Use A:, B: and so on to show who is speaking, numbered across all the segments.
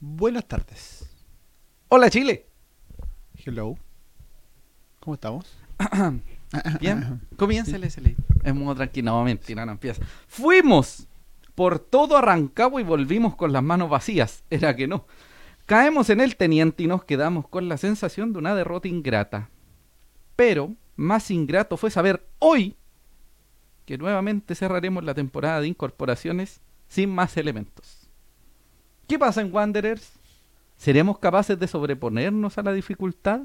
A: Buenas tardes.
B: Hola Chile.
A: Hello. ¿Cómo estamos?
B: Bien, comienza el SLI. Es muy tranquilo. No, mentira, no empieza. Fuimos por todo Arrancagua y volvimos con las manos vacías. Era que no. Caemos en el teniente y nos quedamos con la sensación de una derrota ingrata. Pero más ingrato fue saber hoy que nuevamente cerraremos la temporada de incorporaciones sin más elementos. ¿Qué pasa en Wanderers? ¿Seremos capaces de sobreponernos a la dificultad?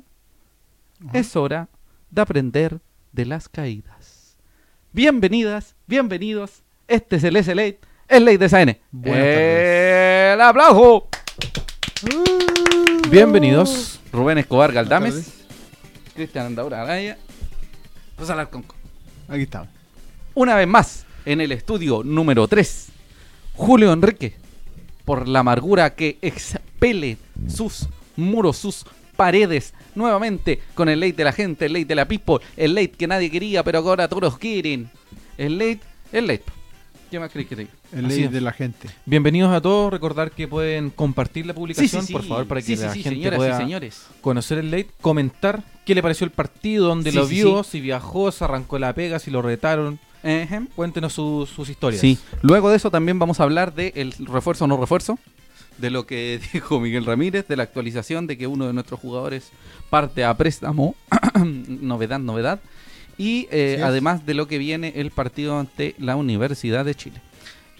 B: Es hora de aprender de las caídas. Bienvenidas, bienvenidos. Este es el SLA, el Ley de SN.
A: Buenas
B: el aplauso.
C: Bienvenidos.
B: Rubén Escobar Galdames,
A: Uh. Buenas
B: Cristian Andaura Araya, Rosa Larconco.
A: tardes. Aquí estamos.
B: Una vez más, en el estudio número 3, Julio Enrique, por la amargura que expele sus muros, sus paredes, nuevamente con el late de la gente, el late de la people, el late que nadie quería, pero que ahora todos quieren. El late, el late. ¿Qué más crees que te diga?
A: El
C: Así
A: ley
C: es.
A: de la gente.
C: Bienvenidos a todos. Recordar que pueden compartir la publicación, por favor, para que
B: Sí, sí,
C: la
B: sí,
C: gente
B: señoras
C: pueda
B: y señores.
C: conocer el late, comentar qué le pareció el partido, dónde
B: Sí,
C: lo
B: sí,
C: vio, si viajó, se arrancó la pega, si lo retaron.
B: Ejem.
C: Cuéntenos su- sus historias.
B: Sí. Luego de eso también vamos a hablar del refuerzo o no refuerzo, de lo que dijo Miguel Ramírez, de la actualización de que uno de nuestros jugadores parte a préstamo, novedad, novedad, y
A: Así
B: eh,
A: es.
B: además de lo que viene el partido ante la Universidad de Chile.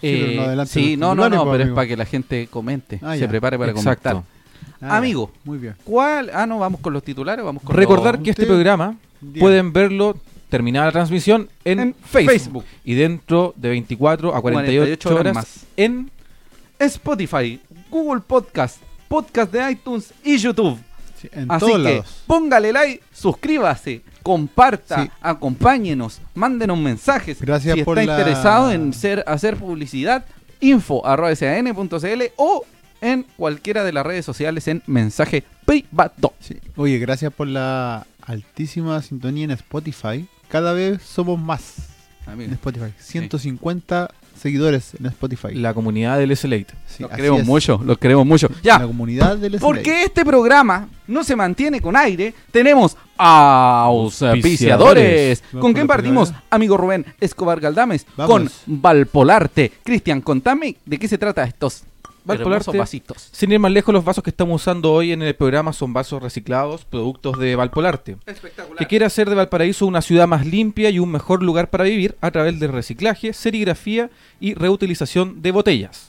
B: Eh,
A: Sí, pero no adelante
B: sí,
A: los
B: no, no,
A: titulares,
B: no,
A: pues,
B: pero es
A: amigo.
B: para que la gente comente,
A: Ah,
B: se
A: ya.
B: prepare para
C: Exacto.
B: comentar. Amigo.
A: Ah, Muy bien.
B: ¿Cuál? Ah, no, vamos con los titulares, vamos con
C: Recordar
B: los-
C: que este
A: Usted-
C: programa
A: Diga.
C: pueden verlo terminada la transmisión en,
B: En
C: Facebook.
B: Facebook.
C: y dentro de 24 a 48,
B: 48 horas
C: horas
B: más.
C: en
B: Spotify, Google Podcast, Podcast de iTunes y YouTube.
A: Sí, en
B: Así que
A: todos lados.
B: póngale like, suscríbase, comparta,
A: Sí.
B: acompáñenos, mándenos mensajes.
A: Gracias
B: si
A: por
B: está
A: la-
B: interesado en ser, hacer publicidad, info arroba san.cl o en cualquiera de las redes sociales en mensaje privado.
A: Sí. Oye, gracias por la altísima sintonía en Spotify. Cada vez somos más en
B: Amigos,
A: Spotify. 150 seguidores en Spotify.
C: la comunidad del SLate.
A: Sí,
B: los
A: así
B: queremos
A: es.
B: mucho, los queremos mucho.
A: La
B: Ya,
A: comunidad del E.
B: porque este programa no se mantiene con aire, tenemos auspiciadores.
C: Auspiciadores.
A: Vamos
B: ¿Con
A: con
B: quién
A: la
B: partimos?
A: primera.
B: Amigo Rubén Escobar Galdames
A: Vamos.
B: con Valpolarte. Cristian, contame de qué se trata estos
C: Valpolarte.
B: Valpolarte vasitos.
C: Sin ir más lejos, los vasos que estamos usando hoy en el programa son vasos reciclados, productos de Valpolarte. que
B: Espectacular.
C: quiere hacer de Valparaíso una ciudad más limpia y un mejor lugar para vivir a través del reciclaje, serigrafía y reutilización de botellas.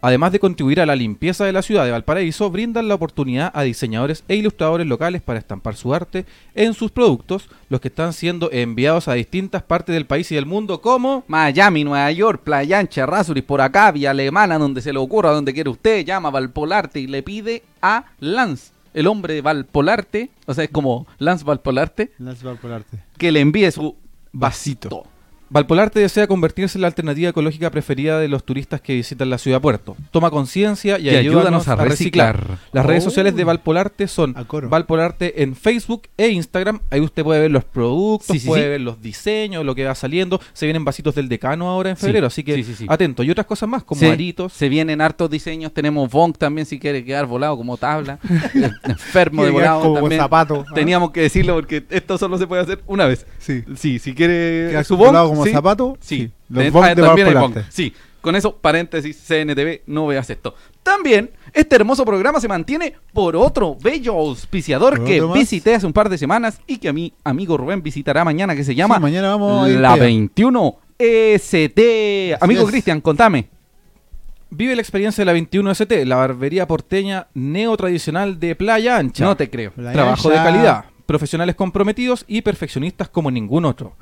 C: Además de contribuir a la limpieza de la ciudad de Valparaíso, brindan la oportunidad a diseñadores e ilustradores locales para estampar su arte en sus productos, los que están siendo enviados a distintas partes del país y del mundo como...
B: Miami, Nueva York, Playa Ancha, Rasuris, por acá, Vía Alemana, donde se le ocurra, donde quiera usted, llama a Valpolarte y le pide a Lance, el hombre de Valpolarte, o sea, es como Lance Valpolarte,
A: Lance Valpolarte.
B: que le envíe su vasito.
C: Valpolarte desea convertirse en la alternativa ecológica preferida de los turistas que visitan la ciudad puerto. Toma conciencia y,
B: Y ayúdanos
C: ayúdanos,
B: a
C: a reciclar.
B: reciclar.
C: Las redes
A: Oh.
C: sociales de Valpolarte son
A: A coro.
C: Valpolarte en Facebook e Instagram. Ahí usted puede ver los productos,
B: Sí, sí,
C: puede
B: sí.
C: ver los diseños, lo que va saliendo. Se vienen vasitos del decano ahora en
B: Sí,
C: febrero, así que
B: sí, sí, sí.
C: atento. Y otras cosas más, como
B: Sí,
C: aritos.
B: Se vienen hartos diseños. Tenemos Bonk también, si quiere quedar volado como tabla. Eh, Enfermo de
A: Quiere quedar
B: volado
A: como
B: también.
A: zapato. ¿ah?
B: Teníamos que decirlo porque esto solo se puede hacer una vez.
A: Sí.
B: Sí, si quiere
A: Quedar
B: Eh, su
A: como
B: Bonk.
A: volado como
B: sí,
A: zapato,
B: Sí.
A: sí. Los
B: Ten-
A: Bonk
B: ah,
A: de
B: también hay
A: Valpolarte.
B: Bonk, Sí. Con eso, paréntesis, CNTV, no veas esto. También, este hermoso programa se mantiene por otro bello auspiciador
A: ¿Por
B: que
A: otro más?
B: visité hace un par de semanas y que a mi amigo Rubén visitará mañana, que se llama
A: Sí, mañana vamos a ir
B: La
A: para allá.
B: 21 ST.
A: Así
B: Amigo
A: es.
B: Cristian, contame.
C: Vive la experiencia de la 21ST, la barbería porteña neotradicional de Playa Ancha.
B: No te creo.
A: Playa
C: Trabajo de
A: Ancha.
C: calidad, profesionales comprometidos y perfeccionistas como ningún otro.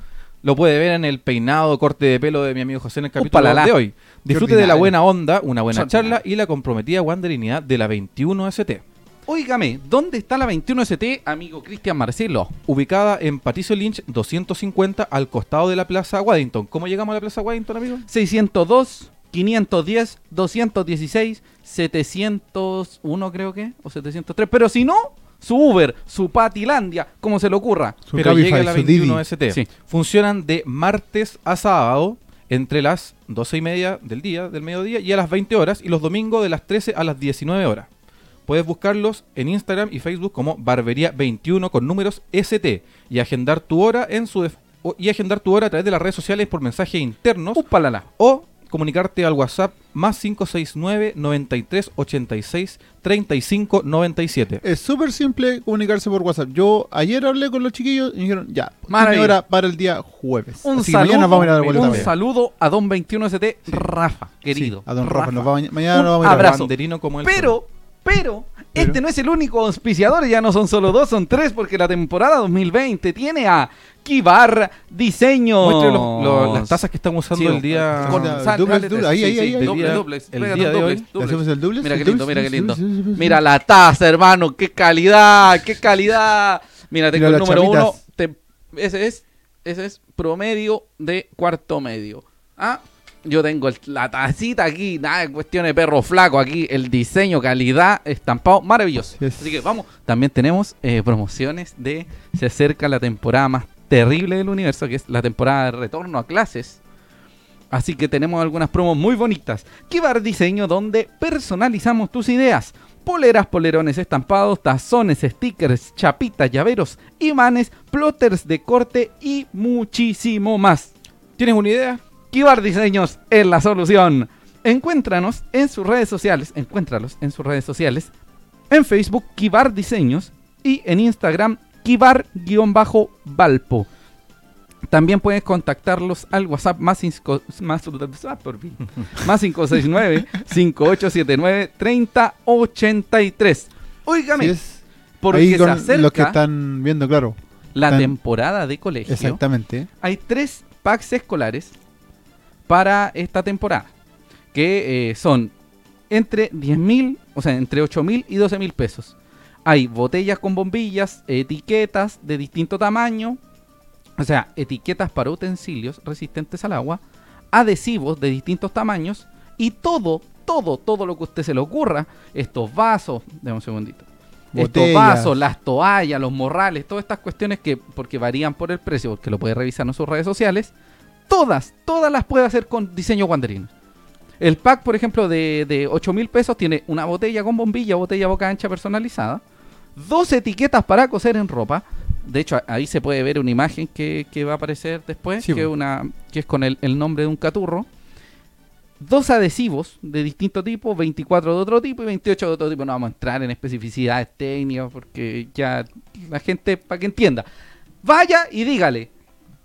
C: Lo puede ver en el peinado, corte de pelo de mi amigo José en el capítulo
B: Upalala.
C: de hoy. Disfrute de la
B: ordinario.
C: buena onda, una buena
B: Qué
C: charla
B: ordinario.
C: y la comprometida wanderinidad de la 21ST.
B: Óigame, ¿dónde está la 21ST, amigo Cristian Marcelo?
C: Ubicada en Patricio Lynch 250 al costado de la Plaza Waddington. ¿Cómo llegamos a la Plaza Waddington, amigo?
B: 602, 510, 216, 701 creo que, o 703. Pero si no, su Uber, su Patilandia, como se le ocurra.
A: Su
C: Pero llega
A: Cabify,
C: la
A: su Didi.
C: 21ST.
B: Sí.
C: Funcionan de martes a sábado entre las 12 y media del día, del mediodía, y a las 20 horas, y los domingos de las 13 a las 19 horas. Puedes buscarlos en Instagram y Facebook como Barbería21 con números ST y agendar tu hora en su def- o- y agendar tu hora a través de las redes sociales por mensajes internos
B: Upalala.
C: o comunicarte al WhatsApp más 569 93 86 35 97.
A: Es súper simple comunicarse por WhatsApp. Yo ayer hablé con los chiquillos y me dijeron, ya,
B: Maravilla.
A: hora para el día jueves.
B: Un
A: Así que
B: saludo,
A: mañana nos vamos a ir a dar vuelta.
B: un
A: también.
B: saludo a Don 21ST, Rafa, querido.
A: Sí, a don Rafa, nos vamos a- mañana nos vamos a ir a
B: abrazo.
C: Banderino como el sol.
B: Pero, pero,
A: Pero.
B: este no es el único auspiciador, ya no son solo dos, son tres, porque la temporada 2020 tiene a Kibar Diseño.
C: Muestre los- los- las tazas que estamos usando
B: Sí,
C: el día.
B: con
A: Ah,
B: sal-
A: duplex,
B: dale,
A: duplex, ahí,
B: sí,
A: ahí,
B: sí,
A: ahí, ahí.
B: duplex,
C: día-
B: duplex,
C: el
B: pégate
C: día
B: un
C: de
B: duplex,
C: hoy.
A: ¿Le
B: duplex.
A: hacemos el doble?
B: Mira
A: ¿El
B: qué lindo,
A: doble?
B: mira qué lindo.
A: Sí, sí, sí, sí, sí.
B: Mira la taza, hermano, qué calidad, qué calidad. Mira,
A: Mira
B: tengo
A: las
B: el número uno.
A: chapitas.
B: te- ese es, ese es promedio de cuarto medio. Ah, yo tengo el- la tacita aquí, nada de cuestión de perro flaco aquí, el diseño, calidad, estampado, maravilloso.
A: Yes.
B: Así que vamos, también tenemos eh, promociones de se acerca la temporada más terrible del universo, que es la temporada de retorno a clases. Así que tenemos algunas promos muy bonitas. Kibar Diseño, donde personalizamos tus ideas. Poleras, polerones estampados, tazones, stickers, chapitas, llaveros, imanes, plotters de corte y muchísimo más.
C: ¿Tienes una idea?
B: Kibar Diseños es la solución. Encuéntranos en sus redes sociales. Encuéntralos en sus redes sociales. En Facebook, Kibar Diseños. Y en Instagram, Kibar-Valpo. También puedes contactarlos al WhatsApp más, cinco- más, ah, por fin. más 569-5879-3083.
A: Sí,
B: Óigame,
A: es. Ahí
B: porque se
A: con los que
B: acerca
A: están viendo, claro.
B: la
A: están-
B: temporada de colegio
A: Exactamente.
B: hay tres packs escolares para esta temporada, que eh, son entre 10.000, o sea, entre 8.000 y 12.000 pesos. Hay botellas con bombillas, etiquetas de distinto tamaño, o sea, etiquetas para utensilios resistentes al agua, adhesivos de distintos tamaños y todo, todo, todo lo que a usted se le ocurra, estos vasos, déjame un segundito. Estos
A: Botellas.
B: vasos, las toallas, los morrales, todas estas cuestiones que, porque varían por el precio, porque lo puede revisar en sus redes sociales, todas, todas las puede hacer con diseño Wanderino. El pack, por ejemplo, de, de 8 mil pesos tiene una botella con bombilla, botella boca ancha personalizada, dos etiquetas para coser en ropa. De hecho, a- ahí se puede ver una imagen que, que va a aparecer después,
A: Sí,
B: que,
A: bo.
B: una, que es con el, el nombre de un caturro. Dos adhesivos de distinto tipo, 24 de otro tipo y 28 de otro tipo. No vamos a entrar en especificidades técnicas porque ya la gente, para que entienda. Vaya y dígale,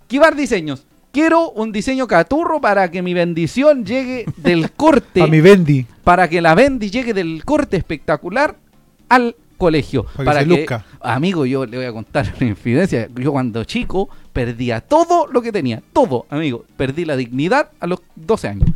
B: Kibar Diseños, quiero un diseño caturro para que mi bendición llegue del corte
A: A mi Bendy.
B: para que la Bendy llegue del corte espectacular al colegio.
A: que se luzca.
B: Amigo, yo le voy a contar una infidencia. Yo cuando chico perdía todo lo que tenía. Todo, amigo. Perdí la dignidad a los 12 años.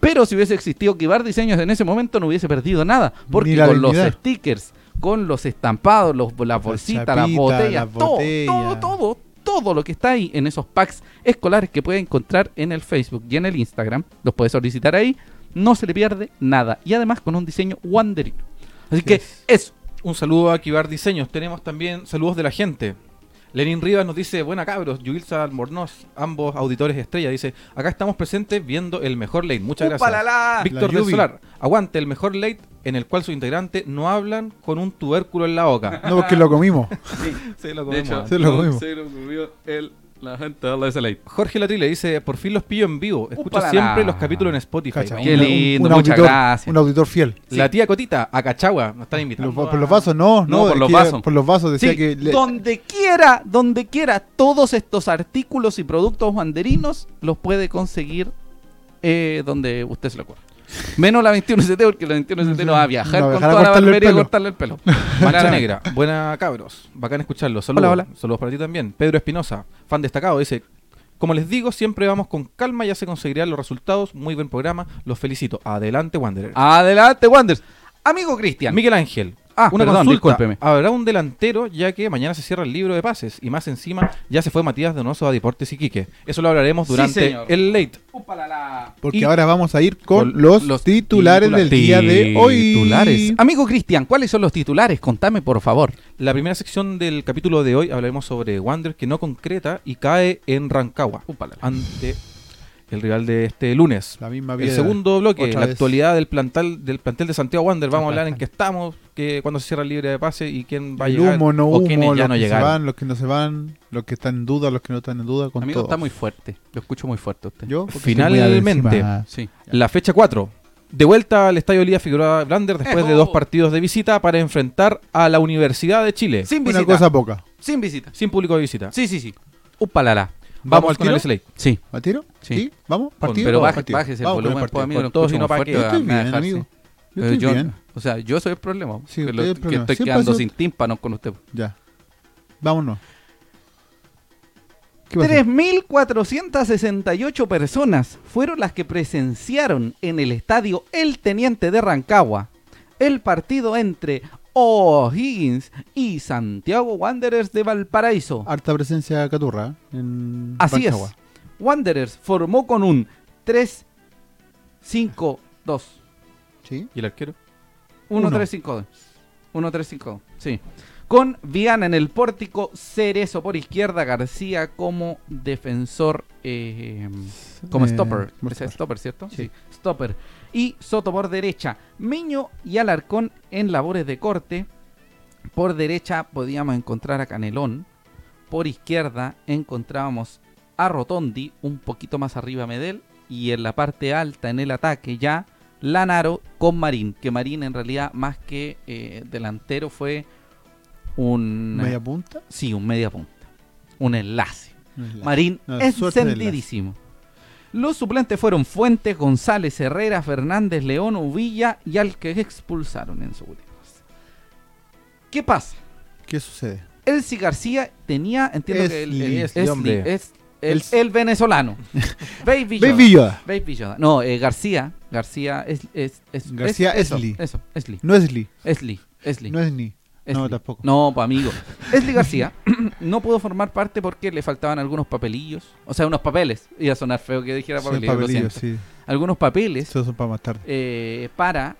B: Pero si hubiese existido Kibar Diseños en ese momento no hubiese perdido nada. Porque
A: Ni la
B: con
A: dignidad.
B: los stickers, con los estampados, los, las bolsitas, las,
A: chapitas,
B: botellas,
A: las
B: todo,
A: botellas.
B: todo, todo, todo lo que está ahí en esos packs escolares que puede encontrar en el Facebook y en el Instagram, los puede solicitar ahí, no se le pierde nada. Y además con un diseño wanderino. Así que
C: es.
B: eso.
C: Un saludo a Kibar Diseños. Tenemos también saludos de la gente. Lenin Rivas nos dice, buena cabros, Yuilsa Albornoz, ambos auditores estrella, dice, acá estamos presentes viendo el mejor late. Muchas gracias.
B: ¡Upalala!
C: Víctor
A: La
C: del
A: Yubi.
C: Solar, aguante el mejor late en el cual sus integrantes no hablan con un tubérculo en la boca.
A: No, porque lo comimos.
C: Se lo
B: De
C: comemos
B: hecho,
C: antes.
A: Se lo comimos.
B: se lo comió el- la gente de la SLA.
C: Jorge Latrile dice, por fin los pillo en vivo. Escucho
B: Upalala.
C: siempre los capítulos en Spotify.
A: Cacha,
B: Qué
A: un- un-
B: lindo,
A: un
B: muchas
A: auditor-
B: gracias.
A: Un auditor fiel.
C: La tía Cotita, a Cachagua, nos están invitando.
A: Los va-
C: a-
A: por los vasos, no,
B: No,
A: no.
B: por
A: es
B: los
A: que
B: vasos.
A: Por los vasos decía
B: Sí,
A: que. le-
B: donde quiera, donde quiera, todos estos artículos y productos banderinos los puede conseguir eh, donde usted se lo ocurra. Menos la 21ST, porque la 21ST no va a viajar
A: No va a
B: con
A: viajar a
B: toda la
A: cortarle el
B: barbería y
A: pelo.
B: cortarle el pelo.
C: Mara
B: Claramente.
C: Negra, buena cabros, bacán escucharlo. Saludos,
B: Hola, hola.
C: saludos para ti también. Pedro Espinosa, fan destacado, dice: Como les digo, siempre vamos con calma, ya se conseguirán los resultados. Muy buen programa, los felicito. Adelante, Wanderer.
B: Ah, Adelante, Wanders. Amigo Cristian.
C: Miguel Ángel,
B: Ah,
C: una
B: perdón,
C: consulta.
B: discúlpeme.
C: Habrá un delantero, ya que mañana se cierra el libro de pases y más encima ya se fue Matías Donoso a Deportes Iquique. Eso lo hablaremos
B: Sí,
C: durante
B: señor.
C: el late.
B: Upalala.
A: Porque
C: y-
A: ahora vamos a ir con
C: con
A: los,
B: los
A: titulares del día de hoy.
B: Titulares. Amigo Cristian, ¿cuáles son los titulares? Contame, por favor.
C: La primera sección del capítulo de hoy hablaremos sobre Wander que no concreta y cae en Rancagua.
B: Upalala.
C: ante el rival de este lunes.
A: La misma
C: El
A: piedra.
C: segundo bloque,
A: Otra
C: la
A: vez.
C: actualidad del plantel, del plantel de Santiago Wander. Vamos a hablar en
A: Ajá.
C: qué estamos, que cuándo se cierra el libre de pase y quién va a
A: el
C: llegar
A: humo, no
C: o
A: humo,
C: quiénes
A: los
C: ya no
A: que se
C: llegaron.
A: van, los que no se van, los que están en duda, los que no están en duda, con
B: Amigo,
A: todo.
B: está muy fuerte. Lo escucho muy fuerte a usted.
A: Yo, porque soy
C: Finalmente.
A: muy agresiva.
B: Sí.
C: La fecha 4. De vuelta al Estadio Liga Figueroa Blander después de
B: ¡Ejo!
C: dos partidos de visita para enfrentar a la Universidad de Chile.
B: Sin visita.
A: Una cosa poca.
B: Sin visita.
C: Sin público de visita.
B: Sí, sí, sí. Upalala.
C: Vamos,
A: ¿Vamos al
C: con
A: tiro?
C: el Slate.
B: Sí.
A: ¿A tiro?
B: Sí.
A: ¿Vamos? ¿Partido?
B: Pero
A: Vamos,
B: baje,
A: partido.
B: bájese el
A: Vamos con
B: volumen, pues,
A: partido.
B: amigo. Lo
C: Con todo, si
B: escucho
C: no,
B: muy
C: para
B: fuerte,
C: que-
A: Yo estoy
B: me va a
A: bien,
B: dejar,
A: amigo.
B: sí.
A: Yo
B: Eh,
A: estoy
B: yo-
A: bien.
B: O sea, yo soy el problema.
A: Sí,
B: que,
A: usted
B: lo-
A: es el
B: que
A: problema.
B: estoy
A: Siempre ha
B: quedando
A: sido-
B: sin tímpanos con usted.
A: Ya. Vámonos. ¿Qué pasó?
B: 3.468 personas fueron las que presenciaron en el estadio El Teniente de Rancagua el partido entre O'Higgins y Santiago Wanderers de Valparaíso.
A: Harta presencia caturra ¿eh? en
B: Así es.
A: Ah, Rancagua.
B: Wanderers formó con un 3-5-2.
A: Sí.
C: ¿Y el arquero?
A: Uno.
B: 1-3-5-2. 1-3-5-2. Sí. Con Viana en el pórtico, Cerezo por izquierda, García como defensor. eh, como
A: Eh,
B: stopper.
A: como
B: Ese es stopper, ¿cierto?
A: Sí.
B: Stopper. Y Soto por derecha. Miño y Alarcón en labores de corte. Por derecha podíamos encontrar a Canelón. Por izquierda encontrábamos a Rotondi, un poquito más arriba Medel. Y en la parte alta, en el ataque ya, Lanaro con Marín. Que Marín en realidad más que eh, delantero fue un...
A: Media punta.
B: Sí, un media punta. Un enlace.
A: No es la-
B: Marín
A: No, suerte del
B: encendidísimo. Los suplentes fueron Fuentes, González, Herrera, Fernández, León, Uvilla y al que expulsaron en su última. ¿Qué pasa?
A: ¿Qué sucede?
B: Elsie García tenía, entiendo que el, el-
A: Esli,
B: Esli,
C: hombre.
B: es el,
A: Elsie.
B: el venezolano. Baby Yoda.
A: Baby Yoda.
B: Baby Yoda. No, eh, García. García es, es, es-
A: García
B: es- eso,
A: Esli.
B: Eso, Esli.
A: No es Lee.
B: Esli. Esli.
A: No es ni. No,
B: Esli.
A: tampoco.
B: No, pues amigo. Esli García no pudo formar parte porque le faltaban algunos papelillos. O sea, unos papeles. Iba a sonar feo que dijera
A: Son
B: papelillos. lo
A: papelillos,
B: siento.
A: sí.
B: Algunos papeles
A: Estos son para más tarde.
B: eh, para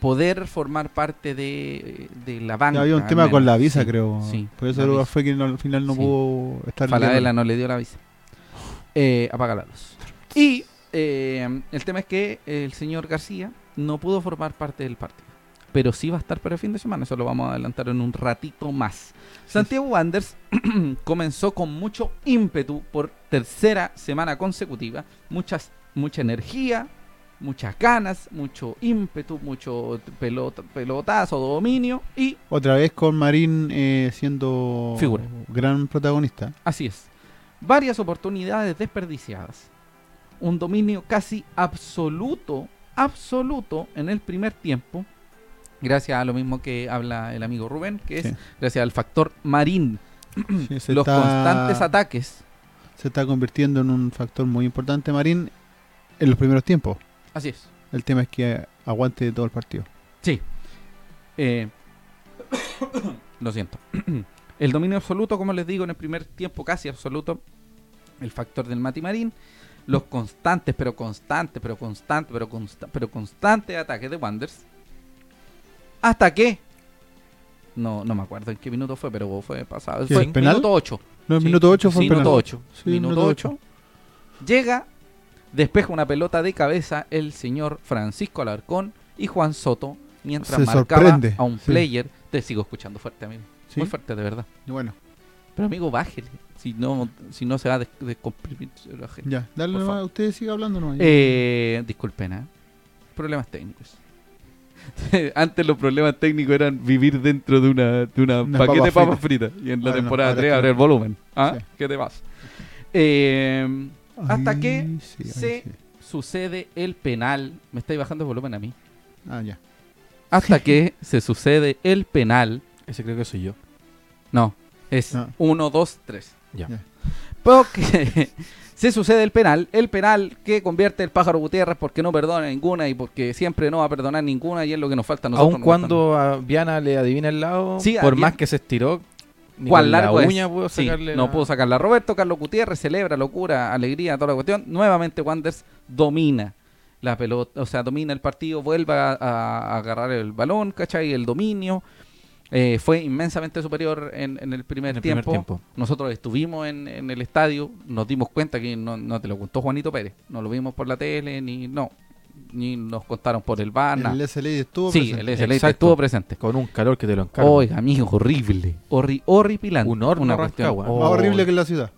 B: poder formar parte de, de la
A: Ya
B: banca.
A: había un
B: Ah, al
A: tema con
B: menos.
A: la visa,
B: Sí,
A: creo.
B: Sí.
A: Por
B: la
A: eso luego
B: visa.
A: fue que no- al final no
B: Sí.
A: pudo estar.
B: Falabella
A: liderando.
B: no le dio la visa. Eh, apaga la luz. Y eh, el tema es que el señor García no pudo formar parte del partido. Pero sí va a estar para el fin de semana. Eso lo vamos a adelantar en un ratito más. Santiago Wanderers comenzó con mucho ímpetu por tercera semana consecutiva. Muchas, mucha energía, muchas ganas, mucho ímpetu, mucho pelota, pelotazo, dominio. Y
A: Otra vez con Marín eh, siendo
B: Figura.
A: gran protagonista.
B: Así es. Varias oportunidades desperdiciadas. Un dominio casi absoluto, absoluto en el primer tiempo. Gracias a lo mismo que habla el amigo Rubén, que es
A: Sí.
B: gracias al factor marín.
A: Sí, se,
B: los
A: está,
B: constantes ataques.
A: se está convirtiendo en un factor muy importante Marín en los primeros tiempos.
B: Así es.
A: El tema es que aguante todo el partido.
B: Sí. Eh, lo siento. El dominio absoluto, como les digo, en el primer tiempo casi absoluto, el factor del Mati Marín, los constantes, pero constantes, pero constantes, pero, consta- pero constantes ataques de Wanders. ¿Hasta que No, no me acuerdo en qué minuto fue, pero fue pasado.
A: ¿Qué,
B: Fue
A: el penal?
B: minuto 8.
A: No, el
B: Sí,
A: minuto 8 fue
B: sí,
A: el penal.
B: Minuto 8.
A: Sí,
B: minuto
A: minuto
B: 8. Llega, despeja una pelota de cabeza el señor Francisco Alarcón y Juan Soto mientras
A: Se
B: marcaba
A: sorprende,
B: a un
A: sí.
B: player. Te sigo escuchando fuerte, amigo.
A: Sí.
B: Muy fuerte, de verdad.
A: Y Bueno,
B: Pero amigo, bájele. Si no, si no se va a des- descomprimir la gente.
A: ya. Dale
B: Por
A: nomás,
B: favor.
A: usted sigue hablando nomás.
B: Eh, disculpen, ¿eh? problemas técnicos. Antes los problemas técnicos eran vivir dentro de una, de una
A: Unas
B: paquete de
A: papas
B: papas fritas. Y en la
A: Ahora no,
B: temporada
A: ahora
B: 3
A: está
B: abre el volumen. ¿Ah?
A: Sí.
B: ¿Qué te pasa? Eh,
A: Ay,
B: hasta que
A: sí, ay,
B: se-
A: sí.
B: sucede el penal. Me estáis bajando el volumen a mí.
A: Ah, ya.
B: Hasta que se sucede el penal.
C: Ese creo que soy yo.
B: No, es
C: Ah.
A: No.
B: 1, 2, 3.
C: Ya.
A: Ya.
B: Porque se sucede el penal, el penal que convierte el pájaro Gutiérrez porque no perdona ninguna y porque siempre no va a perdonar ninguna y es lo que nos falta a nosotros.
C: Aun
B: nos
C: cuando a Viana le adivina el lado,
B: Sí, a
C: por
B: Viana-
C: más que se estiró,
B: falta.
C: ni
B: ¿Cuán
C: con la
B: largo es?
C: uña pudo
B: Sí,
C: sacarle
B: No
C: la-
B: pudo sacarla. Roberto Carlos Gutiérrez celebra locura, alegría, toda la cuestión. Nuevamente Wanders domina la pelota, o sea, domina el partido, vuelve a, a- a agarrar el balón, ¿cachai? El dominio. Eh, fue inmensamente superior en, en el, primer,
C: En el primer
B: tiempo.
C: tiempo.
B: Nosotros estuvimos en, en el estadio, nos dimos cuenta que no, no te lo contó Juanito Pérez, no lo vimos por la tele, ni no, ni nos contaron por el bar, nada.
A: El SLA estuvo
B: sí,
A: presente.
B: el SLA
C: Exacto.
B: estuvo presente.
C: Con un calor que te lo encargo.
B: Oiga, amigo, horrible, horri horripilante.
C: Un horno
B: Una
C: Rancagua.
B: cuestión-
A: Más
B: Oh.
A: horrible que en la ciudad.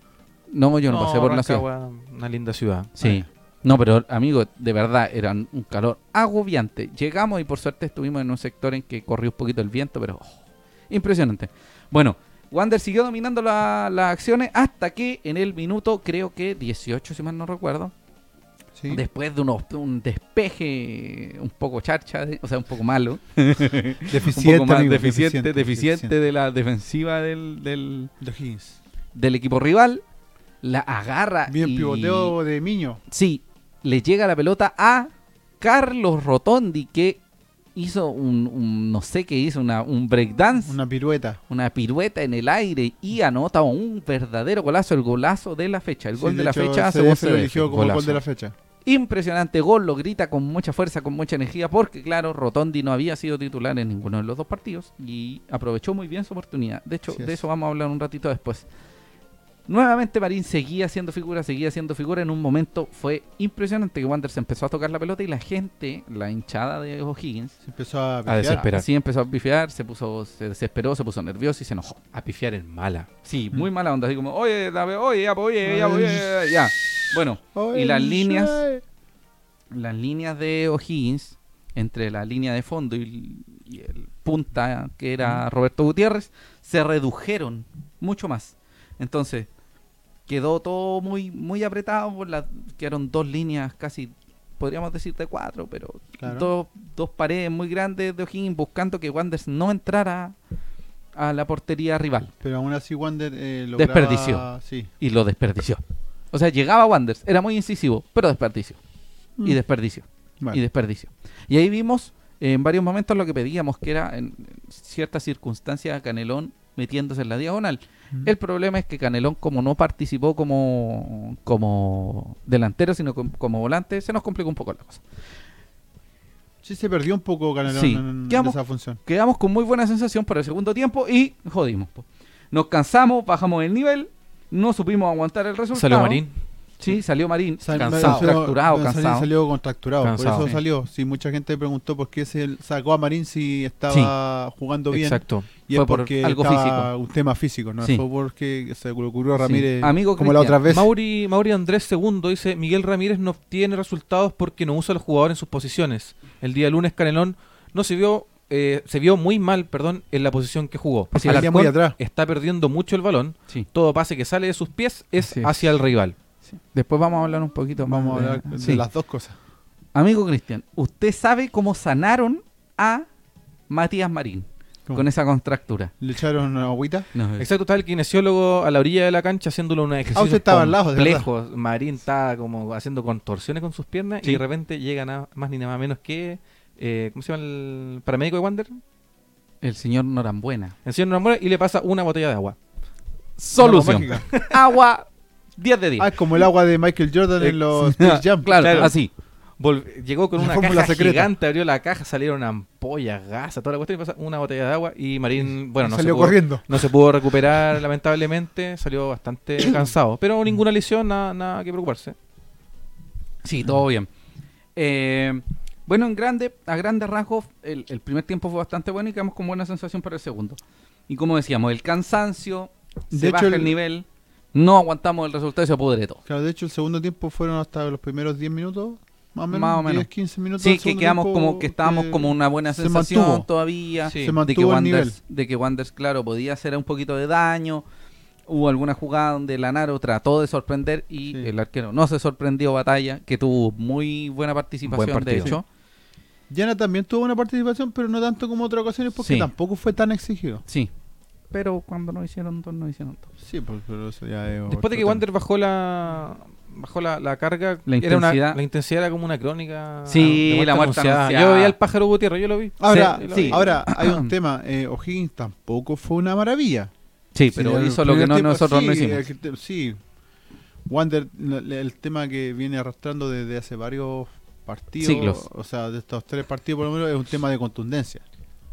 B: No, yo no, pasé por la ciudad.
C: Rancagua, Una linda ciudad.
B: Sí. No, pero amigo, de verdad, era un calor agobiante. Llegamos y por suerte estuvimos en un sector en que corrió un poquito el viento, pero oh, impresionante. Bueno, Wander siguió dominando la- las acciones hasta que en el minuto, creo que 18, si mal no recuerdo,
A: Sí.
B: después de unos- un despeje un poco charcha, de- o sea, un poco malo,
A: Deficiente,
B: un poco más
A: amigo,
B: deficiente, deficiente,
A: deficiente.
B: de la defensiva del, del,
A: De Higgins.
B: del equipo rival, la agarra
A: Bien
B: Ah, y-
A: pivoteo de Miño.
B: Sí, le llega la pelota a Carlos Rotondi, que hizo un, un- no sé qué hizo, una, un breakdance, una...
A: Una pirueta.
B: pirueta en el aire y anota un verdadero golazo, el golazo de la fecha, el gol
A: Sí,
B: de, la
A: hecho,
B: fecha.
A: CDF
B: según
A: lo
B: CDF,
A: eligió como
B: golazo.
A: gol de la fecha.
B: Impresionante gol, lo grita con mucha fuerza, con mucha energía, porque claro, Rotondi no había sido titular en ninguno de los dos partidos y aprovechó muy bien su oportunidad. De hecho,
A: Así
B: de
A: es.
B: eso vamos a hablar un ratito después. Nuevamente Marín seguía siendo figura, seguía siendo figura. En un momento fue impresionante que Wander se empezó a tocar la pelota y la gente, la hinchada de O'Higgins,
A: Se empezó a,
C: A
A: pelear.
C: desesperar. Esperar.
B: así empezó a bifear, se puso, se desesperó, se puso nervioso y se enojó.
C: A pifiar en mala.
B: Sí, muy mala onda, así como, oye, dame, oye, ya, pues, oye, ya, pues, oye, ya. Bueno, y las líneas
A: eh,
B: las líneas de O'Higgins, entre la línea de fondo y, y el punta que era Roberto Gutiérrez, se redujeron mucho más. Entonces, quedó todo muy, muy apretado, por la- quedaron dos líneas casi, podríamos decir de cuatro, pero
A: Claro.
B: dos, dos paredes muy grandes de O'Higgins buscando que Wanders no entrara a la portería rival.
A: Pero aún así Wander eh, lograba-
B: Desperdició.
A: Sí.
B: Y lo desperdició. O sea, llegaba Wanders, era muy incisivo, pero desperdicio. Y
A: Mm.
B: desperdicio.
A: Bueno,
B: y desperdicio. Y ahí vimos eh, en varios momentos lo que pedíamos, que era en ciertas circunstancias a Canelón metiéndose en la diagonal.
A: Mm.
B: El problema es que Canelón, como no participó como, como delantero, sino com- como volante, se nos complicó un poco la cosa.
A: sí se perdió un poco Canelón
B: Sí.
A: en, en
B: Quedamos-
A: esa función.
B: Quedamos con muy buena sensación para el segundo tiempo y jodimos. po. Nos cansamos, bajamos el nivel, no supimos aguantar el resultado.
C: Salió Marín.
B: Sí, salió Marín.
A: Sal-
B: cansado,
A: salió-
B: fracturado,
A: Marín
B: cansado.
A: Salió contracturado, por
C: Cansado.
A: eso
B: Sí.
A: salió. Sí, mucha gente preguntó por qué se sacó a Marín si estaba jugando bien.
C: Exacto.
A: Y
B: Fue
A: es
B: por
A: porque
B: algo
A: estaba un tema físico, no
B: Sí.
A: fue porque se le ocurrió a
B: Sí.
A: Ramírez
B: Amigo
A: como la
B: Cristian,
A: otra vez.
C: Mauri, Mauri Andrés II dice, Miguel Ramírez no obtiene resultados porque no usa a los jugadores en sus posiciones. El día lunes Canelón no se vio, eh, se vio muy mal, perdón, en la posición que jugó.
A: Sí, venía muy atrás.
C: está perdiendo mucho el balón.
B: Sí.
C: Todo pase que sale de sus pies es
B: Así es.
C: hacia el rival.
B: Después vamos a hablar un poquito más.
A: Vamos a
B: de-
A: hablar de,
B: Sí.
A: las dos cosas.
B: Amigo Cristian, ¿usted sabe cómo sanaron a Matías Marín
A: ¿Cómo?
B: con esa contractura?
A: Le echaron una agüita.
B: No,
C: Exacto, está el kinesiólogo a la orilla de la cancha haciéndole un ejercicio.
A: Ah, usted estaba al lado, de verdad.
C: Marín está como haciendo contorsiones con sus piernas
B: Sí.
C: y de repente llega nada más ni nada menos que. eh, ¿Cómo se llama el paramédico de Wander?
B: el señor Norambuena.
C: Enciende una mora y le pasa una botella de agua.
B: Solución.
A: Una mágica.
B: Agua 10 de 10.
A: Ah, es como el agua de Michael Jordan en los Space Jam.
B: claro,
C: claro.
B: así.
C: Vol- llegó con
A: La
C: una
A: fórmula
C: caja
A: secreta.
C: gigante, abrió la caja, salieron ampollas, gasa, toda la cuestión y pasa una botella de agua y Marín, bueno, no
A: Salió
C: se pudo,
A: corriendo.
C: No se pudo recuperar, lamentablemente, salió bastante cansado. Pero ninguna lesión, nada, nada que preocuparse.
B: Sí, todo bien. Eh, bueno, en grande, a grandes rasgos, el, el primer tiempo fue bastante bueno y quedamos con buena sensación para el segundo. Y como decíamos, el cansancio,
A: De
B: se
A: hecho,
B: baja el...
A: el-
B: nivel, no aguantamos el resultado y se pudre todo.
A: Claro, de hecho, el segundo tiempo fueron hasta los primeros 10 minutos, más o menos.
B: Más o menos.
A: 10, 15 minutos.
B: Sí,
A: del
B: que
A: segundo
B: quedamos
A: tiempo,
B: como que estábamos
A: eh,
B: como una buena
A: se
B: sensación
A: mantuvo.
B: todavía.
A: se
C: Sí.
B: de que
A: mantuvo el nivel.
B: Wanders, de que Wanders, claro, podía hacer un poquito de daño. Hubo alguna jugada donde Lanaro trató de sorprender y
A: Sí.
B: el arquero no se sorprendió Batalla, que tuvo muy buena participación,
C: Buen
B: de
C: partido.
B: hecho.
A: Yana también tuvo una participación, pero no tanto como otras ocasiones porque
B: Sí.
A: tampoco fue tan exigido.
B: Sí. Pero cuando no hicieron dos, no hicieron dos.
A: Sí, pues, pero eso ya es otro
C: Después de que
A: tema.
C: Wander bajó la bajó la, la carga,
B: La
C: era una-
B: intensidad.
C: la intensidad era como una crónica.
B: Sí,
C: de
B: la muerte anunciada.
C: Yo veía al pájaro Gutiérrez, yo lo vi.
A: Ahora,
C: Sí, lo
A: sí,
C: vi.
A: ahora hay un tema. Eh, O'Higgins tampoco fue una maravilla.
B: Sí, pero
A: en el
B: hizo lo que
A: primer
B: no,
A: tiempo,
B: nosotros no
A: sí, eh,
B: hicimos.
A: el que te- sí. Wander, la- la- el tema que viene arrastrando desde hace varios partidos,
B: Siglos.
A: o sea, de estos tres partidos por lo menos, es un tema de contundencia.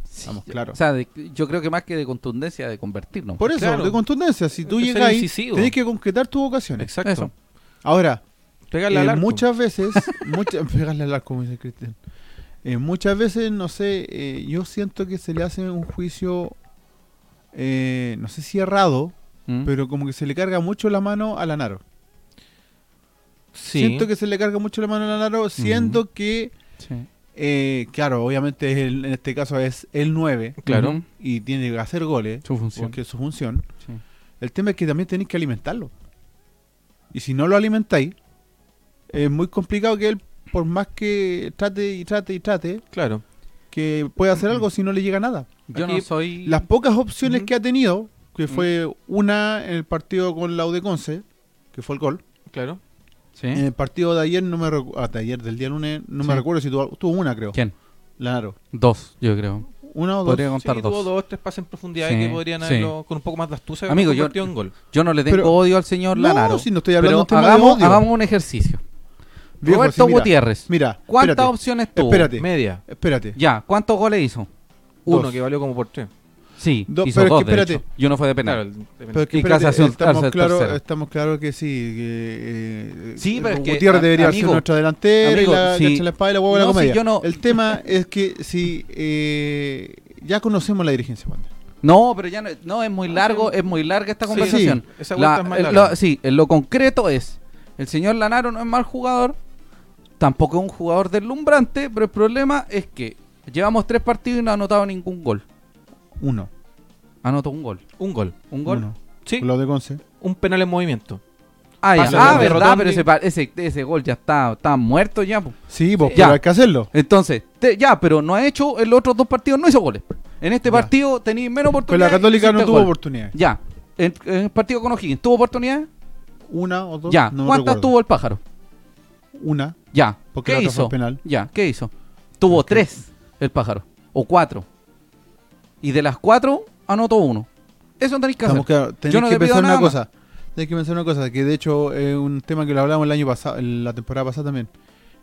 A: Estamos claros.
B: O sea, de- yo creo que más que de contundencia, de convertirnos.
A: Por eso,
C: claro.
A: de contundencia, si tú
C: Hay que ser
A: llegas ahí,
C: incisivo.
A: tenés que concretar tus vocaciones.
C: Exacto.
B: Eso.
A: Ahora,
C: Pegarle
A: Eh,
C: al arco.
A: muchas veces, muchas, pegarle al arco, como dice Cristian. Eh, muchas veces, no sé, eh, yo siento que se le hace un juicio, eh, no sé si errado,
B: ¿Mm?
A: pero como que se le carga mucho la mano a la Naro.
C: Sí.
A: Siento que se le carga mucho la mano a la Naro, siendo que,
B: Sí.
A: eh, claro, obviamente es el- en este caso es el 9
C: Claro.
B: Ujú.
A: y tiene que hacer goles,
B: Su función.
A: porque es su función.
B: Sí.
A: El tema es que también tenéis que alimentarlo. Y si no lo alimentáis, es muy complicado que él, por más que trate y trate y trate,
C: Claro.
A: que pueda hacer algo si no le llega nada.
B: Yo
C: Aquí
B: no soy.
A: Las pocas opciones
B: Ujú.
A: que ha tenido, que fue una en el partido con la Udeconce, que fue el gol.
C: Claro.
B: Sí.
A: En el partido de ayer, no me recu- ah, de ayer, del día lunes, no me
B: ¿Eh? Sí.
A: recuerdo si tuvo, tuvo una, creo.
B: ¿Quién?
A: Claro.
B: Dos, yo creo.
A: Una o dos.
B: Podría contar
C: Sí,
B: dos.
C: tuvo dos, tres pases en profundidad
B: Sí,
C: que podrían
B: sí.
C: haberlo con un poco más de astucia.
B: Amigo, yo-
C: convertido en gol.
B: Yo no le tengo
A: Pero-
B: odio al señor
A: No,
B: Lanaro.
A: si no estoy hablando de un
B: pero
A: tema de
B: hagamos,
A: odio.
B: hagamos un ejercicio.
A: Viejo,
B: Roberto
A: sí, mira,
B: Gutiérrez.
A: Mira,
B: ¿Cuántas
A: espérate,
B: opciones tuvo?
A: Espérate.
C: Media.
A: Espérate.
B: Ya, ¿cuántos goles hizo?
C: Uno
A: Dos.
C: que valió como por tres.
B: Sí,
A: Do-
B: hizo
A: pero es
B: dos,
A: que
B: de
A: espérate.
B: hecho. Y uno fue de penal.
C: Claro. el-
A: Pero es que
B: Y
A: espérate,
B: Casación
A: estamos
B: tercer-
A: claros
B: tercero.
A: estamos claros que sí. Que, eh,
B: Sí, pero es que,
A: Gutiérrez
B: a-
A: debería ser
B: amigo,
A: nuestra delantera
B: amigo,
A: y la,
B: sí.
A: cacha la espada y la huevo de la
B: No, sí,
A: comedia.
B: yo no-
A: El tema es que si eh, ya conocemos la dirigencia, Wander.
B: No, pero ya no, no, es muy largo, es muy larga esta
C: Sí,
B: conversación.
C: sí, esa
B: La-
C: vuelta es más
B: eh,
C: larga.
B: lo- sí, eh, lo concreto es, el señor Lanaro no es mal jugador, tampoco es un jugador deslumbrante, pero el problema es que llevamos tres partidos y no ha anotado ningún gol.
A: Uno.
B: Anotó un gol.
C: Un gol.
B: Un gol.
A: Uno.
C: Sí.
A: Lo de Conce.
C: Un penal en movimiento.
B: Ah, ya.
C: Pase
B: Ah,
C: de
B: verdad,
C: Rotondi.
B: pero ese, pa- ese, ese gol ya está, está muerto ya. po.
A: Sí, pues,
B: Sí.
A: pero
B: Ya.
A: hay que hacerlo.
B: Entonces, te- ya, pero no ha hecho, en los otros dos partidos no hizo goles. En este
A: Ya.
B: partido tenéis
A: Con
B: menos
A: la
B: oportunidades.
A: Católica no
B: hiciste
A: tuvo
B: gol.
A: oportunidades.
B: Ya. En, en el partido con O'Higgins, ¿tuvo oportunidades?
A: Una o dos.
B: Ya.
A: no me
B: ¿Cuántas
A: recuerdo.
B: tuvo el pájaro?
A: Una.
B: Ya.
A: Porque la
B: ¿Qué
A: otra fue
B: hizo?
A: penal.
B: Ya, ¿qué hizo? Tuvo
A: Porque-
B: tres el pájaro. O cuatro. Y de las cuatro, anotó uno. Eso tenéis que
A: Estamos
B: hacer.
A: claros. Tenés
B: Yo no
A: que
B: le pido
A: pensar una
B: nada más.
A: cosa. Tenés que pensar una cosa, que de hecho es un tema que lo hablamos el año pasado, el- la temporada pasada también.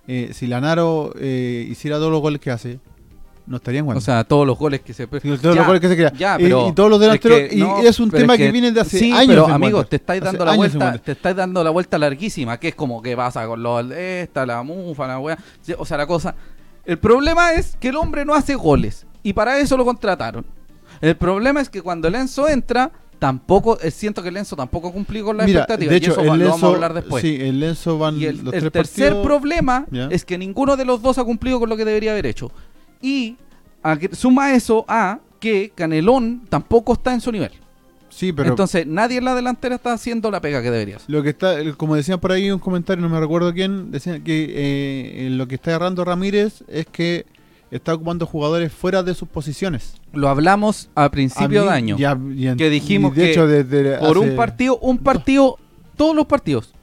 A: Eh, si Lanaro eh, hiciera todos los goles que hace, no estarían jugando.
B: O sea, todos los goles que se...
A: Sí, todos los goles que se crean.
B: ya,
A: Y-
B: pero
A: y, todos los delanteros.
B: es que
A: y
B: no,
A: es un
B: pero
A: tema
B: es
A: que,
B: que-
A: viene de hace
B: sí,
A: años.
B: pero
A: en
B: amigos,
A: Wander.
B: te estáis
A: Hace
B: dando la
A: años en
B: vuelta,
A: Wander.
B: te estáis dando la vuelta larguísima, que es como que pasa con los esta, la mufa, la wea, Sí, o sea, la cosa. El problema es que el hombre no hace goles y para eso lo contrataron. El problema es que cuando el Enzo entra, tampoco eh, siento que el Enzo tampoco cumplió con la
A: Mira,
B: expectativa
A: de hecho,
B: y eso
A: el
B: va- lo vamos a
A: Lenzo-
B: hablar después.
A: Sí, el Lenzo van
B: Y el,
A: los
B: el
A: tres
B: tercer
A: partidos.
B: problema
A: Ya.
B: es que ninguno de los dos ha cumplido con lo que debería haber hecho. Y a que- suma eso a que Canelón tampoco está en su nivel.
A: Sí, pero
B: Entonces nadie en la delantera está haciendo la pega que debería hacer.
A: lo que está, el- como decían por ahí un comentario, no me recuerdo quién, decían que eh, eh, lo que está errando Ramírez es que está ocupando jugadores fuera de sus posiciones.
B: Lo hablamos a principio
A: A mí,
B: de año.
A: y a- y en-
B: que dijimos
A: y de
B: que
A: hecho, desde
B: por
A: hace-
B: un partido, un partido, todos los partidos.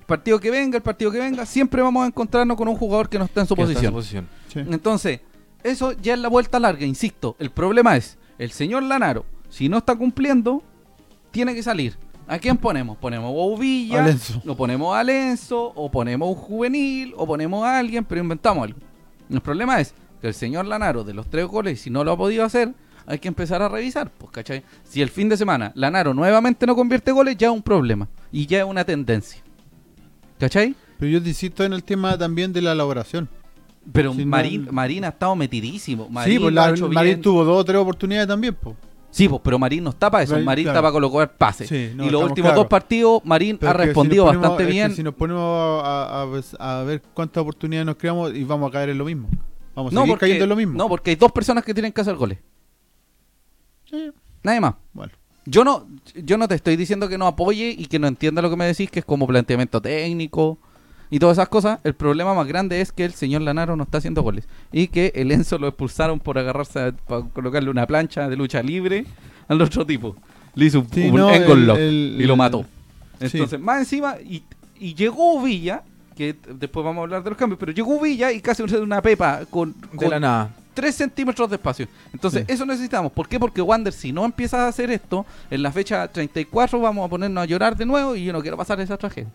B: El partido que venga, el partido que venga, siempre vamos a encontrarnos con un jugador que no está en su
C: que está en
B: posición.
C: su posición.
A: Sí.
B: Entonces, eso ya es la vuelta larga, insisto. El problema es, el señor Lanaro, si no está cumpliendo, tiene que salir. ¿A quién ponemos? Ponemos a Uvilla,
A: A Lenzo.
B: o ponemos a Lenzo, o ponemos a un juvenil, o ponemos a alguien, pero inventamos algo. El problema es que el señor Lanaro, de los tres goles, si no lo ha podido hacer, hay que empezar a revisar. Pues, ¿cachai? Si el fin de semana Lanaro nuevamente no convierte goles, ya es un problema. Y ya es una tendencia. ¿Cachai?
A: Pero yo te insisto en el tema también de la elaboración.
B: Pero
A: Sí, no-
B: Marín, Marín ha estado metidísimo. Marín
A: sí, pues
B: lo ha
A: la,
B: hecho
A: Marín
B: bien.
A: tuvo dos o tres oportunidades también. po.
B: Sí, pues, pero Marín no está para eso.
A: Marín,
B: Marín,
A: claro.
B: está para colocar pases.
A: Sí, no,
B: y los
A: estamos
B: últimos
A: claros.
B: dos partidos, Marín
A: Pero
B: ha
A: es que si nos
B: respondido
A: ponemos-
B: bastante
A: es que
B: bien.
A: si nos ponemos a, a- a ver cuántas oportunidades nos creamos y vamos a caer en lo mismo. Vamos a
B: no,
A: seguir
B: porque,
A: cayendo en lo mismo.
B: no, porque hay dos personas que tienen que hacer goles.
A: Sí,
B: Nadie más.
A: bueno.
B: Yo no, yo no te estoy diciendo que no apoye y que no entienda lo que me decís, que es como planteamiento técnico y todas esas cosas. El problema más grande es que el señor Lanaro no está haciendo goles y que el Enzo lo expulsaron por agarrarse, a- para colocarle una plancha de lucha libre al otro tipo. Le hizo un,
A: Sí,
B: un
A: no,
B: ankle
A: el-
B: lock
A: el-
B: y lo mató.
A: sí.
B: Entonces, más encima, y, y llegó Villa, que t- después vamos a hablar de los cambios, pero llegó Villa y casi una pepa con,
C: De
B: con
C: la nada.
B: 3 centímetros de espacio. Entonces,
A: Sí.
B: eso necesitamos. ¿Por qué? Porque Wander, si no empieza a hacer esto, en la fecha 34 vamos a ponernos a llorar de nuevo y yo no quiero pasar esa tragedia.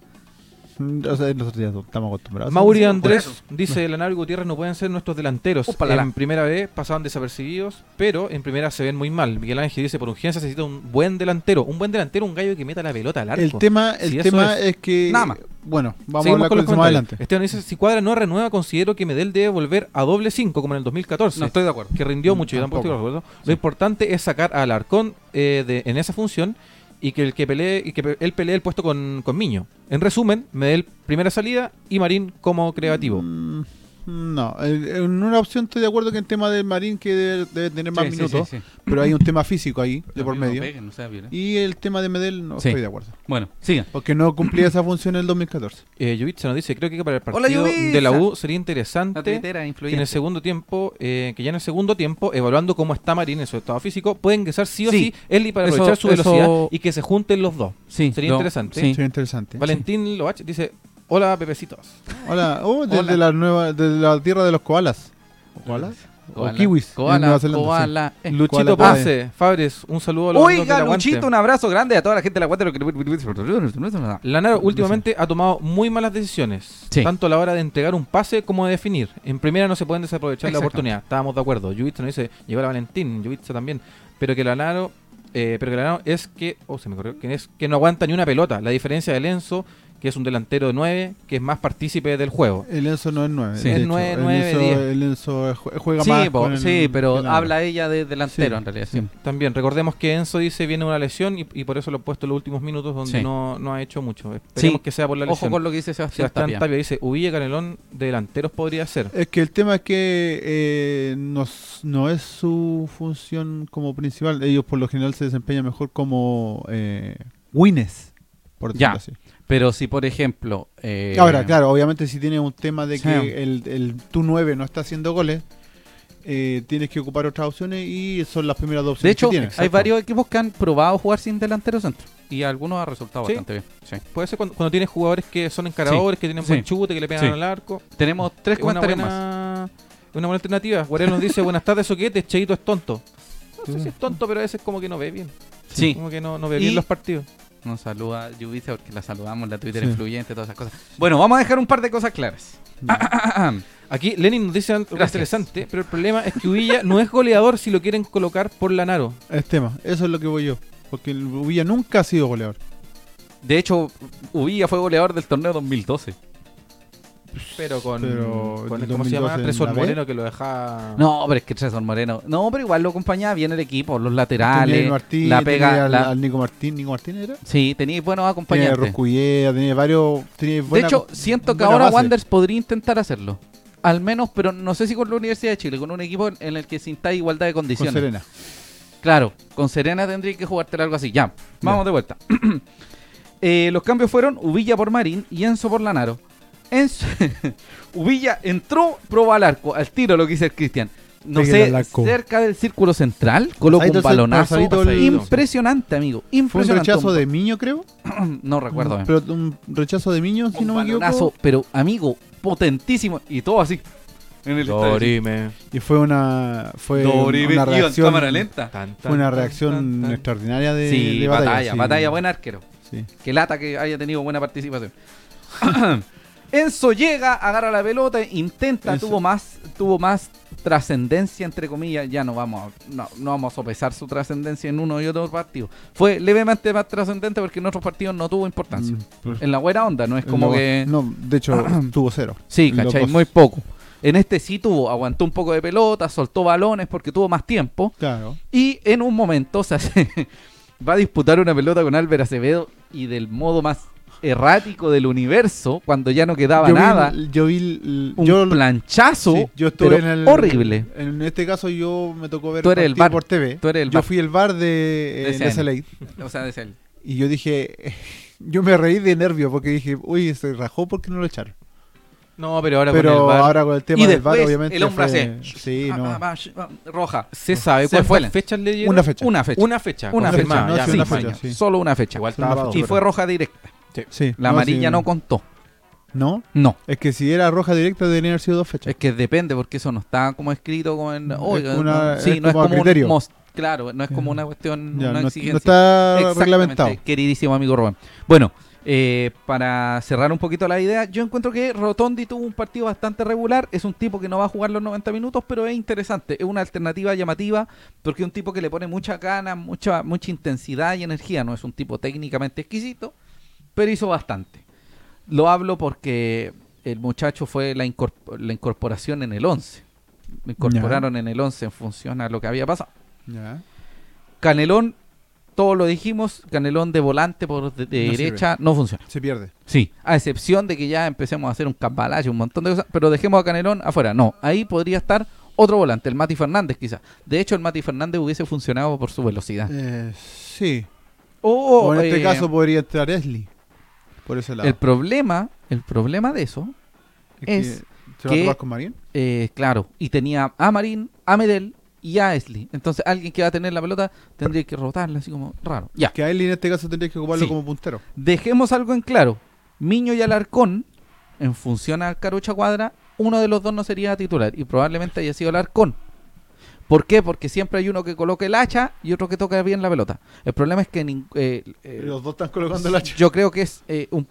A: Mm, O sea, nosotros ya estamos acostumbrados.
C: Mauri
A: Sí,
C: Andrés dice, Lanaro y Gutiérrez no pueden ser nuestros delanteros.
B: Upalala.
C: En primera vez pasaban desapercibidos, pero en primera se ven muy mal. Miguel Ángel dice, por urgencia se necesita un buen delantero. Un buen delantero, un gallo que meta la pelota al arco.
A: El tema, el
C: Sí, eso
A: tema es. que.
B: Nada más.
A: Bueno, vamos
C: Seguimos
A: a hablar
C: con
A: con
C: los
A: eso más
C: comentarios.
A: adelante.
C: Esteban dice, si Cuadra no renueva, considero que Medel debe volver a doble 5 como en el 2014.
B: No estoy de acuerdo.
C: que rindió
A: Mm,
C: mucho, yo tampoco estoy de
A: tampoco.
C: acuerdo. Lo importante es sacar a Alarcón eh, de- en esa función y que, el que, pelee, y que pe- él pelee el puesto con, con Miño. En resumen, Medel primera salida y Marín como creativo.
A: Mm, No, el- en una opción estoy de acuerdo que el tema del Marín que debe, debe tener más
B: Sí, sí,
A: minutos,
B: sí, sí.
A: pero hay un tema físico ahí, de
B: Pero
A: por
B: que no
A: medio.
B: peguen, o sea, viola.
A: Y el tema de Medel no
B: Sí.
A: estoy de acuerdo.
B: Bueno, sigan.
A: Porque no cumplía esa función en el 2014.
C: Eh, Yuvitsa nos dice, creo que para el
B: Hola,
C: partido de la
B: Yuvitsa.
C: U sería
B: La
C: interesante
B: tuitera
C: que en el
B: influyente.
C: segundo tiempo, eh, que ya en el segundo tiempo, evaluando cómo está Marín en su estado físico, puede ingresar sí o sí,
B: Sí.
C: Eli para
B: Eso-
C: aprovechar su
B: eso-
C: velocidad y que se junten los dos.
B: Sí,
C: Sería
B: lo-
C: interesante.
B: sí.
A: Sería interesante.
C: Valentín Loach dice, hola Pepecitos.
A: Hola, oh, desde
B: Hola.
A: la nueva, de la tierra de los koalas. ¿O ¿Koalas?
B: Koala,
A: O kiwis. en
B: Koala,
A: Nueva Zelanda, sí.
B: koala, eh.
C: Luchito
A: Koala
C: Ponce, Fabres, un saludo a los amigos del
B: Oiga,
C: aguante.
B: Luchito, un abrazo grande a toda la gente de la Guante.
C: Lanaro últimamente ha tomado muy malas decisiones,
B: Sí.
C: tanto a la hora de entregar un pase como de definir. En primera no se pueden desaprovechar la
B: Exactamente.
C: oportunidad, estábamos de acuerdo. Juvitsa nos dice, llegó la Valentín, Juvitsa también, pero que Lanaro, eh, pero que Lanaro es que, oh, se me corrió, que es que no aguanta ni una pelota. La diferencia de Lenzo, que es un delantero de 9, que es más partícipe del juego.
A: El Enzo no es 9.
B: Sí.
C: Es nueve,
A: el,
C: nueve,
A: Enzo,
C: diez.
A: el Enzo jue- juega
B: Sí,
A: más.
B: po,
A: con el-
B: sí, pero
A: con el-
B: habla ella de
A: Sí,
B: delantero en realidad.
A: sí.
B: sí.
C: También, recordemos que Enzo dice viene una lesión y, y por eso lo he puesto en los últimos minutos donde
B: Sí.
C: no, no ha hecho mucho. Esperemos
B: Sí.
C: que sea por la
B: Ojo
C: lesión.
B: con lo que dice Sebastián
C: Sebastián
B: Tapia.
C: Tapia dice, Uvilla Canelón de delanteros podría ser.
A: Es que el tema es que eh, no, no es su función como principal. Ellos por lo general se desempeñan mejor como eh, wines, por decirlo
B: Ya.
A: así.
B: Pero si, por ejemplo... eh,
A: Ahora, claro, obviamente si tienes un tema de
B: sí.
A: que el, el tu 9 no está haciendo goles, eh, tienes que ocupar otras opciones y son las primeras dos opciones
B: De hecho,
A: que
B: hay
A: tienes.
B: varios equipos que han probado jugar sin delantero centro. Y algunos ha resultado
C: Sí.
B: bastante bien. sí.
C: Puede ser cuando, cuando tienes jugadores que son encaradores, que tienen
B: Sí.
C: buen chute, que le pegan
B: Sí.
C: al arco.
B: Tenemos tres
C: Es una
B: comentarios
C: buena,
B: más.
C: una buena alternativa. Guarelo nos dice, buenas tardes, Soquete, Cheito es tonto. No sé si es tonto, pero a veces como que no ve bien.
B: Sí.
C: Como que no, no ve
B: Y-
C: bien los partidos.
B: Nos saluda Yubisa porque la saludamos, la Twitter
A: Sí.
B: influyente, todas esas cosas. Bueno, vamos a dejar un par de cosas claras.
A: Mm.
C: Aquí Lenin nos dice algo
B: Gracias.
C: interesante, pero el problema es que Uvilla no es goleador si lo quieren colocar por Lanaro.
A: Es tema, eso es lo que voy yo. Porque el Villa nunca ha sido goleador.
B: De hecho, Ubilla fue goleador del torneo 2012.
C: Pero con,
A: Pero
C: con
A: el
C: el, ¿cómo se llama?
A: 2012 en la
C: Tresor
A: B.
C: Moreno que lo
A: Ah.
C: deja...
B: No, pero es que Tresor Moreno. No, pero igual lo acompañaba bien el equipo, los
A: Tenía
B: laterales,
A: el Martín,
B: la
A: tenía
B: pega.
A: al,
B: la-
A: al Nico Martín, Nico Martín era.
B: Sí, tenía buenos
A: Tenía
B: acompañantes.
A: Roscullea, tenía varios. Tenía
B: De
A: buena-
B: hecho, siento que
A: buena
B: ahora
A: base.
B: Wanders podría intentar hacerlo. Al menos, pero no sé si con la Universidad de Chile, con un equipo en- en el que sinta igualdad de
A: con
B: condiciones.
A: Serena.
B: Claro, con Serena tendría que jugártela algo así. Ya, vamos de vuelta. Eh, los cambios fueron Uvilla por Marín y Enzo por Lanaro. Enzo- Uvilla entró, probó al arco, al tiro, lo que dice el Cristian. No
A: Pégale al
B: sé,
A: arco.
B: cerca del círculo central, colocó
A: Ahí
B: un
A: del
B: balonazo.
A: pasadito
C: del-
B: Impresionante, amigo.
A: Fue un
B: Impresionante. Mm,
A: rechazo de Miño, creo.
B: No recuerdo. eh. bien.
A: Pero un rechazo de Miño, si
B: un
A: no me
B: balonazo,
A: equivoco.
B: pero amigo, potentísimo. Y todo así. En el estadio, así.
C: Dorime.
A: Y fue una. Fue
B: Dorime,
A: una
B: iba en
A: reacción.
B: cámara lenta.
C: Tan, tan,
A: Fue una
C: tan,
A: reacción
C: tan, tan.
A: extraordinaria de,
B: Sí,
A: de
B: batalla,
A: sí.
B: batalla, buen arquero.
A: Sí.
B: Que lata que haya tenido buena participación. Enzo llega, agarra la pelota, intenta,
A: Enzo.
B: tuvo más, tuvo más trascendencia entre comillas, ya no vamos a, no, no vamos a sopesar su trascendencia en uno y otro partido. Fue levemente más trascendente porque en otros partidos no tuvo importancia.
A: Mm, pues,
B: En la buena onda, no es como
A: lo-
B: que
A: No, de hecho, tuvo cero.
B: sí,
A: Lo
B: ¿cachai?
A: cos-
B: Muy poco. En este sí tuvo, aguantó un poco de pelota, soltó balones porque tuvo más tiempo.
A: Claro.
B: Y en un momento se hace- va a disputar una pelota con Álvaro Acevedo y del modo más errático del universo, cuando ya no quedaba
A: yo
B: nada,
A: Vi, yo vi. el-
B: un
A: yo,
B: planchazo.
A: sí, yo estuve
B: pero
A: en el.
B: horrible.
A: En este caso, yo me tocó ver
B: Tú eres el
A: partido
B: bar.
A: por TV.
B: Tú eres el
A: yo
B: bar.
A: fui el bar de, eh,
B: De
A: de
B: CN.
A: SLA.
B: O sea, es él.
A: Y yo dije. Yo me reí de nervio porque dije, uy, se rajó porque no lo echaron.
C: No, pero ahora
A: Pero
C: con el VAR-
A: ahora con el tema
B: Y
A: del bar,
B: después,
A: obviamente.
B: el hombre
A: fue-
B: hace-
A: Sí,
B: Ah,
A: no.
B: ah, ah, sh- ah, roja.
C: ¿Se sabe
B: Se
C: cuántas
B: fueron.
C: fechas le dieron?
A: Una fecha.
B: Una fecha.
C: Una
B: Una
C: fecha.
B: fecha,
C: confirmada,
A: no,
C: ya,
A: sí,
C: sin
A: una
C: maña.
A: fecha, sí.
B: Solo una fecha.
C: Igual
A: Sí, una
C: estaba
A: fecha.
B: Y
C: basura.
B: ah, fue roja directa.
A: Sí, no,
B: La amarilla
A: sí,
B: no contó.
A: No,
B: No.
A: es que si era roja directa deberían haber sido dos fechas.
B: Es que depende, porque eso no está como escrito como en.
A: Es
B: oiga,
A: una-
B: no- sí,
A: es
B: no es
A: como a
B: como un
A: criterio. Eh,
B: mos- Claro, no es como una cuestión,
A: Ya,
B: una
A: no, no
B: exigencia.
A: está
B: Exactamente,
A: reglamentado.
B: Queridísimo amigo Rubén. Bueno, Eh, para cerrar un poquito la idea, yo encuentro que Rotondi tuvo un partido bastante regular. Es un tipo que no va a jugar los 90 minutos, pero es interesante. Es una alternativa llamativa porque es un tipo que le pone mucha gana, mucha, mucha intensidad y energía. No es un tipo técnicamente exquisito, pero hizo bastante. Lo hablo porque el muchacho fue la, incorpor- la incorporación en el 11. Lo incorporaron en el 11 en función a lo que había pasado.
A: Ya.
B: Canelón, todo lo dijimos, Canelón de volante por de- de
A: No sirve.
B: derecha no funciona.
A: Se pierde.
B: Sí, a excepción de que ya empecemos a hacer un cambalache, un montón de cosas, pero dejemos a Canelón afuera. No, ahí podría estar otro volante, el Mati Fernández quizás. De hecho, el Mati Fernández hubiese funcionado por su velocidad.
A: Eh, sí.
B: O,
A: o en este
B: eh,
A: caso podría entrar Esli. Por ese lado.
B: el problema, el problema de eso, es
A: que- ¿Se va a
B: que-
A: topar con Marín?
B: eh, claro, y tenía a Marín, a Medel y a Esli. Entonces, alguien que va a tener la pelota tendría que rotarla así como raro. Ya.
A: Que a Esli en este caso tendría que ocuparlo
B: Sí.
A: como puntero.
B: Dejemos algo en claro. Miño y Alarcón, en función a Carucha Cuadra, uno de los dos no sería titular y probablemente haya sido Alarcón. ¿Por qué? Porque siempre hay uno que coloca el hacha y otro que toca bien la pelota. El problema es que nin- eh, eh,
A: Los dos están colocando el hacha.
B: yo creo que es eh, un...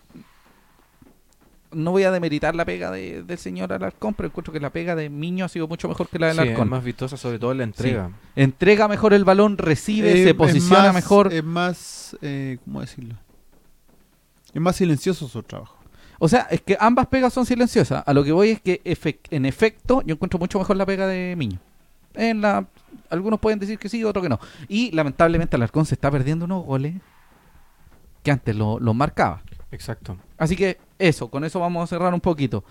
B: No voy a demeritar la pega de- del señor Alarcón, pero encuentro que la pega de Miño ha sido mucho mejor que la del
C: Sí, es
B: Alarcón.
C: más vistosa, sobre todo en la entrega.
B: Entrega mejor el balón, recibe,
A: Eh,
B: se
A: es
B: posiciona
A: más-
B: mejor.
A: Es más. eh, ¿Cómo decirlo? Es más silencioso su trabajo.
B: O sea, es que ambas pegas son silenciosas. A lo que voy es que efec- en efecto yo encuentro mucho mejor la pega de Miño. En la algunos pueden decir que sí, otros que no. Y lamentablemente Alarcón se está perdiendo unos goles que antes lo, lo marcaba.
C: Exacto.
B: Así que eso, con eso vamos a cerrar un poquito.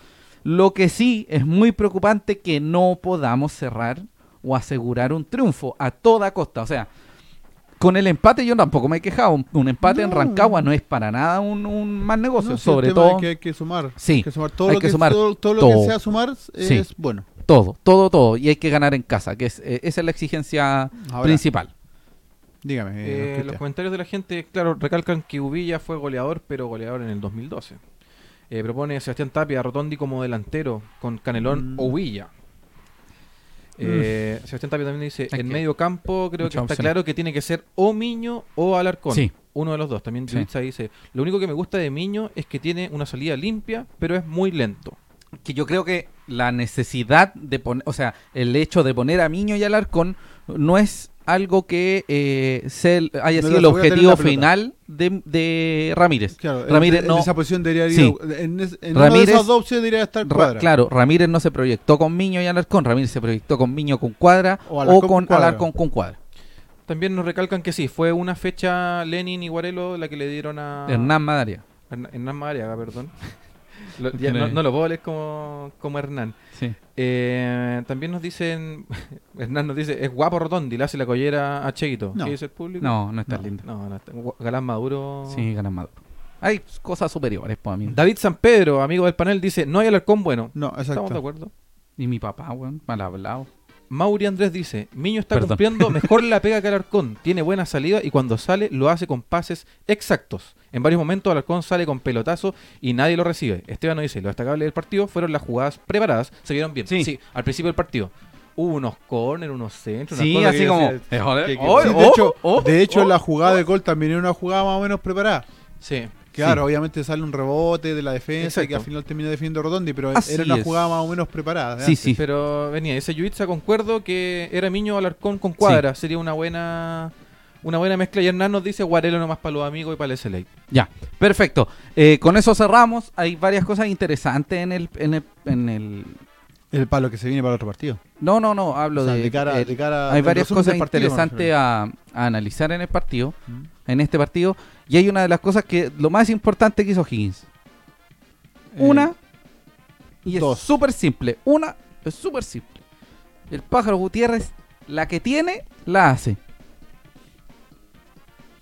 B: Lo que sí es muy preocupante que no podamos cerrar o asegurar un triunfo a toda costa. O sea, con el empate yo tampoco me he quejado. Un, un empate en
A: No.
B: Rancagua no es para nada un, un mal negocio.
A: No, sí, el
B: sobre
A: tema es
B: todo...
A: Que hay que sumar.
B: Sí,
A: Hay que sumar todo
B: hay
A: lo
B: que
A: que,
B: sumar
A: todo, todo lo
B: todo.
A: que sea sumar es
B: Sí.
A: bueno.
B: Todo, todo, todo. Y hay que ganar en casa, que es, eh, esa es la exigencia
A: Ahora,
B: principal.
A: dígame. eh,
C: Eh,
A: Cristian.
C: los comentarios de la gente, claro, recalcan que Ubilla fue goleador, pero goleador en el 2012. Eh, propone Sebastián Tapia, Rotondi como delantero, con Canelón
A: Mm.
C: o Ubilla. Eh, Sebastián Tapia también dice,
B: Mm. que
C: en medio campo creo que
B: muchas
C: está
B: opciones.
C: claro que tiene que ser o Miño o Alarcón.
B: Sí.
C: Uno de los dos. También
B: Sí.
C: Yulitza dice, lo único que me gusta de Miño es que tiene una salida limpia, pero es muy lento.
B: Que yo creo que la necesidad de poner, o sea, el hecho de poner a Miño y Alarcón no es algo que eh, se- haya
A: No
B: sido
A: lo
B: el
A: voy a tener
B: objetivo
A: la pelota.
B: final de, de Ramírez.
A: Claro, en-
B: Ramírez
A: en,
B: no-
A: esa posición debería ir.
B: Sí.
A: En, es- en una
B: Ramírez-
A: de esas dos opciones debería estar
B: Ra-
A: cuadra.
B: claro, Ramírez no se proyectó con Miño y Alarcón, Ramírez se proyectó con Miño con Cuadra
A: O
B: o,
A: Alarcón con
B: con
A: Cuadra.
B: Alarcón con Cuadra.
C: También nos recalcan que sí, fue una fecha Lenin y Guarelo la que le dieron
A: Ah.
C: a...
B: Hernán Madaria.
C: Hern- Hernán Madariaga, perdón. Lo- ya no, no lo puedo leer como, como Hernán.
B: Sí.
C: Eh, también nos dicen, Hernán nos dice, es guapo Rotondi, le hace la collera a Cheito.
A: No.
C: ¿Qué dice el público?
B: No, no está
A: No.
B: lindo.
C: No, no, está- Gu- Galán Maduro.
B: Sí, ganan Maduro. Hay cosas superiores, pues, mí
C: David San Pedro, amigo del panel, dice, no hay alarcón bueno.
A: No,
C: Estamos de
A: exacto.
C: acuerdo.
B: Y mi papá, weón, mal hablado.
C: Mauri Andrés dice, Miño está
B: Perdón.
C: cumpliendo mejor la pega que Alarcón, tiene buena salida y cuando sale lo hace con pases exactos. En varios momentos Alarcón sale con pelotazo y nadie lo recibe. Esteban nos dice, lo destacable del partido fueron las jugadas preparadas, se vieron bien.
B: Sí.
C: al principio del partido. Hubo unos corner, unos centros, unas
B: Sí,
C: cosas
B: así
C: que
B: como.
C: decía-
B: eh, joder,
C: que- que-
B: oh,
A: Sí, de
B: oh,
A: hecho,
B: oh,
A: de hecho
B: oh.
A: la jugada de gol también era una jugada más o menos preparada.
C: Sí.
A: Claro, obviamente sale un rebote de la defensa
C: Exacto.
A: que al final termina defendiendo Rotondi, pero
B: Así
A: era una
B: es.
A: jugada más o menos preparada. ¿eh?
B: Sí, sí.
C: Pero venía, ese Yuitza concuerdo que era Miño Alarcón con cuadra, sería una buena una buena mezcla. Y Hernán nos dice, Guarelo nomás para los amigos y para el SLA.
B: Ya, perfecto. Eh, con eso cerramos. Hay varias cosas interesantes en el. En el, en el-
A: El palo que se viene para el otro partido.
B: No, no, no, hablo
A: O sea,
B: de.
A: de cara-
B: el-
A: de cara
B: hay
A: del
B: varias
A: resumen
B: cosas
A: del partido, me
B: interesantes
A: refiero.
B: a, a analizar en el partido,
A: Mm.
B: en este partido. Y hay una de las cosas que. Lo más importante que hizo Higgins. Una. Y
A: Eh. dos.
B: es súper simple. Una es súper simple. El pájaro Gutiérrez, la que tiene, la hace.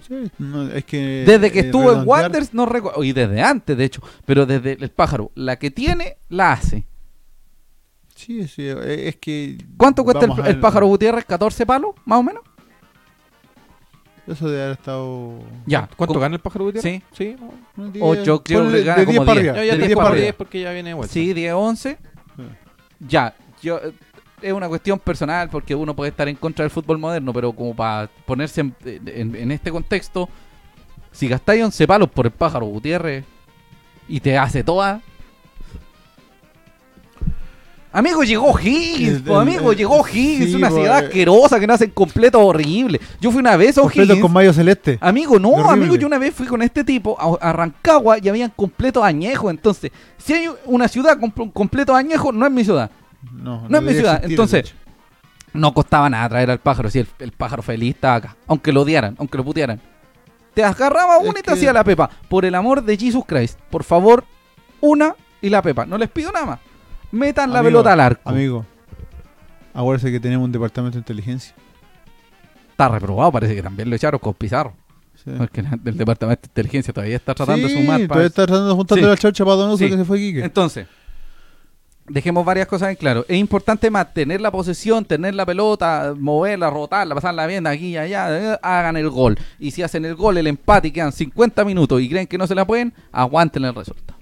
A: Sí, no, es que,
B: Desde que
A: eh,
B: estuvo en
A: redondear-
B: Wanderers, no recuerdo. Y desde antes, de hecho. Pero desde el pájaro, la que tiene, la hace.
A: Sí, sí, eh, es que.
B: ¿Cuánto cuesta el,
A: vamos
B: el
A: a-
B: pájaro Gutiérrez? ¿14 palos? Más o menos.
A: Eso debe haber estado.
B: Ya.
C: ¿Cuánto
B: con-
C: gana el pájaro Gutiérrez?
B: Sí.
C: Sí, no.
A: unos
B: Ocho, creo que
A: ponle
B: gana
A: de
B: como
A: 10 para
B: diez.
A: arriba,
C: No, ya
A: de
B: Del
C: 10
B: 10
A: 10
B: para
C: por
A: para
B: arriba.
C: 10 porque ya viene de vuelta.
B: Sí, 10, 11.
A: arriba.
B: Ya. Yo, eh, es una cuestión personal porque uno puede estar en contra del fútbol moderno, pero como para ponerse en, en- en este contexto, Si gastáis 11 palos por el pájaro Gutiérrez y te hace toda. Amigo, llegó Higgins,
A: El-
B: po,
A: el-
B: amigo,
A: el-
B: llegó Higgins,
A: sí,
B: una
A: po,
B: ciudad
A: eh.
B: asquerosa que no hace completo horrible. Yo fui una vez a
A: Completo
B: O'Higgins.
A: con mayo celeste.
B: Amigo, no,
A: Horrible.
B: amigo, yo una vez fui con este tipo a, a Rancagua y habían completo añejo. Entonces, si hay una ciudad con con completo añejo, no es mi ciudad.
A: No,
B: no es mi
A: debería
B: ciudad,
A: existir,
B: entonces-
A: de hecho.
B: No costaba nada traer al pájaro, si el, el pájaro feliz estaba acá, aunque lo odiaran, aunque lo putearan. Te agarraba una y
A: Es
B: te
A: que-
B: hacía la pepa. Por el amor de Jesus Christ, por favor, una y la pepa. No les pido nada más. Metan la
A: Amigo,
B: pelota al arco.
A: Amigo, acuérdese que tenemos un departamento de inteligencia.
B: Está reprobado, parece que también lo echaron con Pizarro.
A: Sí.
B: Porque la- el Departamento de Inteligencia todavía Ah, está tratando
A: Sí,
B: de sumar. para-
A: Todavía está tratando de juntar
B: Sí.
A: la chaucha para Donoso
B: Sí. Eh.
A: que se fue Quique.
B: Entonces, dejemos varias cosas en claro. Es importante mantener la posesión, tener la pelota, moverla, rotarla, pasarla bien de aquí y allá. eh, Hagan el gol. Y si hacen el gol, el empate y quedan 50 minutos y creen que no se la pueden, aguanten el resultado.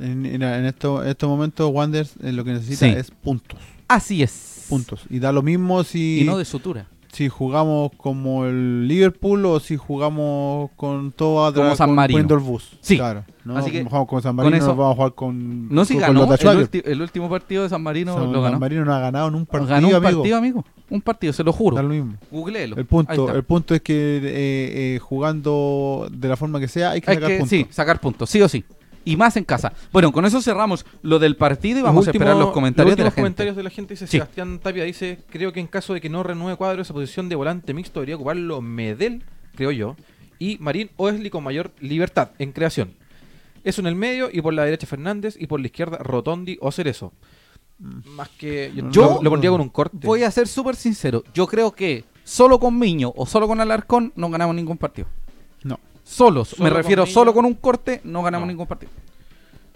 A: En, en, en esto- en estos momentos, Wanders eh, lo que necesita
B: Sí.
A: es puntos.
B: Así es.
A: Puntos. Y da lo mismo si,
B: Y, no de sutura.
A: si jugamos como el Liverpool o si jugamos con todo atrás,
B: Como San
A: con-
B: Marino.
A: poniendo el bus.
B: Sí.
A: Claro. No
B: Así que,
A: jugamos con San Marino,
B: eso-
A: no vamos a jugar con,
B: No, si
A: con- con
B: ganó.
A: los de
B: El,
A: Achuaga.
B: ulti- el último partido de San Marino
A: San,
B: lo ganó.
A: San Marino no ha ganado en un partido,
B: ganó un
A: amigo.
B: partido, amigo. Un partido, se lo
A: Da
B: juro.
A: lo mismo.
B: Googleelo.
A: El
B: Ahí está.
A: punto, el punto es que eh, eh, jugando de la forma que sea hay que
B: Es
A: sacar
B: que
A: puntos.
B: sí, sacar puntos, sí o sí. Y más en casa. Bueno, con eso cerramos lo del partido y
C: Los
B: vamos
C: últimos-
B: a esperar los comentarios
C: los
B: de la
C: últimos
B: gente.
C: comentarios de la gente. Dice
B: Sí.
C: Sebastián Tapia, dice, creo que en caso de que no renueve cuadro, esa posición de volante mixto debería ocuparlo Medel, creo yo, y Marín Oesli con mayor libertad en creación. Eso en el medio y por la derecha Fernández y por la izquierda Rotondi o Cerezo. Más que yo,
A: Yo-
C: lo, lo pondría con un corte.
B: Voy a ser súper sincero. Yo creo que solo con Miño o solo con Alarcón no ganamos ningún partido.
A: No.
B: Solos.
C: Solo
B: me
C: con
B: refiero
C: Miño.
B: solo con un corte no ganamos
C: No.
B: ningún partido.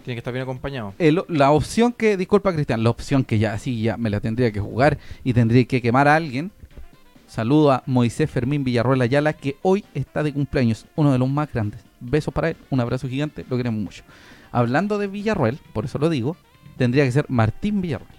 C: Tiene que estar bien acompañado.
B: El- la opción que, disculpa Cristian, la opción que ya sí ya me la tendría que jugar y tendría que quemar a alguien. Saludo a Moisés Fermín Villarroel Ayala, que hoy está de cumpleaños, uno de los más grandes. Besos para él, un abrazo gigante, lo queremos mucho. Hablando de Villarroel, por eso lo digo, tendría que ser Martín Villarroel,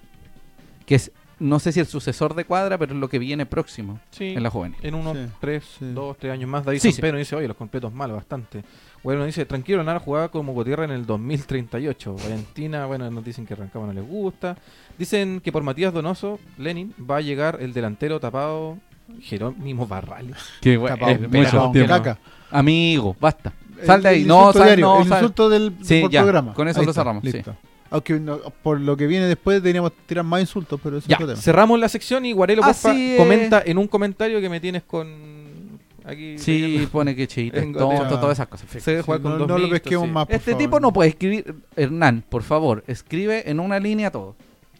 B: que es, no sé si el sucesor de Cuadra, pero es lo que viene próximo
C: Sí.
B: en la joven.
C: En unos
A: Sí,
C: tres,
A: sí.
C: dos, tres años más, David
B: Sí, sí.
C: Sampero dice, oye, los completos mal, bastante. Bueno, dice, tranquilo, Nara jugaba como Gutiérrez en el 2038. Valentina, bueno, nos dicen que arrancaba, no les gusta. Dicen que por Matías Donoso, Lenin, va a llegar el delantero tapado Jerónimo Barral.
B: Que
A: Tapado, tapado, caca.
B: Amigo, basta. Sal de
A: El-
B: ahí,
A: el
B: no,
A: insulto
B: sal,
A: diario,
B: no,
A: el
B: sal.
A: insulto del
B: Sí,
A: del
B: ya,
A: programa.
B: con eso
A: Ahí
B: lo
A: está,
B: cerramos, sí.
A: listo. Aunque no- por lo que viene después deberíamos tirar más insultos, pero eso
C: Ya,
A: es otro tema.
C: cerramos la sección y Guarelo
B: Así
C: Porfa
B: es.
C: comenta en un comentario que me tienes con... Aquí
B: Sí, pone que cheito,
C: Vengo
B: tonto,
A: de-
B: todas esas cosas.
C: Se debe
A: Sí,
C: jugar con
A: no,
C: dos
A: no lo
C: mixtos,
A: pesquemos
C: sí.
A: más, por
B: Este
A: favor.
B: tipo no puede escribir, Hernán, por favor, escribe en una línea todo.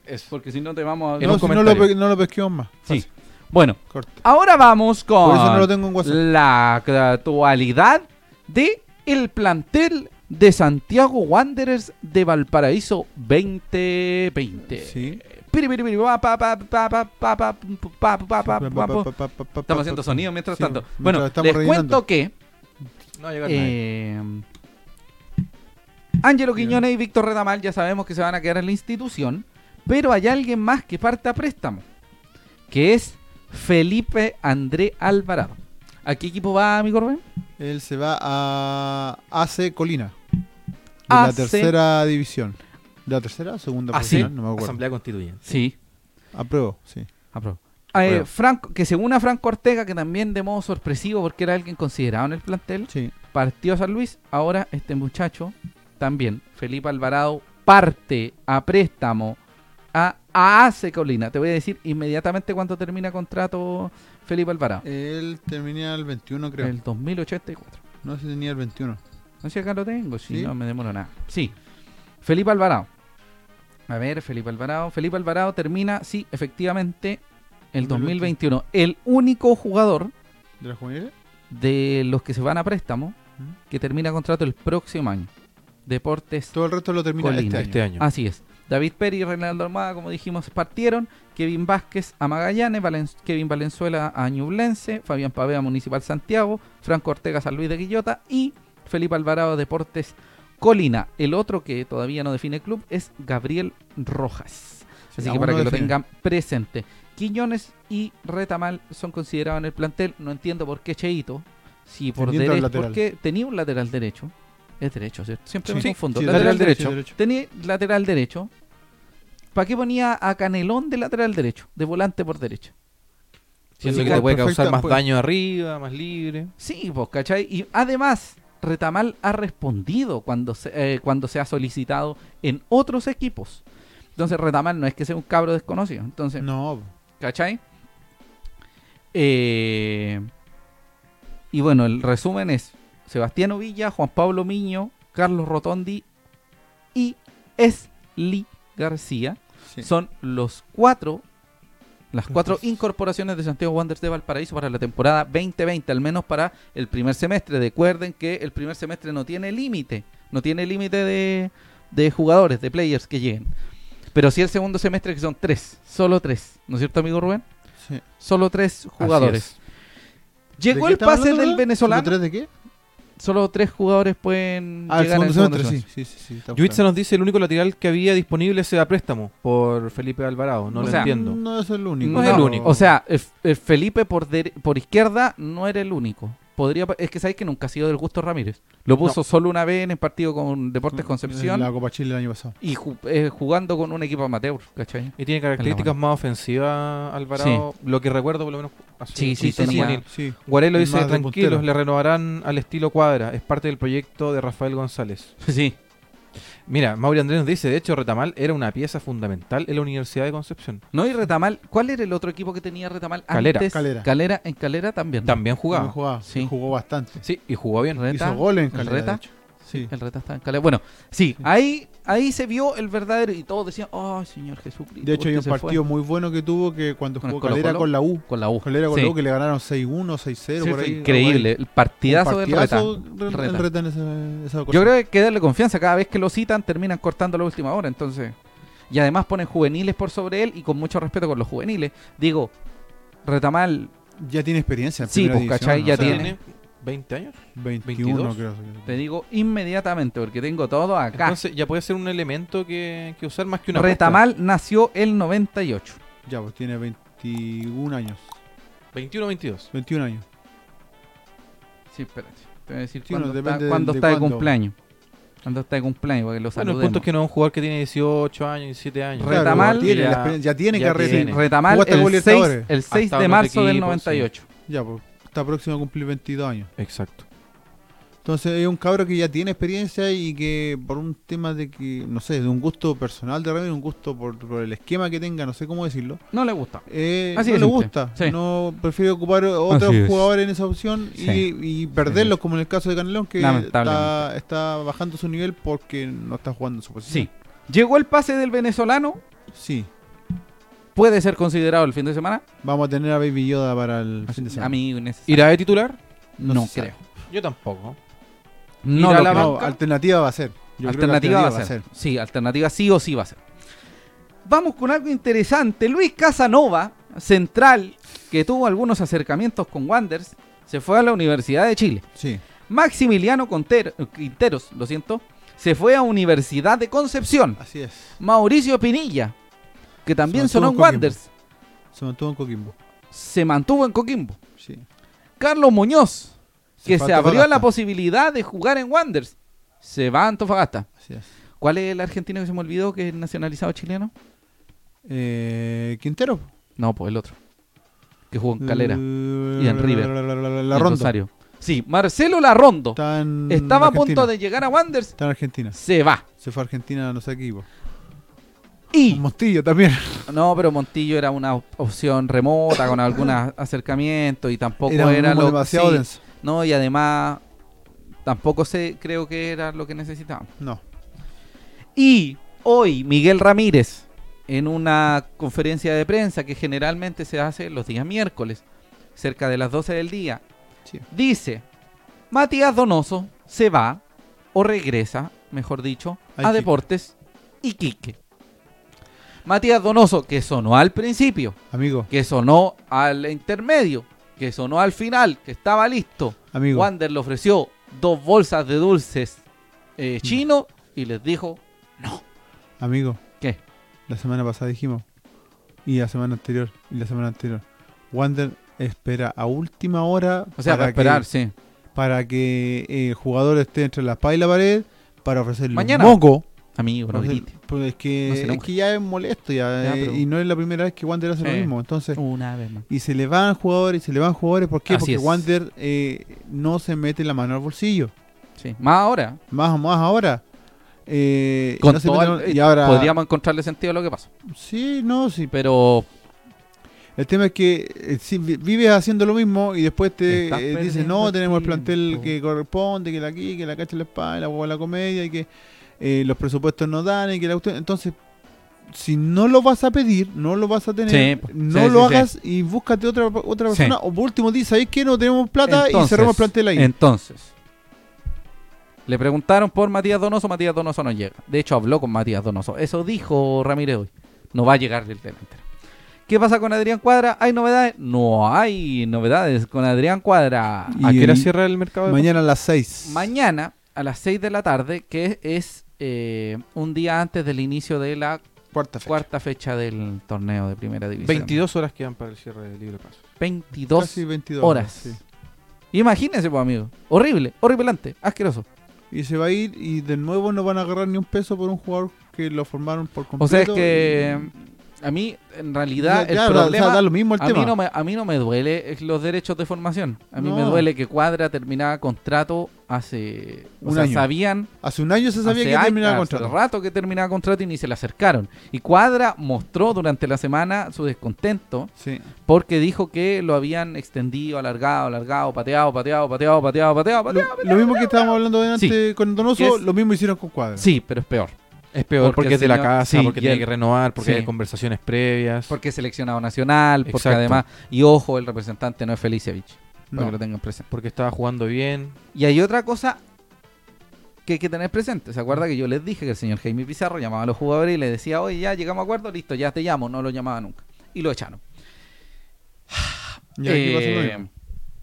C: Eso.
B: Porque si no te vamos a...
C: en
A: No,
C: un
A: si no, lo,
C: comentario.
A: pe- no lo pesquemos más.
B: Sí.
A: Fácil,
B: Bueno,
A: corta.
B: ahora vamos con
A: Por eso no lo tengo en WhatsApp.
B: la actualidad de el plantel de Santiago Wanderers de Valparaíso 2020.
A: Sí.
B: Piri, piri, piri, pa, pa, pa, pa, pa, pa, pa, pum, pu, pa, pu, pa, pa,
A: Pa,
B: pa,
A: pa,
B: pu.
A: pa, pa, pa, pa,
B: Estamos
A: pa,
B: haciendo
A: pa.
B: sonido mientras
A: Sí,
B: tanto.
A: mientras
B: Bueno,
A: estamos
B: les
A: rellenando.
B: cuento que
C: No va a llegar nadie.
B: eh, Ángelo
A: Bien.
B: Eh, Quiñones y Víctor Redamal ya sabemos que se van a quedar en la institución, pero hay alguien más que parta a préstamo, que es Felipe André Alvarado. ¿A qué equipo va, mi Corbén?
A: Él se va a AC Colina. De la
B: AC.
A: tercera división. ¿De la tercera o segunda?
B: Ah, sí.
A: profesional? No me acuerdo.
C: Asamblea Constituyente.
B: Sí,
A: Apruebo, sí.
B: apruebo.
A: Apruebo.
B: Eh, Franco, que según a Franco Ortega, que también de modo sorpresivo, porque era alguien considerado en el plantel,
A: Sí.
B: partió a San Luis, ahora este muchacho también, Felipe Alvarado, parte a préstamo a, a AC Colina. Te voy a decir inmediatamente cuando termina contrato Felipe Alvarado.
A: Él termina el 21, creo.
B: El 2084.
A: No sé si tenía el 21.
B: No sé si acá lo tengo, si
A: ¿Sí?
B: no me demoro nada. Sí, Felipe Alvarado. A ver, Felipe Alvarado. Felipe Alvarado termina, sí, efectivamente, el
A: 2021.
B: 2021. El único jugador
A: ¿De las juveniles?
B: de los que se van a préstamo
A: Ujú.
B: que termina contrato el próximo año. Deportes
A: Todo el resto lo termina
B: Colina.
A: este año.
C: Este año.
B: Así es. David Pérez y Reinaldo Armada, como dijimos, partieron. Kevin Vázquez a Magallanes, Valen- Kevin Valenzuela a Ñublense, Fabián Pavea Municipal Santiago, Franco Ortega a San Luis de Quillota y Felipe Alvarado Deportes Colina. El otro que todavía no define club es Gabriel Rojas.
A: Sí,
B: Así
A: aún
B: que para
A: no
B: que lo
A: define.
B: tengan presente. Quiñones y Retamal son considerados en el plantel. No entiendo por qué Cheito Sí, por
A: Tendiendo al
B: derecho.
A: lateral.
B: Porque tenía un lateral derecho. Es derecho, ¿cierto? Siempre me
A: Sí,
B: confundo.
A: sí,
B: lateral
C: lateral
B: derecho.
C: derecho.
B: Tenía lateral derecho. ¿Para qué ponía a Canelón de lateral derecho? De volante por derecho.
C: Siento
A: Sí,
C: que te puede
A: perfecta,
C: causar más
A: pues.
C: daño arriba, más libre.
B: Sí, pues, ¿cachai? Y además, Retamal ha respondido cuando se, eh, cuando se ha solicitado en otros equipos. Entonces, Retamal no es que sea un cabro desconocido. Entonces,
A: No,
B: ¿Cachai? Eh, y bueno, el resumen es Sebastián Ovilla, Juan Pablo Miño, Carlos Rotondi y Esli García.
A: sí.
B: Son los cuatro, las cuatro
A: Entonces-
B: incorporaciones de Santiago Wanderers de Valparaíso para la temporada 2020, al menos para el primer semestre. Recuerden que el primer semestre no tiene límite, no tiene límite de, de jugadores, de players que lleguen. Pero sí el segundo semestre que son tres, solo tres. ¿No es cierto, amigo Rubén?
A: sí.
B: Solo tres jugadores. Llegó
A: ¿De qué
B: el
A: estamos
B: pase
A: hablando,
B: del
A: Rubén?
B: venezolano.
A: ¿Solo tres de qué?
B: Solo tres jugadores pueden
A: Ah, el
B: llegar
A: segundo
B: al segundo
A: semestre,
B: semestre.
A: sí. Sí, sí, sí, estamos
C: Yuitza
A: claros.
C: nos dice el único lateral que había disponible sea a préstamo por Felipe Alvarado. No
B: O
C: lo
B: sea,
C: entiendo.
A: No es el único.
C: No es el único.
B: O sea, el- el Felipe por, dere- por izquierda no era el único. Podría, pa- es que sabéis que nunca ha sido del gusto Ramírez. Lo puso solo una vez en el partido con Deportes Concepción
A: Mm, En La Copa Chile el año pasado.
B: y ju- eh, jugando con un equipo amateur, ¿cachai?
C: Y tiene características más ofensivas Alvarado, lo que recuerdo por lo menos. hace
B: Sí, sí,
C: quince años
B: tenía-
C: con él.
A: Sí.
C: Guarelo dice,
A: Más de
C: tranquilos,
A: puntero".
C: le renovarán al estilo cuadra. Es parte del proyecto de Rafael González.
B: Sí.
C: Mira, Mauri Andrés nos dice, de hecho, Retamal era una pieza fundamental en la Universidad de Concepción.
B: No, y Retamal, ¿cuál era el otro equipo que tenía Retamal
C: Calera.
B: antes?
A: Calera.
B: en Calera también.
C: También jugaba.
A: También jugaba. eh,
B: Sí.
A: Jugó bastante.
C: Sí, y jugó bien.
B: Reta,
A: Hizo goles en
B: el
A: Calera.
B: Reta.
A: de hecho. Sí.
B: El Reta estaba en Calera. Bueno, sí, ahí ahí se vio el verdadero y todos decían, "Oh, Señor Jesucristo."
A: De hecho,
B: este
A: hay un
B: se fue".
A: partido muy bueno que tuvo que cuando
B: Con el
A: jugó Calera
B: Colo-Colo.
A: con la U.
B: con la U.
A: Calera con
B: Sí.
A: la U que le ganaron 6-1, 6-0.
B: Sí,
A: por
B: fue
A: ahí.
B: increíble, el
A: Un
B: partidazo,
A: partidazo
B: del Reta.
A: re- el
B: Reta.
A: Reta en esa, esa
B: Yo
A: ocasión.
B: creo que hay que darle confianza, cada vez que lo citan terminan cortando la última hora, entonces. Y además ponen juveniles por sobre él y con mucho respeto con los juveniles. Digo, Retamal,
A: Ya tiene experiencia. en
B: Sí,
A: primera
B: pues,
A: división,
B: ¿cachai?
A: o
B: Ya
A: sea,
B: tiene.
C: 20 años.
A: 21,
C: 22.
A: creo.
B: te digo inmediatamente porque tengo todo acá.
C: Entonces ya puede ser un elemento que, que usar más que una
B: Retamal nació el 98.
A: Ya, pues tiene 21 años.
C: apuesta. 21 22.
A: 21 años.
B: Sí, espérate. Te voy a decir
A: Sí,
B: cuándo
A: bueno,
B: está,
A: depende
B: cuándo
A: de
B: está de
A: cuándo.
B: cumpleaños. Cuándo está de cumpleaños para que lo
C: Bueno, el
B: saludemos.
C: punto es que no es un jugador que tiene 18 años, 17 años.
B: Claro, Retamal-
A: ya tiene,
C: ya-
A: la experiencia- ya tiene
C: ya
A: carrera.
C: tiene.
B: Retamal
A: Jugó hasta Copa
B: Eh, el 6,
A: Libertadores.
B: el 6
C: Hasta
B: de
C: otros
B: marzo del
C: equipos,
B: 98.
A: Ya, pues está próximo a cumplir 22 años.
C: Exacto.
A: Entonces es un cabro que ya tiene experiencia y que por un tema de que, no sé, de un gusto personal de Ramírez, un gusto por, por el esquema que tenga, no sé cómo decirlo,
B: No le gusta.
A: eh,
B: Así
A: no
B: de
A: le
B: simple,
A: gusta.
B: sí.
A: No prefiere ocupar otros
B: es.
A: jugadores en esa opción y-
B: Sí.
A: y, perderlos, como en el caso de Canelón, que está,
B: Lamentablemente.
A: está bajando su nivel porque no está jugando su
B: Sí.
A: posición.
B: Llegó el pase del venezolano.
A: Sí.
B: Puede ser considerado el fin de semana.
A: Vamos a tener a Baby Yoda para el fin de semana.
B: A mí innecesario.
C: ¿Irá de titular?
B: no,
A: se sabe.
B: creo.
C: Yo tampoco.
B: No
C: Ir a
B: lo
C: la
B: creo.
A: No,
C: banca?
A: alternativa va a ser. Yo creo que
B: alternativa va a ser. Sí, alternativa sí o sí va a ser. Vamos con algo interesante. Luis Casanova, central, que tuvo algunos acercamientos con Wanders, se fue a la Universidad de Chile.
A: Sí.
B: Maximiliano Contero- Quinteros, lo siento, se fue a Universidad de Concepción.
A: Así es.
B: Mauricio Pinilla, que también
A: Se mantuvo
B: sonó
A: en
B: en
A: Coquimbo.
B: Wanders,
A: Se mantuvo en Coquimbo.
B: se mantuvo en Coquimbo.
A: Sí.
B: Carlos Muñoz, que se,
A: fue a
B: abrió a la
A: Antofagasta.
B: posibilidad de jugar en Wanders, se va a Antofagasta.
A: Así es.
B: ¿Cuál es el argentino que se me olvidó que es nacionalizado chileno?
A: Eh, Quintero.
B: No, pues el otro. Que jugó en Calera.
A: Eh,
B: y en River.
A: La, la, la, la,
B: y en Rosario. Sí, Marcelo Larrondo.
A: Está en
B: Estaba a
A: Argentina.
B: punto de llegar a Wanders.
A: Está en Argentina.
B: Se va.
A: Se fue a Argentina, no sé qué equipo.
B: Y.
A: Mostillo también.
B: No, pero Montillo era una op- opción remota con algún a- acercamiento y tampoco era,
A: un humo
B: lo
A: demasiado
B: sí,
A: denso.
B: No, y además tampoco sé, creo que era lo que necesitábamos.
A: No.
B: Y hoy Miguel Ramírez, en una conferencia de prensa que generalmente se hace los días miércoles, cerca de las 12 del día,
A: Sí.
B: dice, Matías Donoso se va o regresa, mejor dicho,
A: A
B: a,
A: Iquique.
B: Deportes y Quique. Matías Donoso, que sonó al principio,
A: Amigo,
B: que sonó al intermedio, que sonó al final, que estaba listo.
A: amigo.
B: Wander le ofreció dos bolsas de dulces eh,
A: Mm.
B: chino y les dijo,
A: Amigo.
B: ¿Qué?
A: La semana pasada dijimos. Y la semana anterior. Y la semana anterior. Wander espera a última hora.
B: O sea, para
A: que-
B: esperar, sí.
A: para que eh, el jugador esté entre la espada y la pared, para ofrecerle
B: Mañana.
A: un moco.
B: Amigo, no
A: Ofrecer-
B: grite.
A: pues es que,
B: No se enoje.
A: es que ya es molesto ya,
B: Ya,
A: eh,
B: pero-
A: y no es la primera vez que Wander hace lo
B: Eh.
A: mismo. Entonces,
B: Una vez más.
A: y se le van jugadores, y se le van jugadores. ¿Por qué?
B: Así
A: Porque
B: es.
A: Wander eh, no se mete la mano al bolsillo.
B: Sí. Más ahora.
A: Más o más ahora. Eh,
B: Con
A: no se
B: todo
A: mete-
B: el-
A: y ahora.
B: Podríamos encontrarle sentido a lo que pasa.
A: Sí, no, sí.
B: Pero
A: El tema es que eh, si vi- vives haciendo lo mismo y después te
B: Estás
A: eh, dices,
B: perdiendo
A: no,
B: el
A: tenemos el
B: tiempo".
A: plantel que corresponde, que la aquí, que la cacha la espada, y la hueá la comedia y que eh, los presupuestos no dan y que la cuestión- Entonces, si no lo vas a pedir, no lo vas a
B: Sí,
A: tener,
B: po.
A: no
B: Sí,
A: lo
B: sí,
A: hagas y búscate otra, otra
B: Sí.
A: persona. O por último, dices, ¿sabes qué? No tenemos plata y
B: Entonces,
A: cerramos el plantel ahí.
B: Entonces, le preguntaron por Matías Donoso, Matías Donoso no llega. De hecho, habló con Matías Donoso. Eso dijo Ramírez hoy. No va a llegar el delantero. ¿Qué pasa con Adrián Cuadra? ¿Hay novedades? No hay novedades con Adrián Cuadra.
A: Y
C: ¿A qué hora
A: el-
C: cierra el mercado? de
A: Mañana a las 6.
B: Mañana a las 6 de la tarde, que es eh, un día antes del inicio de la
A: Cuarta fecha.
B: cuarta fecha del torneo de primera división.
C: 22 horas quedan para el cierre del libre paso.
B: 22
A: Casi 22
B: horas.
A: sí.
B: Imagínense, pues, amigo. Horrible, horripilante, asqueroso.
A: Y se va a ir y de nuevo no van a agarrar ni un peso por un jugador que lo formaron por completo.
B: O sea, es que
A: y-
B: a mí, en realidad,
A: Ya,
B: el
A: ya, da-
B: problema...
A: da lo mismo el
B: a,
A: tema.
B: mí no me, a mí no me duele los derechos de formación. A mí me
A: No.
B: duele que Cuadra terminaba contrato hace... o
A: Un
B: sea,
A: año.
B: sabían...
A: Hace un año se sabía
B: hace
A: que
B: años,
A: terminaba el
B: hace
A: contrato.
B: rato que terminaba contrato y ni se le acercaron. Y Cuadra mostró durante la semana su descontento
A: Sí.
B: porque dijo que lo habían extendido, alargado, alargado, pateado, pateado, pateado, pateado, pateado,
A: Lo,
B: pateado.
A: lo mismo que estábamos hablando delante con
B: Que
A: Donoso,
B: es-
A: lo mismo hicieron con Cuadra.
B: Sí, pero es peor.
C: Es peor porque,
B: Porque
C: es de la
B: señor-
C: casa,
B: sí, y
C: porque tiene
B: el-
C: que renovar, porque
B: sí.
C: hay conversaciones previas.
B: Porque es seleccionado nacional, porque
C: Exacto.
B: además... Y ojo, el representante no es Felicevich, para
A: No.
B: que lo tengan presente.
C: porque estaba jugando bien.
B: Y hay otra cosa que hay que tener presente. ¿Se acuerda que yo les dije que el señor Jaime Pizarro llamaba a los jugadores y les decía, oye, ya llegamos a acuerdo, listo, ya te llamo? No lo llamaba nunca. Y lo echaron.
A: Y aquí pasa lo
B: Eh,
A: mismo.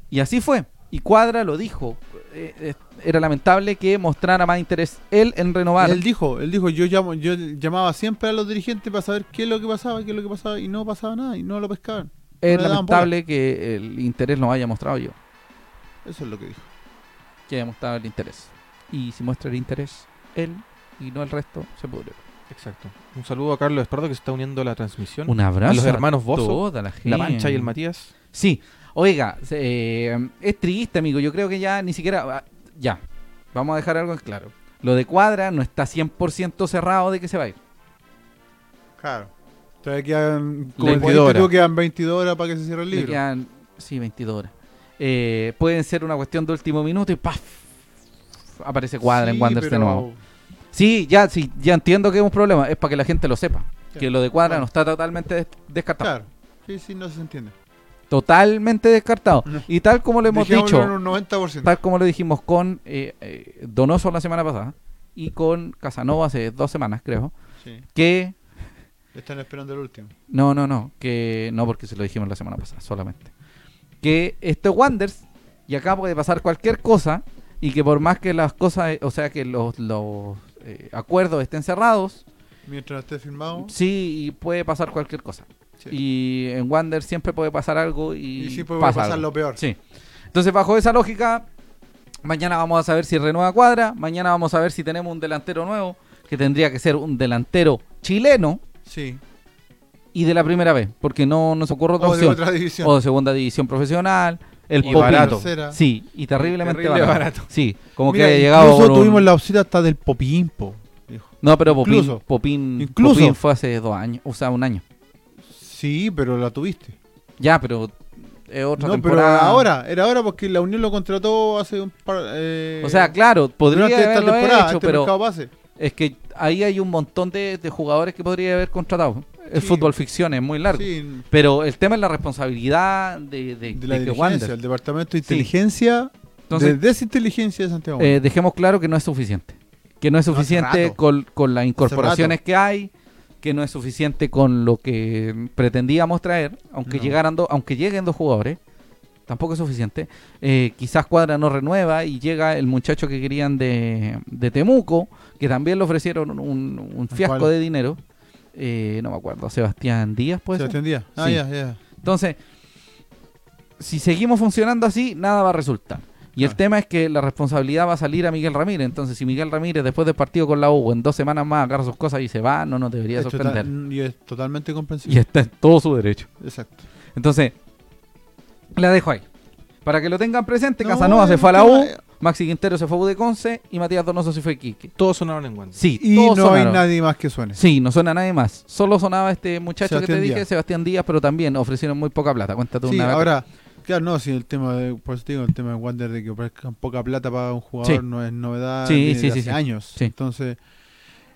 B: y así fue. Y Cuadra lo dijo. Eh, eh, era lamentable que mostrara más interés él en renovar.
A: Él dijo, él dijo, yo llamo, yo llamaba siempre a los dirigentes para saber qué es lo que pasaba, qué es lo que pasaba, y no pasaba nada, y no lo pescaban.
B: es
A: no le daban
B: lamentable que el interés no haya mostrado yo.
A: Eso es lo que dijo.
B: Que haya mostrado el interés. Y si muestra el interés él y no el resto, se pudre.
C: Exacto. Un saludo a Carlos Espardo que se está uniendo a la transmisión.
B: Un abrazo.
C: a los hermanos
B: a
C: Bozo,
B: toda la gente.
C: La Mancha y el Matías.
B: Sí, oiga, se- eh, es triste, amigo. Yo creo que ya ni siquiera. ah, Ya, vamos a dejar algo en claro. Lo de Cuadra no está 100% cerrado de que se va a ir.
A: Claro. Todavía quedan, como
C: 22
A: 22
C: horas.
A: quedan 22 horas para que se cierre el
B: Le
A: libro.
B: quedan, sí, 22 horas. Eh, pueden ser una cuestión de último minuto y ¡paf! Aparece Cuadra en
A: Sí,
B: Wanderers de
A: pero-
B: nuevo. Sí, ya, sí, ya entiendo que es un problema. Es para que la gente lo sepa.
A: Ya.
B: Que lo de Cuadra
A: Bueno.
B: no está totalmente des- descartado.
A: Claro. Sí, sí, no se entiende.
B: Totalmente descartado.
A: No.
B: Y tal como lo hemos
A: Dejémoslo
B: dicho.
A: en un 90%.
B: tal como lo dijimos con eh, eh, Donoso la semana pasada y con Casanova hace dos semanas, creo,
A: Sí,
B: que...
A: están esperando el último.
B: No, no, no, que... No, porque se lo dijimos la semana pasada solamente. Que estos Wanders, y acá puede pasar cualquier cosa, y que por más que las cosas, eh, o sea, que los, los eh, acuerdos estén cerrados,
A: Mientras esté firmado.
B: sí, y puede pasar cualquier cosa.
A: sí.
B: Y en Wander siempre puede pasar algo y...
A: Y sí puede
B: pasa
A: pasar
B: algo.
A: lo peor.
B: Sí. Entonces, bajo esa lógica, mañana vamos a saber si renueva cuadra, mañana vamos a ver si tenemos un delantero nuevo, que tendría que ser un delantero chileno
A: Sí.
B: y de la primera vez, porque no nos ocurre otra
A: O de
B: opción.
A: otra división.
B: o de segunda división profesional, el
C: Y
B: popito.
C: barato.
A: Tercera.
B: Sí, y terriblemente
C: Terrible
B: barato.
C: barato.
B: Sí, como
A: Mira,
B: que ha llegado
A: Incluso
B: por un-
A: tuvimos la opción hasta del popimpo.
B: No, pero Popín,
A: Incluso.
B: Popín,
A: Incluso.
B: Popín fue hace dos años, o sea, un año.
A: Sí, pero la tuviste.
B: Ya, pero es otra
A: No,
B: temporada.
A: pero ahora, era ahora porque la Unión lo contrató hace un par. eh,
B: O sea, claro, podría
A: durante esta
B: haberlo
A: temporada,
B: hecho,
A: este
B: pero...
A: mercado base.
B: Es que ahí hay un montón de, de jugadores que podría haber contratado. El
A: Sí.
B: fútbol ficción es muy largo.
A: Sí,
B: Pero el tema es la responsabilidad de, de,
A: de la
B: de que
A: dirigencia,
B: Wander.
A: el departamento de inteligencia,
B: Entonces,
A: de desinteligencia de Santiago.
B: eh, dejemos claro que no es suficiente. Que no es
A: hace
B: suficiente
A: rato.
B: con, con las incorporaciones que hay, que no es suficiente con lo que pretendíamos traer, aunque
A: No.
B: llegaran dos- aunque lleguen dos jugadores, tampoco es suficiente. Eh, quizás Cuadra no renueva y llega el muchacho que querían de, de Temuco, que también le ofrecieron un, un fiasco
A: cuál?
B: de dinero. Eh, no me acuerdo, Sebastián Díaz, pues.
A: se atendía. Ah,
B: Sí.
A: ya, ya.
B: Entonces, si seguimos funcionando así, nada va a resultar. Y
A: Ah.
B: el tema es que la responsabilidad va a salir a Miguel Ramírez. Entonces, si Miguel Ramírez, después del partido con la U, en dos semanas más agarra sus cosas y se va, no nos debería
A: Es
B: sorprender.
A: total- y es totalmente comprensible.
B: Y está en todo su derecho.
A: Exacto.
B: Entonces, la dejo ahí. Para que lo tengan presente,
A: No,
B: Casanova se
A: el
B: fue a la U,
A: tema-
B: Maxi Quintero se fue a U de Conce y Matías Donoso se fue a Quique.
C: Todos sonaron en Wander.
B: Sí,
A: Y no
B: todos
A: hay
B: sonaron.
A: nadie más que suene.
B: Sí, no suena nadie más. Solo sonaba este muchacho
A: Sebastián
B: que te dije,
A: Díaz.
B: Sebastián Díaz, pero también ofrecieron muy poca plata. Cuéntate
A: Sí,
B: una vez.
A: ahora, claro, no, si el tema de, por eso te digo, el tema de Wander de que ofrezcan poca plata para un jugador
B: Sí.
A: no es novedad
B: Sí,
A: viene
B: sí,
A: de
B: sí,
A: hace
B: sí.
A: años.
B: Sí.
A: Entonces,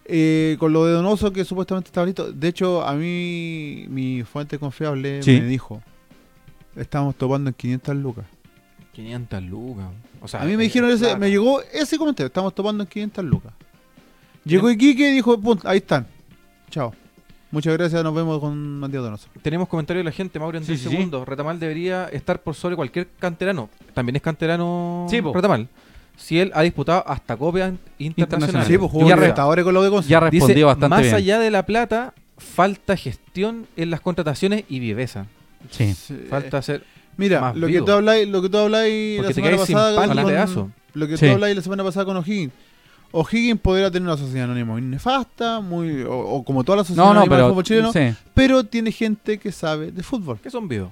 A: eh, con lo de Donoso que supuestamente está listo, de hecho, a mí mi fuente confiable
B: Sí.
A: me dijo, estábamos topando en 500 lucas.
C: 500 lucas. O sea,
A: a mí me
C: eh,
A: dijeron, ese-
C: plata.
A: me llegó ese comentario, estamos topando en 500 lucas. Llegó Iquique y dijo, punto, ahí están, chao. Muchas gracias, nos vemos con Matías Donoso.
C: Tenemos comentario de la gente, Mauro, en
B: Sí,
C: 10
B: sí, sí.
C: segundos. Retamal debería estar por sobre cualquier canterano. También es canterano
B: Sí, po.
C: Retamal. Si él ha disputado hasta Copa Internacional.
B: Internacional.
A: Sí, pues jugó
B: Ya
A: en
B: re-
A: Libertadores con lo de Conce.
B: Ya respondió
C: Dice,
B: bastante
C: más
B: bien.
C: allá de la plata, falta gestión en las contrataciones y viveza.
B: Sí.
A: Sí.
C: Falta hacer...
A: Mira,
C: más
A: lo que,
C: vivo.
A: tú habláis, lo que tú habláis la
C: Porque te
A: semana
C: quedáis sin
A: pasada
C: pan
A: con-
C: al pedazo.
A: lo que
B: Sí.
A: tú habláis la semana pasada con O'Higgins. O'Higgins podría tener una sociedad anónima muy nefasta, muy o, o como toda la sociedad
B: No, no,
A: anónima del
B: pero.
A: fútbol chileno,
B: sí.
A: pero tiene gente que sabe de fútbol.
C: ¿Qué son vivos?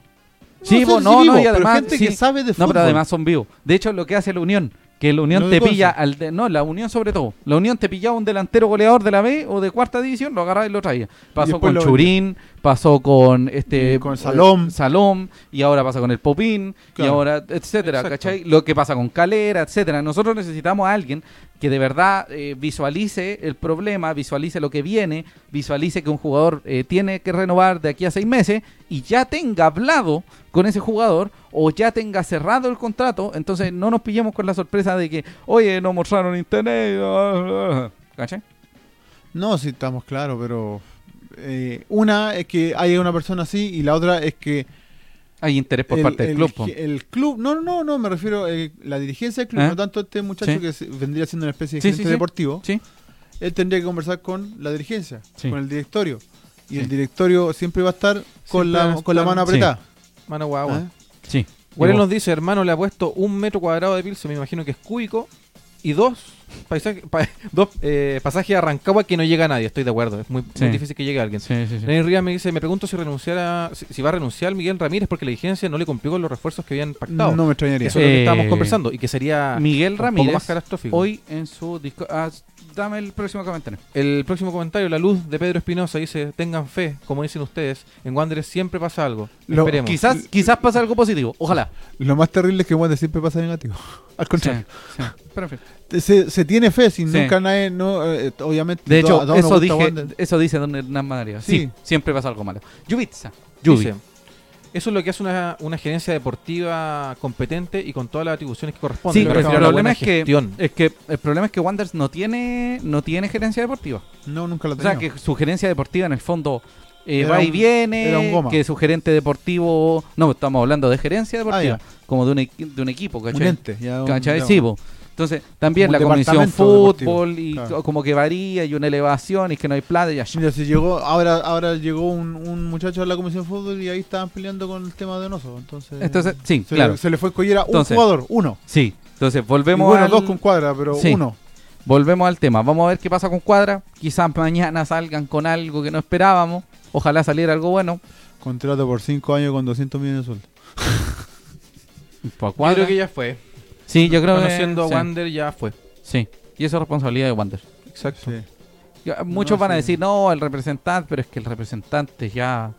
B: Sí,
A: sé
B: po,
A: si
B: no, no,
A: vivo,
B: y
A: pero
B: además,
A: gente
B: sí.
A: que sabe de fútbol.
B: No, pero además son vivos. De hecho, lo que hace la Unión, que la Unión
A: Lo de
B: te pilla
A: Conce.
B: al. de- no, la Unión sobre todo. La Unión te pillaba un delantero goleador de la B o de cuarta división, lo agarraba y lo traía. Pasó
A: después
B: con
A: lo
B: Churín, pasó con este.
A: Y con Salom.
B: Salom, y ahora pasa con el Popín, y
A: Claro.
B: ahora, etcétera,
C: Exacto.
B: ¿cachai? Lo que pasa con Calera, etcétera. Nosotros necesitamos a alguien que de verdad eh, visualice el problema, visualice lo que viene, visualice que un jugador eh, tiene que renovar de aquí a seis meses y ya tenga hablado con ese jugador o ya tenga cerrado el contrato, entonces no nos pillemos con la sorpresa de que, oye, no mostraron internet. ah, ah", ¿Cachai?
A: No, sí, estamos claros, pero eh, una es que haya una persona así y la otra es que
B: Hay interés por parte del club. po.
A: el club- no, no, no, no, me refiero a la dirigencia del club,
B: ¿Eh?
A: no tanto este muchacho
B: Sí.
A: que se- vendría siendo una especie de
B: Sí,
A: gerente
B: sí, sí.
A: deportivo.
B: Sí.
A: Él tendría que conversar con la dirigencia,
B: Sí.
A: con el directorio. Y
B: Sí.
A: el directorio siempre va a estar con,
C: Siempre
A: la,
C: va a
A: con la
C: estar-
A: mano
B: sí.
A: apretada.
C: Mano guagua.
A: ¿Ah?
B: Sí. ¿eh?
C: Guarel
B: Y vos-
C: nos dice, hermano, le ha puesto un metro cuadrado de pilso, me imagino que es cúbico, y dos, paisaje- pa- dos eh, pasajes a Rancagua que no llega a nadie, estoy de acuerdo, es muy, muy
B: Sí.
C: difícil que llegue alguien.
B: Sí, sí, sí.
C: Daniel Rivas me dice, me pregunto si renunciará, si, si va a renunciar Miguel Ramírez porque la dirigencia no le cumplió con los refuerzos que habían pactado.
A: No me extrañaría.
C: Eso es lo que
B: Eh,
C: estábamos conversando y que sería
B: Miguel
C: un poco
B: Ramírez,
C: más catastrófico.
B: Hoy en su disco. ah, dame el próximo comentario.
C: El próximo comentario, la luz de Pedro Espinosa, dice, tengan fe, como dicen ustedes, en Wanderers siempre pasa algo.
A: Lo-
C: Esperemos.
B: Quizás, quizás pasa algo positivo. Ojalá.
A: Lo más terrible es que Wander siempre pasa negativo. Al contrario.
B: Sí, sí. Perfecto.
A: Se, se tiene fe, sin
B: Sí.
A: nunca nadie. No, eh, obviamente.
B: De
A: a
B: hecho,
A: todos- a todos nos
B: eso,
A: gusta
B: dije,
A: Wander.
B: eso dice Don Hernán Madariaga. Sí.
A: Sí.
B: siempre pasa algo malo. Yubitsa. Yubi.
C: Dice, eso es lo que hace una, una gerencia deportiva competente y con todas las atribuciones que corresponden.
B: Sí,
C: Me
B: pero el
C: refiero a la
B: problema
C: buena
B: es que,
C: gestión.
B: es que el problema es que Wanderers no tiene no tiene gerencia deportiva.
A: No, nunca lo
B: O sea,
A: tenía.
B: que su gerencia deportiva en el fondo eh,
A: Era
B: va y
A: un-
B: viene,
A: era un goma.
B: que su gerente deportivo, no, estamos hablando de gerencia deportiva,
A: Ah,
B: como de un, equi- de un equipo,
A: Un
B: ¿cachai?
A: ente, ya un-
B: ¿Cachai?
A: ya un-
B: Sí, po. Entonces, también
A: Un
B: la comisión
A: departamento
B: fútbol
A: deportivo,
B: y
A: claro.
B: co- como que varía y una elevación y que no hay plata y así.
A: Mira, si llegó, ahora, ahora llegó un, un muchacho a la comisión de fútbol y ahí estaban peleando con el tema de Donoso. Entonces,
B: Entonces, sí,
A: se,
B: claro.
A: se le fue collera
B: Entonces,
A: un jugador, uno.
B: Sí. Entonces,
A: Y
B: volvemos
A: bueno,
B: al-
A: dos con cuadra, pero
B: Sí.
A: uno.
B: Volvemos al tema. Vamos a ver qué pasa con Cuadra. Quizás mañana salgan con algo que no esperábamos. Ojalá saliera algo bueno.
A: Contrato por cinco años con 200 millones de sueldo.
B: Para
C: Yo
B: Cuadra.
C: creo que ya fue.
B: Sí, yo creo
C: Conociendo a
B: que. sí,
C: Wander ya fue.
B: Sí, Y eso es responsabilidad de Wander.
C: Exacto.
A: Sí.
B: Ya, Muchos van a
A: sí.
B: decir, no, el representante, pero es que el representante ya.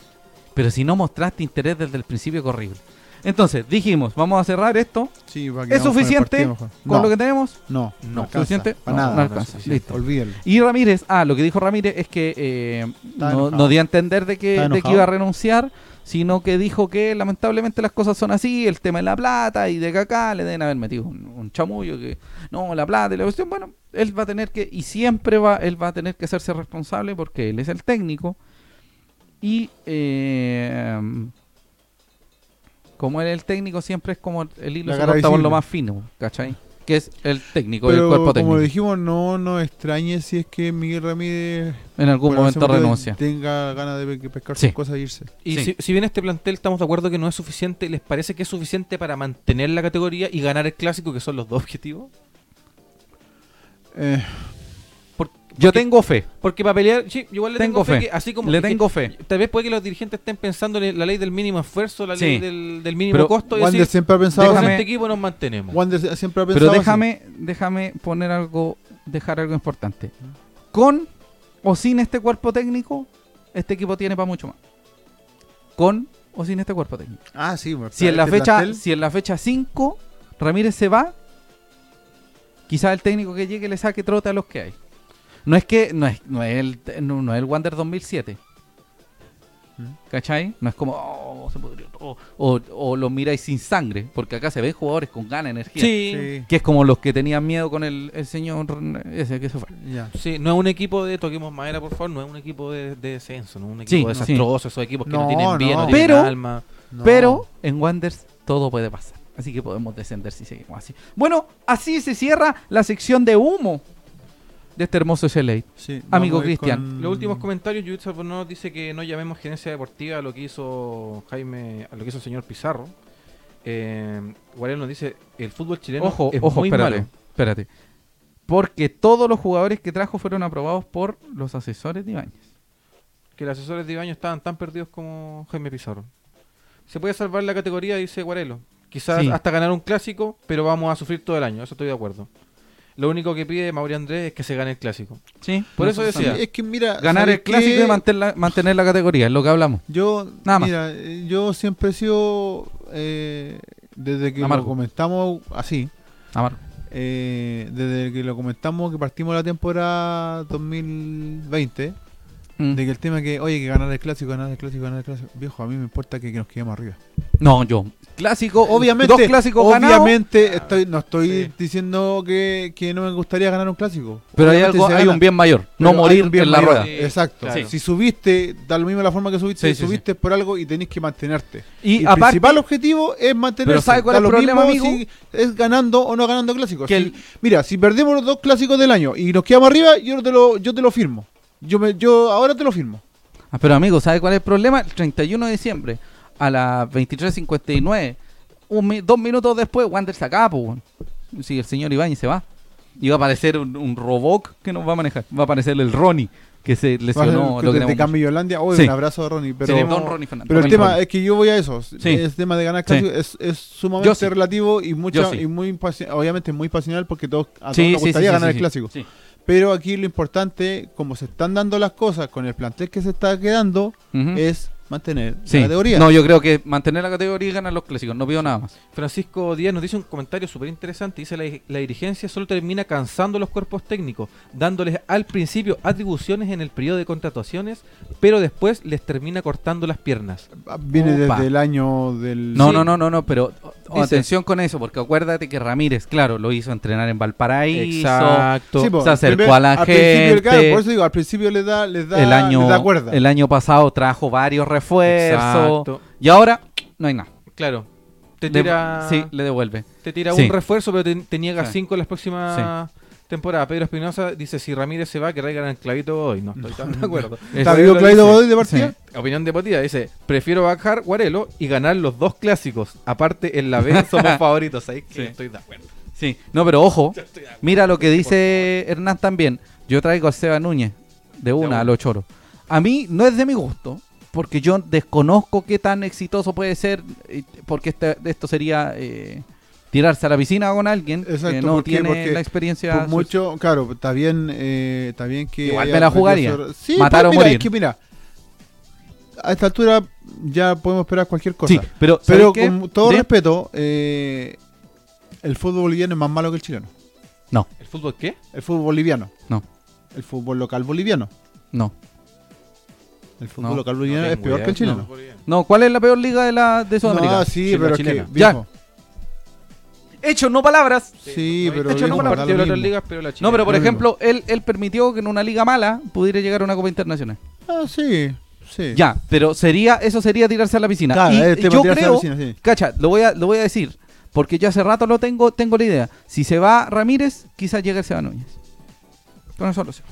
B: Pero si no mostraste interés desde el principio, es horrible. Entonces, dijimos, vamos a cerrar esto.
A: Sí, para que vamos con
B: ¿Es
A: el
B: suficiente
A: partido mejor.
B: con
A: no,
B: lo que tenemos?
A: No, no,
C: No,
A: alcanza,
B: ¿Suficiente?
A: Para
B: No,
A: nada.
B: no alcanza.
C: es suficiente.
B: Listo.
A: Olvídalo.
B: Y Ramírez, ah, lo que dijo Ramírez es que eh, no,
A: enojado.
B: no dio a entender de que,
A: Está
B: de que
A: enojado.
B: iba a renunciar, sino que dijo que lamentablemente las cosas son así, el tema de la plata y de que acá le deben haber metido un, un chamullo que no, la plata y la cuestión, bueno, él va a tener que, y siempre va, él va a tener que hacerse responsable porque él es el técnico y eh, como él es el técnico siempre es como el hilo
A: La
B: se
A: cara
B: corta por
A: visible.
B: lo más fino, ¿cachai?
C: que es el técnico,
A: Pero
C: el cuerpo
A: como
C: técnico.
A: dijimos, no nos extrañe si es que Miguel Ramírez
B: En algún
A: por
B: momento
A: algún motivo
B: renuncia.
A: Tenga ganas de pe- pescar
C: Sí.
A: sus cosas e irse.
C: Y
B: Sí.
C: si, si bien este plantel estamos de acuerdo que no es suficiente, ¿les parece que es suficiente para mantener la categoría y ganar el clásico, que son los dos objetivos?
A: Eh,
C: Por-
B: Yo tengo fe.
C: porque para pelear, sí, yo igual le tengo,
B: Tengo
C: fe,
B: fe.
C: que así como
B: Le
C: que-
B: tengo fe.
C: Tal vez puede que los dirigentes estén pensando en la ley del mínimo esfuerzo, la
B: Sí.
C: ley del, del mínimo
B: Pero
C: costo, y
A: Wander
C: decir,
A: siempre ha
C: con
A: pensado
B: déjame-
C: este equipo nos mantenemos.
A: Wander siempre ha pensado
B: Pero
A: así.
B: déjame, déjame poner algo, dejar algo importante. Con o sin este cuerpo técnico, este equipo tiene para mucho más. Con o sin este cuerpo técnico.
A: Ah, sí. bueno,
B: Si en la
A: este
B: fecha,
A: plantel-
B: si en la fecha 5 Ramírez se va, quizás el técnico que llegue le saque trote a los que hay. No es que no es no es el no, no es el Wander 2007.
A: Mm.
B: ¿Cachai? No es como oh, se podría- o, o- o lo miráis sin sangre, porque acá se ven jugadores con ganas, energía.
C: Sí,
A: Sí.
B: Que es como los que tenían miedo con el, el señor ese que se fue.
A: Ya.
C: sí, no es un equipo de toquemos madera, por favor, no es un equipo de, de descenso, no es un equipo
B: no, sí.
C: desastroso, esos equipos que no,
A: No,
C: tienen vida, no,
A: no.
C: tienen
B: Pero-
C: alma.
A: No.
B: Pero en Wanders todo puede pasar. Así que podemos descender si seguimos así. Bueno, así se cierra la sección de humo de este hermoso SLA.
A: Sí,
B: Amigo
A: vamos a ir
B: Cristian,
A: con-
C: Los últimos comentarios, Judith Salvonó dice que no llamemos gerencia deportiva a lo que hizo Jaime, a lo que hizo el señor Pizarro. Eh, Guarel nos dice, el fútbol chileno
B: Ojo,
C: es
B: ojo,
C: muy
B: espérate,
C: malo.
B: espérate. Porque todos los jugadores que trajo fueron aprobados por los asesores de Ibañez.
C: Que los asesores de Ibaño estaban tan perdidos como Jaime Pizarro. Se puede salvar la categoría, dice Guarelo. Quizás
B: Sí.
C: hasta ganar un clásico, pero vamos a sufrir todo el año, eso estoy de acuerdo. Lo único que pide Mauri Andrés es que se gane el clásico.
B: Sí,
C: por eso
A: Sí,
C: decía.
A: Es que mira,
B: Ganar
A: ¿sabes
B: el clásico
A: qué?
B: y mantener la, mantener la categoría, es lo que hablamos.
A: Yo,
B: Nada más.
A: mira, eh, yo siempre he sido, eh, desde que
B: Amargo.
A: lo comentamos así,
B: Amargo.
A: eh, desde que lo comentamos que partimos la temporada 2020,
B: Mm.
A: de que el tema que, oye, que ganar el clásico, ganar el clásico, ganar el clásico, viejo, a mí me importa que, que nos quedemos arriba.
B: No, yo. Clásico,
A: Obviamente,
B: Dos clásicos ganados. Ah,
A: obviamente estoy, no estoy
C: Sí.
A: diciendo que, que no me gustaría ganar un clásico.
B: Pero hay,
A: Obviamente
B: algo-
A: se
B: hay
A: gana.
B: un bien mayor, no
A: Pero hay
B: morir
A: un bien
B: en la
A: mayor.
B: rueda.
C: Sí,
A: Exacto.
C: claro.
A: Si subiste, da lo mismo la forma que subiste,
C: Sí, sí,
A: subiste por algo y tenés que mantenerte.
B: Y,
A: el
B: aparte,
A: principal objetivo es mantenerse.
B: Pero ¿sabe cuál
A: Da
B: es el
A: lo
B: problema,
A: mismo
B: amigo?
A: si es ganando o no ganando clásicos.
B: Que
A: Si-
B: el-
A: Mira, si perdemos los dos clásicos del año y nos quedamos arriba, yo te lo, yo te lo firmo. Yo, me, yo ahora te lo firmo.
B: Ah, Pero amigo, ¿sabe cuál es el problema? El 31 de diciembre, a las 23.59, un mi- dos minutos después, Wander se acaba, pues, weón. Sí, el señor Ibañez se va. Y va a aparecer un, un robot que nos va a manejar. Va a aparecer el Ronnie, que se lesionó.
A: Vas a-
B: lo
A: de-
B: queremos
A: de
B: mucho.
A: cambio Yolanda, hoy
B: Sí.
A: un abrazo a Ronnie. Pero,
C: Tenemos-
B: Don Ronnie Fernández.
A: pero el
B: Ronnie
A: tema
B: Fernández.
A: es que yo voy a eso. El tema de ganar clásicos es, es
B: Yo
A: sumamente
B: sí.
A: relativo y mucha,
B: Yo sí.
A: y muy pasio- obviamente muy pasional porque todos, a todos
B: Sí,
A: nos
B: sí, sí,
A: gustaría
B: sí,
A: ganar
B: sí,
A: el
B: sí.
A: clásico.
B: Sí.
A: Pero aquí lo importante, como se están dando las cosas con el plantel que se está quedando,
B: Ujú.
A: es mantener
B: Sí.
A: la categoría.
B: No, yo creo que mantener la categoría y ganar los clásicos. No pido nada más.
C: Francisco Díaz nos dice un comentario súper interesante. Dice, la, la dirigencia solo termina cansando los cuerpos técnicos, dándoles al principio atribuciones en el periodo de contrataciones, pero después les termina cortando las piernas.
A: Viene
B: Opa.
A: desde el año del.
B: No,
C: Sí.
B: no, no, no, no, pero o- o
C: Dice-
B: atención con eso, porque acuérdate que Ramírez, claro, lo hizo entrenar en Valparaíso.
A: Sí, po,
B: se acercó
A: primer-
B: a la
A: al principio,
B: gente.
A: claro, por eso digo, al principio le da, les da,
B: el año,
A: les da cuerda.
B: el año pasado trajo varios refuerzos.
C: Exacto.
B: Y ahora no hay nada.
C: Claro. Te
B: Le-
C: tira,
B: sí, le devuelve.
C: te tira
B: sí.
C: un refuerzo, pero te, te niega
B: Sí.
C: cinco en las próximas temporadas. Pedro Espinosa dice, si Ramírez se va, que traigan el clavito hoy. No estoy tan de acuerdo.
A: ¿Está
C: Guarelo
A: vivo Claudio
C: dice-
A: Godoy de partida?
B: Sí.
C: Opinión de Potía dice, prefiero bajar Guarelo y ganar los dos clásicos. Aparte, en la B somos favoritos. Ahí que
B: Sí.
C: estoy de acuerdo.
B: Sí, no, pero ojo, mira lo que dice Hernán también. Yo traigo a Seba Núñez de una
C: una.
B: a los choros. A mí no es de mi gusto, porque yo desconozco qué tan exitoso puede ser, eh, porque este- esto sería eh, tirarse a la piscina con alguien que
A: Exacto,
B: no
A: ¿por qué?
B: tiene
A: Porque
B: la experiencia.
A: Por mucho, claro, está bien, eh, está bien que.
B: Igual
A: haya
B: me la
A: perdido
B: jugaría.
A: su- Sí,
B: Matar
A: pero
B: o
A: mira,
B: morir.
A: Es que mira, a esta altura ya podemos esperar cualquier cosa.
B: Sí, pero,
A: pero
B: ¿sabes qué?
A: con todo
B: De-
A: respeto, eh, el fútbol boliviano es más malo que el chileno.
C: ¿El fútbol qué?
A: El fútbol boliviano.
B: No.
A: El fútbol local boliviano.
B: No.
A: El fútbol
B: No,
A: local boliviano
C: No
A: es
C: tengo
A: peor
C: idea.
A: que el chileno.
C: No.
B: No, ¿cuál es la peor liga de la de Sudamérica?
A: No, sí,
C: Sí, la
A: pero es que.
C: chilena.
A: viejo,
B: Hecho, no palabras.
A: Sí,
C: No,
A: pero.
C: de hecho, no
A: viejo, da
C: compartió
A: lo
C: las otras
A: mismo.
C: ligas, pero la Chile.
B: No, pero por
A: lo
B: ejemplo, él, él permitió que en una liga mala pudiera llegar a una Copa Internacional.
A: Ah, sí, sí.
B: Ya, pero sería eso sería tirarse a la piscina.
A: Claro,
B: y
A: es el tema
B: yo
A: tirarse a la
B: creo,
A: piscina, sí.
B: cacha, lo voy a lo voy a decir. Porque yo hace rato lo tengo, tengo la idea. Si se va Ramírez, quizás llegue el Seba Núñez. Con eso lo sé.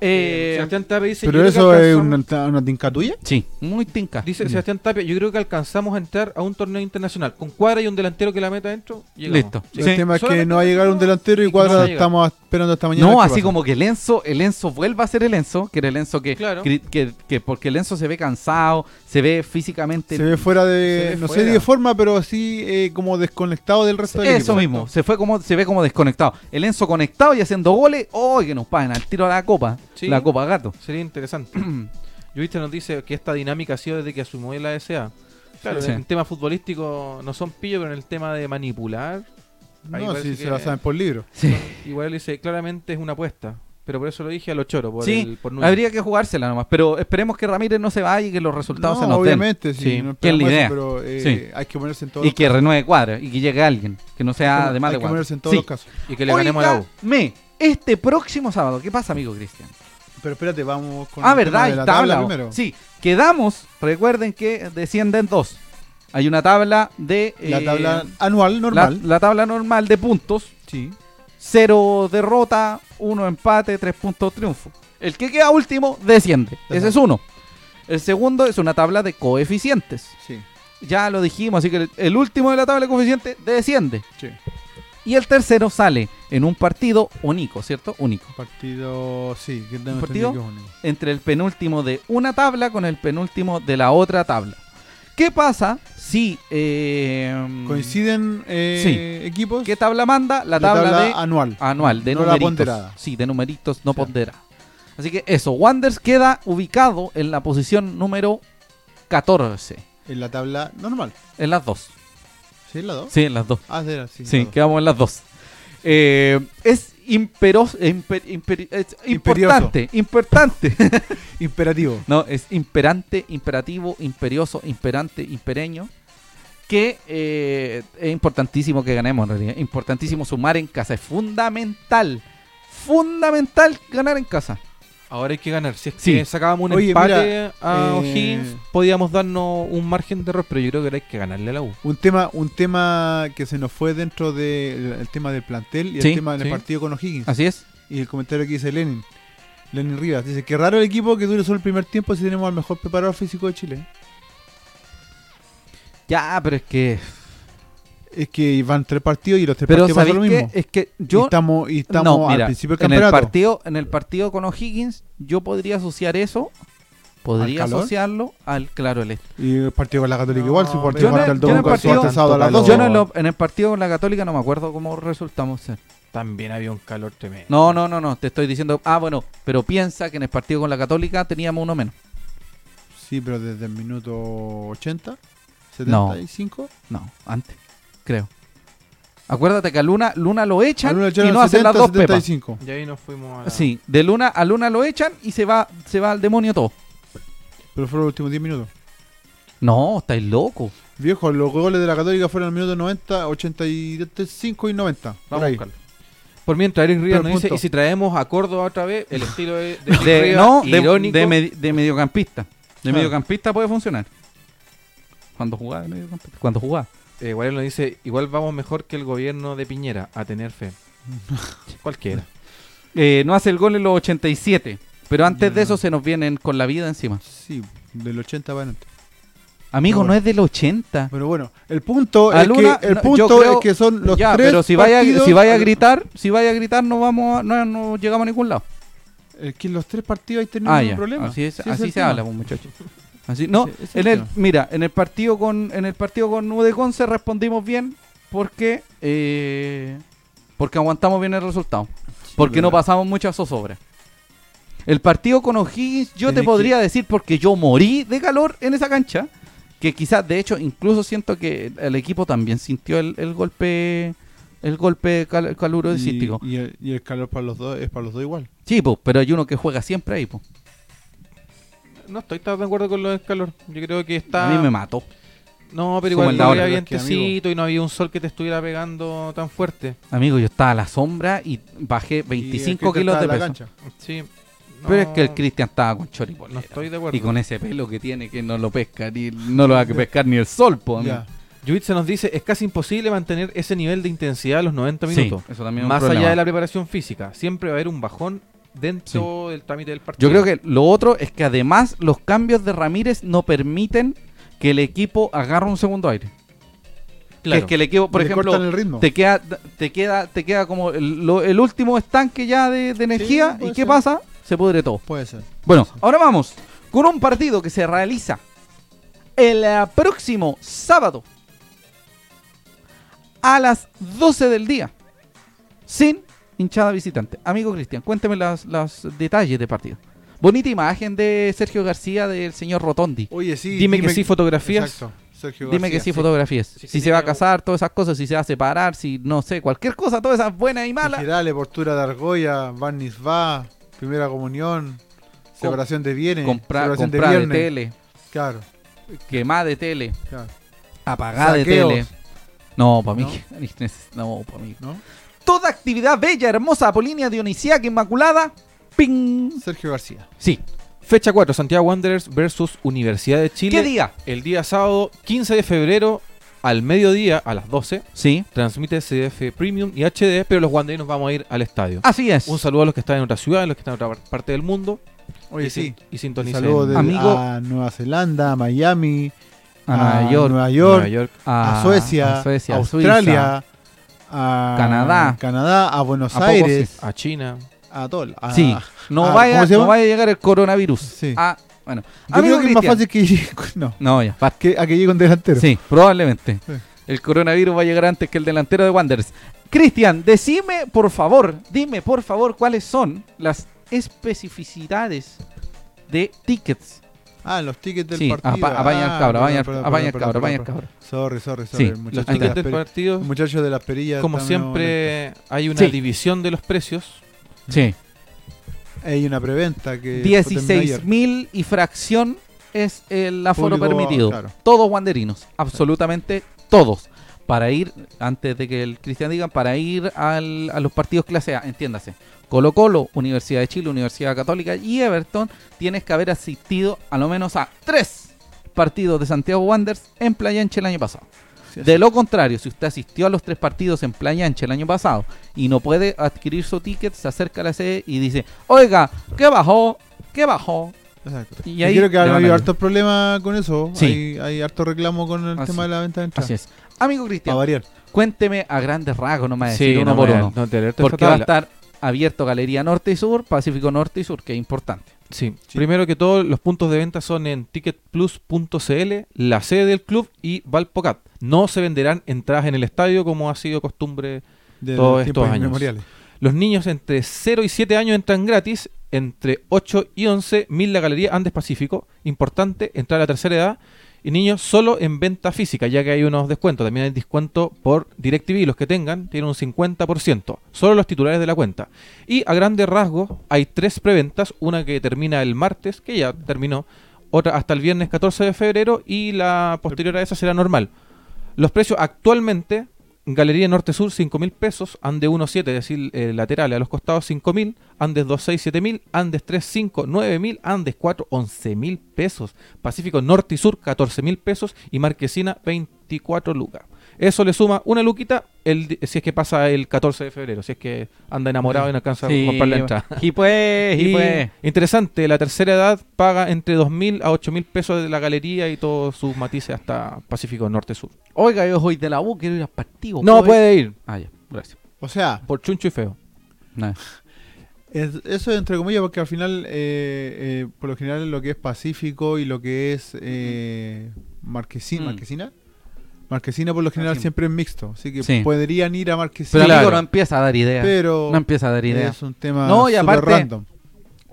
C: Eh,
B: Eh,
C: Sebastián Tapia dice. yo
A: Pero
C: creo que
A: eso es
C: alcanzamos-
A: una, Mm. una tinca tuya.
B: sí, muy tinca.
C: Dice
B: Ya.
C: Sebastián Tapia, yo creo que alcanzamos a entrar a un torneo internacional. Con cuadra y un delantero que la meta adentro, llegamos.
B: Listo.
C: Sí.
A: el tema es que
C: Solamente
A: no va a llegar un delantero y
C: y que no va a
A: cuadra
C: llegar.
A: estamos esperando hasta mañana.
B: No,
A: a ver qué
B: así
A: pasa.
B: como que el Enzo, el Enzo vuelva a ser el Enzo, que era el Enzo que,
C: Claro.
B: que, que- que porque el Enzo se ve cansado, se ve físicamente...
A: Se ve fuera de,
C: Se ve
A: no sé
C: fuera.
A: de forma, pero sí eh, como desconectado del resto del
B: Eso
A: equipo.
B: mismo, se fue como se ve como desconectado. El Enzo conectado y haciendo goles, ¡oh! que nos paguen al tiro a la copa,
C: Sí.
B: la copa gato.
C: Sería interesante. Yo viste nos dice que esta dinámica ha sido desde que asumió la SA. Claro,
B: Sí.
C: en tema futbolístico no son pillos, pero en el tema de manipular, Ahí
A: No,
C: parece
A: sí,
C: que-
A: se la saben por libro.
B: Sí.
C: igual dice, claramente es una apuesta. Pero por eso lo dije a los choros, por,
B: Sí,
C: el- por Núñez.
B: Habría que jugársela nomás, pero esperemos que Ramírez no se vaya y que los resultados se
A: No,
B: nos
A: obviamente, sí.
B: Sí,
A: no
B: que es la
A: esperamos eso,
B: idea.
A: pero eh,
B: Sí.
A: hay que ponerse en todos
B: den. Y
A: los
B: que renueve cuadra y que llegue alguien, que no sea
A: casos.
B: además
A: Hay
B: de
A: que
B: cuadra.
A: ponerse en todos
B: Sí.
A: los casos.
C: Y que le ganemos a la U.
B: Óigame, este próximo sábado, ¿qué pasa, amigo Cristian?
A: Pero espérate, vamos con el
B: Ah,
A: tema
B: verdad,
A: de
B: hay
A: la
B: tabla.
A: tabla,
B: o-
A: primero.
B: Sí, quedamos, recuerden que descienden dos. Hay una tabla de.
A: La
B: eh,
A: tabla anual normal.
B: La, la tabla normal de puntos.
A: Sí.
B: Cero derrota, uno empate, tres puntos triunfo. El que queda último desciende. Ese
A: Ajá.
B: es uno. El segundo es una tabla de coeficientes.
A: Sí.
B: Ya lo dijimos, así que el, el último de la tabla de coeficientes desciende.
A: Sí.
B: Y el tercero sale en un partido único, ¿cierto? Único.
A: Partido, sí. Que tengo
B: partido?
A: entendido que es único.
B: entre el penúltimo de una tabla con el penúltimo de la otra tabla. ¿Qué pasa si... eh,
A: ¿Coinciden eh, equipos?
B: ¿Qué tabla manda? La
A: La
B: tabla,
A: tabla
B: de
A: anual.
B: anual, de
A: no la
B: numeritos.
A: ponderada.
B: Sí, de numeritos no
A: Sí.
B: ponderada. Así que eso, Wanders queda ubicado en la posición número 14.
A: En la tabla normal.
B: En las dos.
A: ¿Sí? ¿La 2?
B: Sí, en las dos.
A: Ah, de la- sí.
B: Sí,
A: la dos.
B: quedamos en las dos. Eh, es imperos- imper- imper- es
A: Imperioso.
B: importante, importante
A: Imperativo.
B: No, es imperante, imperativo, imperioso, imperante, impereño. Que eh, es importantísimo que ganemos en realidad. Importantísimo sumar en casa. Es fundamental. Fundamental ganar en casa.
C: Ahora hay que ganar. Si es que
B: Sí.
C: sacábamos un
A: Oye,
C: empate
A: mira,
C: a
A: eh,
C: O'Higgins, podíamos darnos un margen de error, pero yo creo que ahora hay que ganarle a la U.
A: Un tema, un tema que se nos fue dentro del el tema del plantel y
B: Sí,
A: el tema del
C: sí.
A: partido con O'Higgins.
B: Así es.
A: Y el comentario que dice Lenin. Lenin Rivas dice que raro el equipo que dure solo el primer tiempo si tenemos al mejor preparador físico de Chile.
B: Ya, pero es que.
A: Es que van tres partidos y los tres
B: Pero
A: partidos pasa
B: ¿sabéis
A: lo
B: qué?
A: mismo.
B: Es que
A: y
B: yo.
A: estamos, y estamos
B: no, mira,
A: al principio del
B: en el,
A: campeonato.
B: partido, en el partido con O'Higgins, yo podría asociar eso. Podría
A: ¿Al calor?
B: asociarlo al claro el
A: y el partido con la Católica
C: No,
A: igual, su
C: pero
A: partido
B: yo no-
A: contra el
B: yo no
A: Domingo,
B: he
A: su partido
B: partido-
A: sábado a las
C: Tanto
A: 12.
B: Yo no en, lo- en el partido con la Católica no me acuerdo cómo resultamos ser.
C: También había un calor tremendo.
B: No, no, no, no, te estoy diciendo, ah, bueno, pero piensa que en el partido con la Católica teníamos uno menos.
A: Sí, pero desde el minuto 80,
B: No.
A: 75.
B: No, antes, creo. Acuérdate que a Luna, Luna lo echan
A: Algunos
B: y
A: echaron
B: no
A: al
B: hacen las
A: 70,
B: dos pepas.
A: 75.
C: Y ahí nos fuimos a la...
B: Sí, de Luna a Luna lo echan y se va, se va al demonio todo.
A: Pero fueron los últimos 10 minutos.
B: No, estáis loco.
A: Viejo, los goles de la Católica fueron al minuto 90, 85 y 90. por
C: Vamos a
A: ahí.
C: buscarlo. Por mientras, Eric Rivas
A: Pero
C: nos dice,
A: punto.
C: y si traemos a Córdoba otra vez, el estilo de, de
B: De-
C: Rivas,
B: no, de,
C: irónico,
B: de medi- de mediocampista. De
A: Ah.
B: mediocampista puede funcionar. Cuando jugaba de mediocampista. Cuando jugaba.
C: eh, Guarelo nos dice, igual vamos mejor que el gobierno de Piñera, a tener fe. Cualquiera.
B: Eh, no hace el gol en los 87, pero antes de
A: Ya.
B: eso se nos vienen con la vida encima.
A: Sí, del 80 para adelante.
B: Amigo,
A: Bueno.
B: no es del 80.
A: Pero bueno, el punto,
B: A
A: es,
B: Luna,
A: que, el
B: no,
A: punto
B: yo creo-
A: es que son los
B: ya,
A: tres
B: pero si vaya,
A: partidos-
B: si vaya a gritar, si vaya a gritar no vamos a- no, no llegamos a ningún lado.
A: Es que en los tres partidos ahí tenemos
B: Ah,
A: un
B: ya.
A: problema.
B: Así, es-
A: Sí, ese es
B: así
A: el
B: se
A: tema.
B: habla, pues, muchachos. Así, no,
A: Ese- ese es
B: en
A: el
B: el,
A: tema.
B: mira, en el partido con en el partido con Nude Conce respondimos bien porque eh, porque aguantamos bien el resultado, porque no
A: verdad.
B: pasamos muchas zozobras. El partido con O'Higgins yo te
A: Tenés
B: podría decir porque yo morí de calor en esa cancha, que quizás de hecho incluso siento que el equipo también sintió el, el golpe el golpe cal, caluro de
A: Y, y el, y el calor para los dos es para los dos igual.
B: Sí, po, pero hay uno que juega siempre ahí, po.
C: No estoy tan de acuerdo con lo del calor. Yo creo que está...
B: A mí me mató.
C: No, pero
B: Como
C: igual
B: el de ahora.
C: había
A: Pero es que, amigo-
C: vientecito y no había un sol que te estuviera pegando tan fuerte.
B: Amigo, yo estaba a la sombra y bajé
A: Y el
B: 25
A: Cristian
B: kilos
A: está
B: de
A: en la
B: peso.
A: cancha.
C: Sí. no-
B: Pero es que el Cristian estaba con choripolera.
C: No estoy de acuerdo.
B: Y con ese pelo que tiene que no lo pesca, ni no lo va a pescar ni el sol, po, amigo.
A: Ya.
C: Judith se nos dice, es casi imposible mantener ese nivel de intensidad a los 90 minutos.
B: Eso también es un
C: Este Más
B: problema.
C: allá de la preparación física, siempre va a haber un bajón dentro del trámite del partido.
B: Yo creo que lo otro es que además los cambios de Ramírez no permiten que el equipo agarre un segundo aire. Que es que el equipo, por
A: Le
B: ejemplo,
A: cortan el ritmo.
B: te queda, te queda, te queda como el, lo- el último estanque ya de, de energía y
A: puede
B: qué
A: ser.
B: pasa, se pudre todo.
A: Puede ser.
B: Bueno, ahora vamos con un partido que se realiza el eh, próximo sábado a las 12 del día sin hinchada visitante. Amigo Cristian, cuénteme los, los detalles de partido. Bonita imagen de Sergio García del señor Rotondi.
A: Oye, sí.
C: Dime que sí, fotografías.
A: Exacto. Sergio
B: Dime
A: García,
B: que sí, fotografías.
C: Sí, que
B: si se
C: tiene
B: va a
C: un-
B: casar, todas esas cosas, si se va a separar, si no sé, cualquier cosa, todas esas buenas y malas.
A: Girale, postura de argolla, barniz va, primera comunión, separación de bienes,
B: Comprar
A: separación
B: comprar de
A: viernes.
B: tele,
A: Claro,
B: quemar de tele,
A: claro.
B: apagar de
A: Saqueos.
B: tele. No, para mí.
A: ¿No?
B: que- No, para mí.
A: ¿No?
B: Toda actividad bella, hermosa, apolínea, dionisíaca, inmaculada. ¡Ping!
A: Sergio García.
B: Sí.
C: Fecha 4, Santiago Wanderers versus Universidad de Chile.
B: ¿Qué día?
C: El día sábado 15 de febrero al mediodía a las 12
B: Sí.
C: transmite CDF Premium y HD, pero los guanderinos vamos a ir al estadio.
B: Así es.
C: Un saludo a los que están en otra ciudad, a los que están en otra parte del mundo.
A: Oye,
C: y,
A: sí.
C: sin- y
A: Un
C: sintonicen
A: saludo de,
B: Amigo-
A: a Nueva Zelanda, a Miami,
B: a Ah, Nueva York. Ah,
A: Nueva York,
C: Nueva York.
A: a, Suecia,
B: a
A: a
B: Suecia, Suiza,
A: Australia, a
B: Canadá.
A: Canadá, a Buenos
B: A pocos
A: Aires,
C: a China.
A: a todo. a-
B: Sí. No,
A: Ah,
B: vaya,
A: ¿cómo se
B: no
A: llama?
B: vaya a llegar el coronavirus.
A: Sí.
B: Ah, bueno.
A: Yo creo que es más
B: Cristian.
A: fácil que llegue con- no,
B: No, ya. basta.
A: que a que llegue un delantero.
B: Sí, probablemente.
A: Sí.
B: El coronavirus va a llegar antes que el delantero de Wanderers. Cristian, decime, por favor, dime, por favor, cuáles son las especificidades de tickets.
A: Ah, los tickets del
B: sí,
A: partido.
B: apa- apaña
A: Ah,
B: al cabro, apaña
A: perdón,
B: al-
A: perdón,
B: apaña
A: perdón,
B: al cabro,
A: perdón,
B: apaña al
A: perdón.
B: cabro.
A: Sorry, sorry, sorry. el
B: Sí,
C: Los
A: muchacho de
C: tickets
A: las
C: del
A: peri-
C: partido,
A: el muchacho de las perillas.
C: como
A: está medio
C: siempre, hay una
B: Sí.
C: división de los precios.
A: Eh,
B: Sí.
A: pues molesto. Hay una preventa que. fue terminada
B: 16
A: ayer.
B: mil y fracción es el aforo
A: Público,
B: permitido.
A: claro.
B: Todos wanderinos, absolutamente todos. Para ir, antes de que el Cristian diga, para ir al- a los partidos clase A, entiéndase. Colo Colo, Universidad de Chile, Universidad Católica y Everton, tienes que haber asistido a lo menos a tres partidos de Santiago Wanderers en Playa Ancha el año pasado.
A: Sí,
B: De lo contrario, si usted asistió a los tres partidos en Playa Ancha el año pasado y no puede adquirir su ticket, se acerca a la sede y dice, oiga, ¿qué bajó? ¿Qué bajó?
A: Exacto.
B: Y
A: Y,
B: ahí
A: creo que
B: le
A: han
B: van a
A: habido
B: ir.
A: hartos problemas con eso.
B: Sí.
A: Hay, hay harto reclamo con el
B: Así
A: tema de la venta de entradas.
B: Así es. Amigo
A: Para
B: Cristian,
A: variar.
B: cuénteme a grandes rasgos, no me
C: Sí,
B: decir uno
C: no
B: por
C: me-
B: uno.
C: no te alertes
B: Porque
C: esta
B: va a
C: tabla.
B: estar abierto Galería Norte y Sur, Pacífico Norte y Sur, que es importante.
C: Sí.
A: Sí.
C: Primero que todo, los puntos de venta son en ticketplus.cl, la sede del club y Valpocat. No se venderán entradas en el estadio como ha sido costumbre.
A: De
C: Todos
A: los tiempos
C: estos años.
A: inmemoriales.
C: Los niños entre 0 y 7 años entran gratis, entre 8 y 11 mil la galería Andes Pacífico. Importante, entrar a la tercera edad. Y niños solo en venta física, ya que hay unos descuentos. También hay descuento por DirecTV. Los que tengan tienen un 50%. Solo los titulares de la cuenta. Y a grandes rasgos hay tres preventas. Una que termina el martes, que ya terminó. Otra hasta el viernes 14 de febrero. Y la posterior a esa será normal. Los precios actualmente, Galería Norte Sur 5 mil pesos, Andes 1.7, es decir, eh, laterales a los costados 5 mil, Andes 2.6, 7 mil, Andes 3, 5, 9 mil, Andes 4, 11 mil pesos, Pacífico Norte y Sur 14 mil pesos y Marquesina 24 lucas. Eso le suma una luquita el, di- si es que pasa el 14 de febrero, si es que anda enamorado y no alcanza a comprar la entrada.
B: Y pues, y
C: Y
B: pues.
C: interesante, la tercera edad paga entre 2.000 a 8.000 pesos de la galería y todos sus matices hasta Pacífico Norte-Sur.
B: Oiga, yo soy de la U, quiero ir al partido. ¿puedo ir?
C: No puede ir.
B: Ah, ya, gracias.
A: O sea,
C: Por chuncho y feo.
B: Nada.
A: es- eso es entre comillas porque al final, eh, eh, por lo general, lo que es Pacífico y lo que es eh, Marquesina,
B: Mm.
A: Marquesina. Marquesina por lo general
B: Marquesina.
A: siempre es mixto, así que
B: Sí.
A: podrían ir a
B: Pero
A: Marquesina,
C: Claro.
B: amigo, no empieza a dar idea.
A: pero
B: no empieza a dar idea.
A: es un tema
B: No, y
A: súper
B: aparte-
A: random.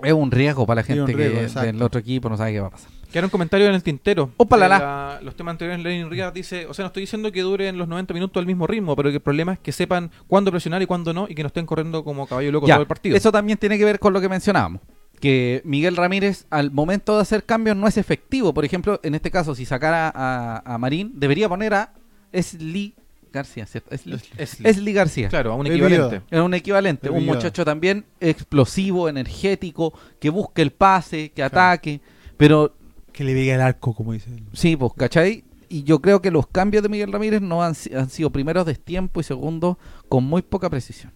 B: Es un riesgo para la
A: Es un
B: gente
A: riesgo,
B: que
A: exacto.
B: del otro equipo no sabe qué va a pasar.
C: Quedaron comentarios en el tintero.
B: Opa, la, la.
C: De la- Los temas anteriores, Lenin Rivas dice, o sea, no estoy diciendo que duren los 90 minutos al mismo ritmo, pero que el problema es que sepan cuándo presionar y cuándo no y que no estén corriendo como caballo loco
B: Ya,
C: todo el partido.
B: Eso también tiene que ver con lo que mencionábamos. Que Miguel Ramírez al momento de hacer cambios no es efectivo. Por ejemplo, en este caso, si sacara a, a Marín, debería poner a Esli García, ¿cierto? Esli,
C: es,
B: Esli García.
C: claro, a un
A: El
C: equivalente.
A: video.
B: Era un equivalente, un
A: Debería.
B: muchacho también explosivo, energético, que busque el pase, que ataque. Pero
A: Que le pegue el arco, como dice. él.
B: sí, pues, ¿cachai? y yo creo que los cambios de Miguel Ramírez no han, si- han sido primeros destiempo y segundos con muy poca precisión.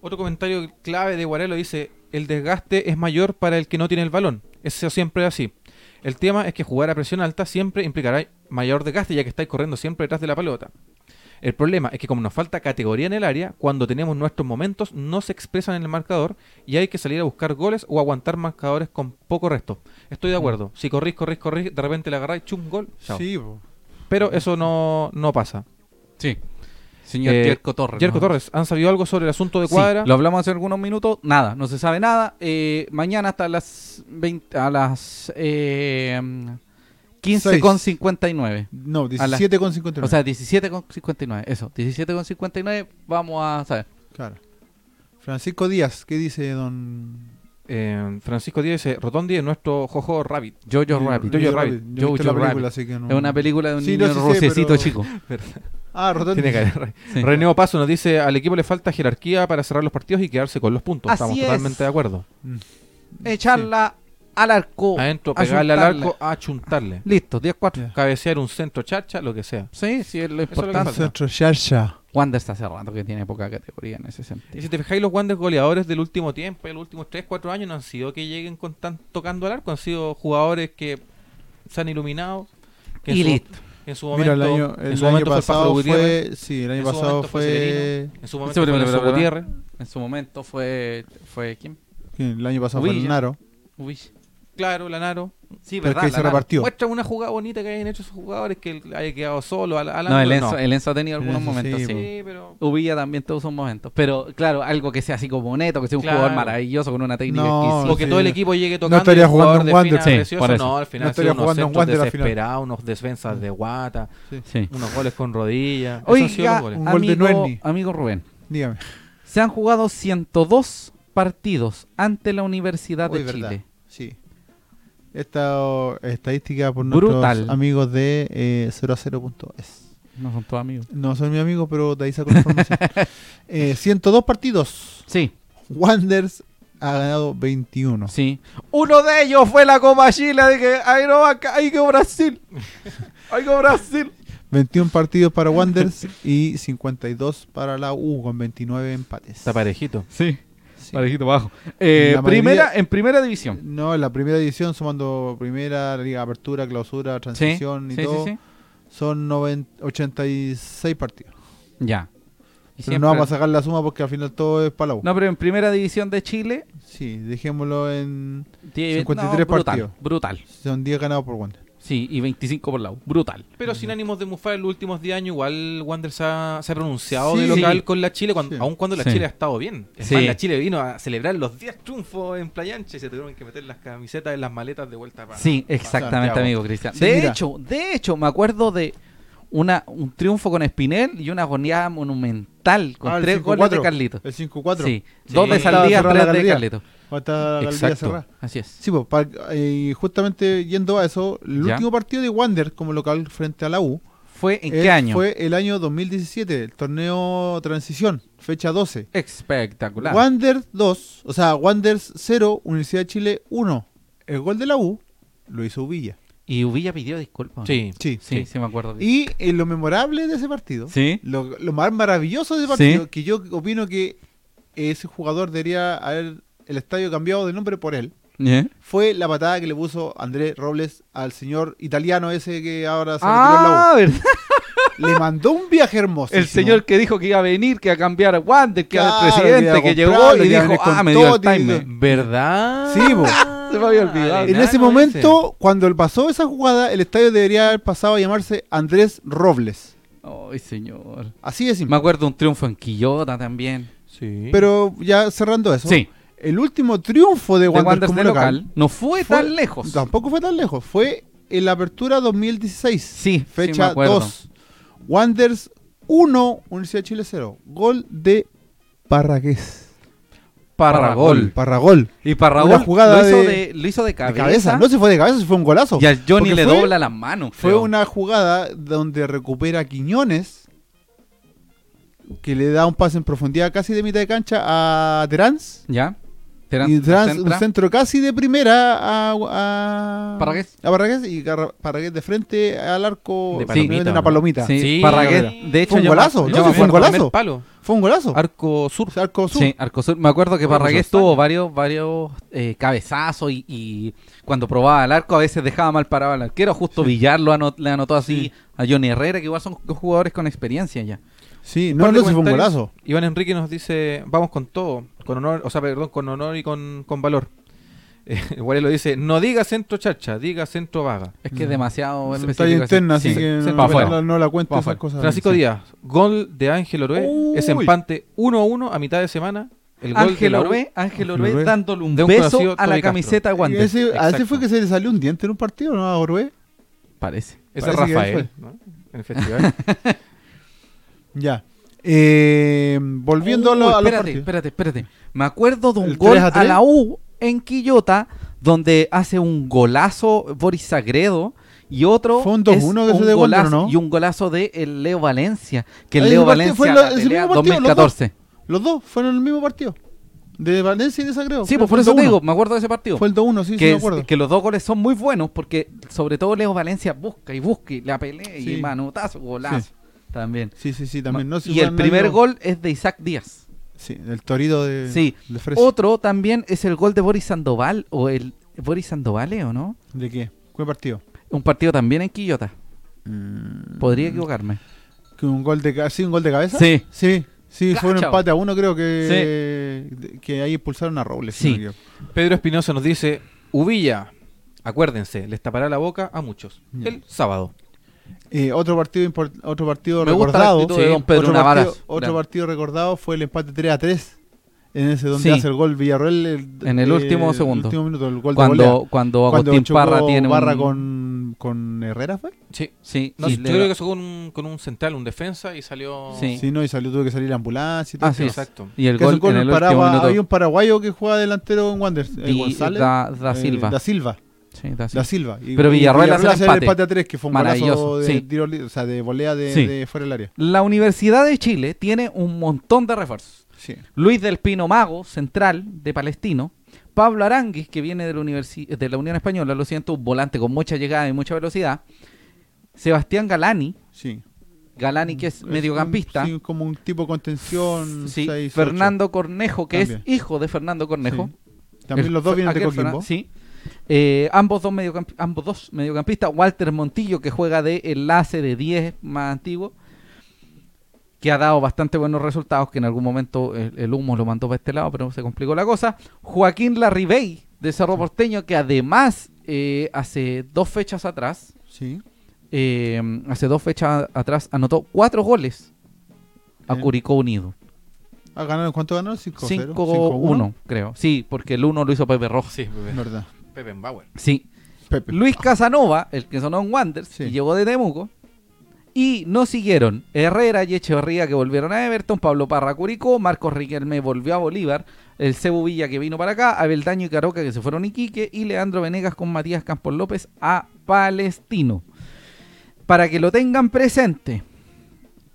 C: Otro comentario clave de Guarelo dice, el desgaste es mayor para el que no tiene el balón. Eso siempre es así. El tema es que jugar a presión alta siempre implicará mayor desgaste ya que estáis corriendo siempre detrás de la pelota. El problema es que como nos falta categoría en el área, cuando tenemos nuestros momentos no se expresan en el marcador y hay que salir a buscar goles o aguantar marcadores con poco resto. Estoy de acuerdo. Si corrís, corrís, corrís, de repente le agarráis, chum, gol. chao.
A: Sí, po.
C: Pero eso no, no pasa.
B: Sí. Señor
C: Eh,
B: Jerko Torres.
C: Jerko
B: ¿no?
C: Torres, ¿han sabido algo sobre el asunto de
B: Sí,
C: cuadra?
B: lo hablamos hace algunos minutos. Nada, no se sabe nada. Eh, mañana hasta las 20, a las eh, 15.59.
A: No,
B: A las-
A: 17 con 59.
B: O sea, 17.59. Eso, 17.59. Vamos a saber.
A: claro. Francisco Díaz, ¿qué dice don
C: Eh, Francisco Díaz dice, Rotondi es nuestro Jojo Rabbit.
B: Jojo
A: Yo-
B: Rabbit.
A: Yo-
C: Jojo
A: Yo-
C: Rabbit.
A: Yo he visto
B: Jojo
A: la
B: Rabbit.
A: película, así que no.
B: Es una película de un
A: Sí,
B: niño
A: no, sí sé,
B: rocecito
A: pero-
B: chico.
A: Ah, Rotondi.
C: Tiene que haber.
B: Sí.
C: Reneo Paso nos dice, al equipo le falta jerarquía para cerrar los partidos y quedarse con los puntos.
B: Así
C: Estamos
B: es.
C: totalmente de acuerdo.
B: Echarla al arco.
C: Adentro, pegarle al
B: Achuntarla.
C: arco, achuntarle.
B: Listo, 10-4.
C: Cabecear un centro, chacha, lo que sea.
B: Sí, sí, es lo
C: es lo que
B: importante.
C: falta.
A: Centro Yarsha.
B: Wander está cerrando que tiene poca categoría en ese sentido.
C: Y si te fijáis, los guantes goleadores del último tiempo, de los últimos 3, 4 años, no han sido que lleguen con tan, tocando al arco, han sido jugadores que se han iluminado. Que en
B: Y
C: su-
B: listo.
C: En su
A: Mira,
C: momento,
A: el año, el
C: en su
A: año
C: momento fue el
A: pasado
C: Pájaro
A: fue,
C: Gutiérrez.
A: sí, el año
C: en su
A: pasado
C: momento fue
A: fue,
C: Severino, En su
B: Sí,
A: Este
C: momento fue
B: pero-
C: Enzo
B: pero-
C: Gutiérrez.
B: En su momento fue. ¿Fue quién?
A: ¿quién? el año pasado fue
B: Villa.
A: Naro.
B: Uy.
C: Claro, Lanaro.
B: Sí,
A: Pero es que se repartió.
C: Muestra una jugada bonita que hayan hecho esos jugadores que el- haya quedado solo al, al
B: No, eh, el
C: ángulo,
B: Enzo, el Enzo ha tenido
A: El
B: algunos
A: Enzo,
B: momentos,
A: sí, pues.
B: sí.
A: po.
C: Sí, pero.
B: Ubilla también tuvo sus momentos. Pero claro, algo que sea así como neto, que sea un
C: Claro.
B: jugador maravilloso con una técnica
A: No,
B: exquisita.
A: sí.
C: O que todo el equipo llegue tocando.
A: estaría
C: y el
A: jugando
C: jugador
A: en Wander.
C: defina
A: Sí,
C: precioso.
B: por eso.
C: No, al final
A: No
C: ha sido
A: estaría
C: unos
A: jugando en
C: centros
A: Wander al final.
C: desesperados, unos defensas de guata,
B: Sí.
C: unos goles con rodillas. Esos han sido los
B: Oiga,
C: goles.
A: Un gol de
B: amigo,
A: Nuerni.
B: amigo Rubén,
A: Dígame.
B: se han jugado 102 partidos ante la Universidad
A: Uy,
B: de
A: verdad.
B: Chile.
A: Sí. Esta o- estadística por
B: Brutal.
A: nuestros amigos de eh, 0 a 0.es.
B: No son todos amigos.
A: No son mis amigos, pero de ahí saco la información. Eh, 102 partidos.
B: Sí,
A: Wanders ha ganado 21.
B: sí. Uno de ellos fue la Copa Chile de que ay no acá, ay que Brasil. Ay que Brasil.
A: 21 partidos para Wanders y 52 para la U con 29 empates.
C: Está parejito.
B: Sí,
A: Sí.
B: parejito bajo. Eh,
A: La mayoría-
B: primera en primera división.
A: No, en la primera edición, sumando primera, liga, apertura, clausura,
B: Sí,
A: transición y
B: sí,
A: todo,
B: sí, sí.
A: son noven- 86 partidos.
B: Ya. Y
A: Pero
B: siempre-
A: no vamos a sacar la suma porque al final todo es para la U.
B: No, pero en primera división de Chile.
A: Sí, dejémoslo en...
B: tiene-
A: 53
B: brutal,
A: partidos.
B: Brutal.
A: Son 10 ganados por Wander.
B: Sí, y 25 por la U. Brutal.
C: Pero sin ánimos de mufar, en los últimos 10 años, igual Wander se ha, se ha pronunciado
A: Sí.
C: de local
B: Sí.
C: con la Chile, cuando,
A: Sí.
C: aun cuando la
B: Sí.
C: Chile ha estado bien. Es
B: Sí.
C: más, la Chile vino a celebrar los 10 triunfos en Playa Ancha y se tuvieron que meter las camisetas en las maletas de vuelta para.
B: Sí,
C: para
B: exactamente,
C: Santiago.
B: amigo Cristian.
A: Sí,
B: de
A: mira.
B: hecho, de hecho, me acuerdo de una, un triunfo con Espinel y una agonía monumental con
A: Ah, el
B: tres goles
A: 5-4.
B: de Carlitos.
A: El 5-4.
B: Sí,
C: Sí.
B: dos de
A: Estaba
B: Saldías,
A: cerrada la
B: tres de
A: galería.
B: Carlitos.
A: Hasta la galería
B: Exacto.
A: cerrada.
B: Así es.
A: Sí, pues, par- eh, justamente yendo a eso, el
B: Ya.
A: último partido de Wander como local frente a la U
B: ¿Fue en
A: eh,
B: qué año?
A: fue el año 2017, el torneo transición, fecha 12.
B: espectacular.
A: Wander 2, o sea, Wanders 0, Universidad de Chile 1. El gol de la U lo hizo Uvilla.
B: Y Uvilla pidió disculpas.
C: Sí.
A: Sí.
B: sí, sí, me acuerdo.
A: Y eh, lo memorable de ese partido,
B: sí.
A: lo, lo más maravilloso de ese
B: Sí.
A: partido, que yo opino que ese jugador debería haber el estadio cambiado de nombre por él,
B: ¿Eh?
A: fue la patada que le puso Andrés Robles al señor italiano ese que ahora se
B: Ah, ¿verdad?
A: retiró en la U. Le mandó un viaje hermoso.
B: El señor que dijo que iba a venir, que iba a cambiar a Wander, que era el
A: Claro, que iba
B: presidente,
A: a
B: que llegó
A: comprarlo,
B: y
A: que iba a
B: dijo,
A: venir con
B: ah, me dio el
A: todo,
B: time.
A: digo.
C: ¿Verdad?
A: Sí, bo.
C: Se
B: me había olvidado.
A: En ese momento, cuando él pasó esa jugada, el estadio debería haber pasado a llamarse Andrés Robles.
B: Ay, señor.
A: Así es.
B: Me acuerdo un triunfo en Quillota también.
C: Sí.
A: Pero ya cerrando eso,
B: Sí,
A: el último triunfo de
B: de
A: Wander
B: Wander
A: como
B: de
A: local,
B: local. pues. No fue,
A: fue-
B: tan lejos.
A: tampoco fue tan lejos, fue en la apertura 2016,
B: Sí, sí, me
A: fecha
B: acuerdo.
A: 2. Wanders 1, Universidad de Chile 0. Gol de Parragués.
B: Parragol.
A: Parragol.
B: Y Parragol
A: Una jugada
B: lo, hizo
A: de-
B: de, lo hizo de
A: De
B: cabeza.
A: cabeza, no se fue de cabeza, se fue un golazo.
B: Y al Johnny
A: Porque
B: le
A: fue-
B: dobla las manos.
A: Fue
B: creo.
A: una jugada donde recupera a Quiñones, que le da un pase en profundidad casi de mitad de cancha a Terán
B: ¿Ya? Terán-
A: Y trans- un
B: Centra.
A: centro casi de primera a, a
B: Parragués.
A: a Parragués y Garra- Parragués de frente al arco
C: De
A: simplemente
C: palomita,
A: una
C: ¿no?
A: palomita.
B: Sí,
C: Sí,
B: Parragués.
C: la verdad.
B: De hecho,
A: Fue un
B: yo me-
A: golazo,
B: yo
A: ¿no?
B: me
A: Fue un
B: acuerdo-
A: golazo.
C: Primer palo.
A: Fue un golazo.
C: Arco sur.
A: O sea, arco sur.
B: Sí, Arcosur. Me acuerdo que
C: Arcosur
B: Parragués
C: España.
B: tuvo varios, varios eh, cabezazos y, y cuando probaba el arco a veces dejaba mal parado al arquero. Justo Villar lo ano- le anotó así
A: Sí.
B: a Johnny Herrera, que igual son jugadores con experiencia ya.
A: Sí, no,
C: Par de
A: no, sí fue un
C: comentarios.
A: golazo.
C: Iván Enrique nos dice, vamos con todo, con honor, o sea, perdón, con honor y con, con valor. Eh, Guarelo dice, no diga centro chacha, diga centro vaga.
B: Es que es demasiado.
A: Se Está ahí
B: específico
A: interna,
B: ese-
A: así
B: sí,
A: que
B: sí,
A: no,
B: pa'
A: no,
B: afuera.
A: la- no la cuento
B: Pa'
A: esas
B: afuera.
A: cosas.
C: Francisco
A: Ah, Sí.
C: Díaz, gol de Ángel Orué,
A: Uy.
C: es empate 1-1 a mitad de semana. El gol de
B: Ángel
C: la U-
B: Orbe, Ángel
A: Ángel
B: Orbe
A: Orbe.
B: dándole un
C: De un
B: beso
C: conocido
B: a la
C: Toby Castro.
B: camiseta de Wander.
A: Ese, a ese
B: Exacto.
A: fue que se le salió un diente en un partido, ¿no? A Orbe.
B: Parece.
C: Ese es
A: Parece que
C: Rafael, ¿no? En el festival.
A: Ya. Eh, volviendo a
B: Uh,
A: lo- a los
B: espérate,
A: partidos.
B: espérate, espérate. Me acuerdo de un
A: ¿El
B: gol
A: 3 a
B: a,
A: 3?
B: la U en Quillota, donde hace un golazo Boris Sagredo y otro
A: Fue un
B: es
A: 2-1 que se
B: un
A: dio Wander,
B: golazo-
A: ¿no?
B: y un golazo de el Leo Valencia, que el
A: Ah,
B: Leo
A: ese partido
B: Valencia
A: fue en
B: la
A: la- ese
B: pelea
A: mismo partido, los dos.
B: 2014.
A: Los dos fueron en el mismo partido. De Valencia y de Zagreb.
B: Sí,
A: Fue
B: pues por
A: el
B: eso
A: 2-1.
B: te digo, me acuerdo de ese partido.
A: Fue el 2-1, sí, sí,
B: que,
A: me
B: es-
A: acuerdo.
B: que los dos goles son muy buenos porque sobre todo Leo Valencia busca y busca y la pelea y
A: Sí.
B: manotazo, golazo
A: Sí.
B: también.
A: Sí, sí, sí, también. No, sí,
B: y
A: fue
B: el primer
A: año-
B: gol es de Isaac Díaz.
A: Sí, del torito de,
B: Sí.
A: de Fresa.
B: Otro también es el gol de Boris Sandoval o el Boris Sandoval, ¿eh? ¿o no?
A: ¿De qué? ¿Qué partido?
B: Un partido también en Quillota.
C: Mm.
B: Podría
A: que
B: equivocarme.
A: un gol de ca- sí, un gol de cabeza?
B: Sí.
A: Sí. Sí, fue un
B: Cacha,
A: empate a uno, creo que de- que ahí expulsaron a Robles. si
B: Sí.
A: no me equivoco.
C: Pedro Espinosa nos dice, Ubilla, acuérdense, les tapará la boca a muchos.
A: Ya.
C: El sábado.
A: Eh, otro partido import- otro partido
B: Me gusta la
A: recordado.
B: actitud de
A: Sí.
B: don Pedro
A: otro,
B: Navaras.
A: partido, otro
B: Gran.
A: partido recordado fue el empate 3 a 3. En ese donde
B: Sí.
A: hace el gol Villarreal el-
B: En el último segundo.
A: último minuto, el gol de volea.
B: Cuando, cuando
A: Cuando
B: Agustín
A: chocó
B: Parra tiene un...
A: Barra con, con Herrera fue.
C: Sí.
B: Sí,
C: No,
B: y le
C: yo creo
B: da-
C: que eso con un, con un central, un defensa y salió...
B: Sí.
A: Sí, no, y salió tuvo que salir la ambulancia y todo
B: Así
A: eso.
B: es.
C: Exacto.
B: y el
A: Que hace
B: gol,
A: un gol
B: en
A: en
B: el último
A: Paraguay,
B: minuto.
A: Hay un paraguayo que juega delantero en Wander, eh,
B: Di-
A: González.
B: da, da
A: eh,
B: Silva. Ah,
A: Da Silva.
B: Sí, da Silva.
A: Da Silva. Y-
B: Pero
A: y
B: Villarreal hace el empate.
A: a 3, que fue un
B: Maravilloso,
A: golazo de
B: sí.
A: tiro li- o sea, de volea de,
B: Sí.
A: de fuera del área.
B: La Universidad de Chile tiene un montón de refuerzos.
A: Sí.
B: Luis del Pino Mago, central de Palestino. Pablo Aranguis, que viene de la, universi- de la Unión Española, lo siento, un volante con mucha llegada y mucha velocidad. Sebastián Galani,
A: sí.
B: Galani que es
A: Es
B: mediocampista.
A: un- sí, como un tipo de contención.
B: Sí,
A: seis, ocho.
B: Fernando Cornejo, que es
A: También.
B: hijo de Fernando Cornejo.
A: También
B: El-
A: los dos vienen de
B: aquel
A: Coquimbo.
B: Fernan- Sí. Eh, ambos, dos mediocamp- ambos dos mediocampistas. Walter Montillo, que juega de enlace de 10 más antiguo, que ha dado bastante buenos resultados, que en algún momento el, el humo lo mandó para este lado, pero se complicó la cosa. Joaquín Larribey, de Cerro Porteño, que además eh, hace dos fechas atrás,
A: Sí.
B: eh, hace dos fechas atrás anotó cuatro goles a
A: Bien.
B: Curicó Unido.
A: Ah, ganaron, ¿Cuánto ganaron? 5
B: 5-1, creo. Sí, porque el 1 lo hizo Pepe Rojas.
C: Sí, Pepe,
A: verdad.
C: Pepe Bauer.
B: Sí.
A: Pepe.
B: Luis Casanova, el que sonó en Wanderers,
A: Sí.
B: y llegó de Temuco. Y no siguieron Herrera y Echeverría que volvieron a Everton, Pablo Parra a Curicó, Marcos Riquelme volvió a Bolívar, el Cebu Villa que vino para acá, Abeldaño y Caroca que se fueron a Iquique y Leandro Venegas con Matías Campos López a Palestino. Para que lo tengan presente,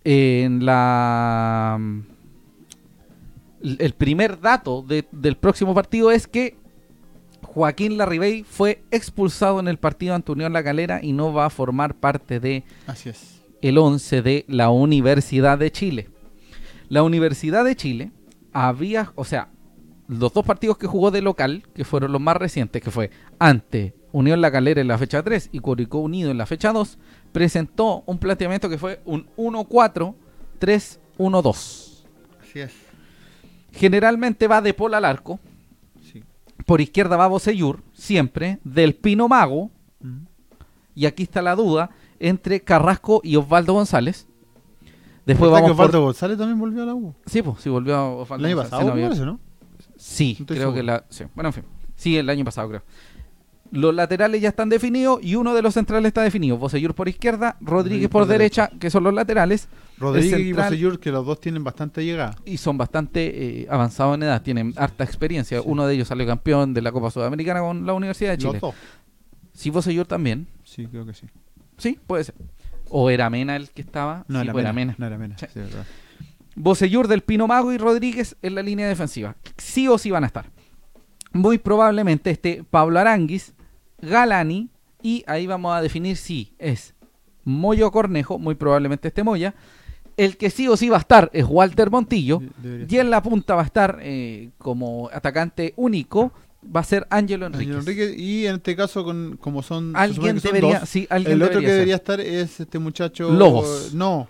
B: en la el primer dato de- del próximo partido es que Joaquín Larribey fue expulsado en el partido ante Unión La Calera y no va a formar parte de
A: Así es.
B: el 11 de la Universidad de Chile. La Universidad de Chile había, o sea, los dos partidos que jugó de local, que fueron los más recientes, que fue ante Unión La Calera en la fecha 3 y Curicó Unido en la fecha 2, presentó un planteamiento que fue un 1-4-3-1-2.
A: Así es.
B: Generalmente va de pol al arco,
A: Sí.
B: por izquierda va Bocellur, siempre, del Pino Mago,
A: Mm.
B: y aquí está la duda entre Carrasco y Osvaldo González. Después
A: ¿Verdad
B: vamos
A: que Osvaldo
B: por...
A: González también volvió a la U.
B: Sí, pues, sí volvió a Osvaldo
A: El año
B: González,
A: pasado,
B: no había-
A: parece, ¿no?
B: Sí,
A: Estoy
B: creo que
A: seguro.
B: la... sí. Bueno, en fin. Sí, el año pasado creo. Los laterales ya están definidos y uno de los centrales está definido. Bosellur por izquierda, Rodríguez por, derecha, que son los laterales
A: Rodríguez y
B: central-
A: Bosellur, que los dos tienen bastante llegada.
B: y son bastante eh, avanzados en edad, tienen harta experiencia.
A: Sí.
B: Uno de ellos salió campeón de la Copa Sudamericana con la Universidad de Chile.
A: Los dos.
B: Sí, Bosellur también.
A: Sí, creo que sí.
B: Sí, puede ser. ¿O era Mena el que estaba?
A: No
B: sí,
A: era
B: pues
A: Mena. No era Mena.
B: Sí.
A: sí, verdad.
B: Bocellur del Pino Mago y Rodríguez en la línea defensiva. Sí o sí van a estar. muy probablemente esté Pablo Aranguis, Galani, y ahí vamos a definir si es Moyo Cornejo, muy probablemente esté Moya. El que sí o sí va a estar es Walter Montillo.
A: De- debería
B: Y en la punta va a estar eh, como atacante único, va a ser Ángelo
A: Ángel
B: Enríquez.
A: Enríquez, y en este caso, con, como son. se supone
B: Alguien
A: que son
B: debería,
A: dos,
B: sí, alguien
A: el otro que
B: ser.
A: debería estar es este muchacho.
B: Lobos.
A: No.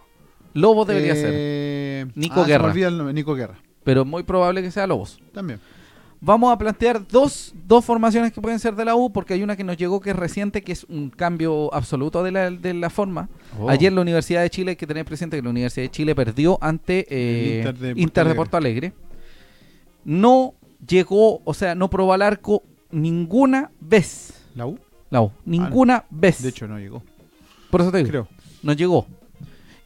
B: Lobos debería ser,
A: eh,
B: Nico
A: se me
B: Guerra.
A: olvida el nombre, Nico Guerra.
B: pero muy probable que sea Lobos.
A: También.
B: Vamos a plantear dos, dos formaciones que pueden ser de la U, porque hay una que nos llegó que es reciente, que es un cambio absoluto de la, de la forma.
C: Oh.
A: Oh.
B: Ayer la Universidad de Chile, hay que tener presente que la Universidad de Chile perdió ante eh,
A: El Inter
B: Inter,
A: de
B: de
A: Porto Alegre.
B: Porto Alegre. No llegó, o sea, no probó al arco ninguna vez.
A: ¿La U?
B: La U, ninguna vez.
A: Ah, De hecho, no llegó.
B: Por eso te digo,
A: Creo.
B: no llegó.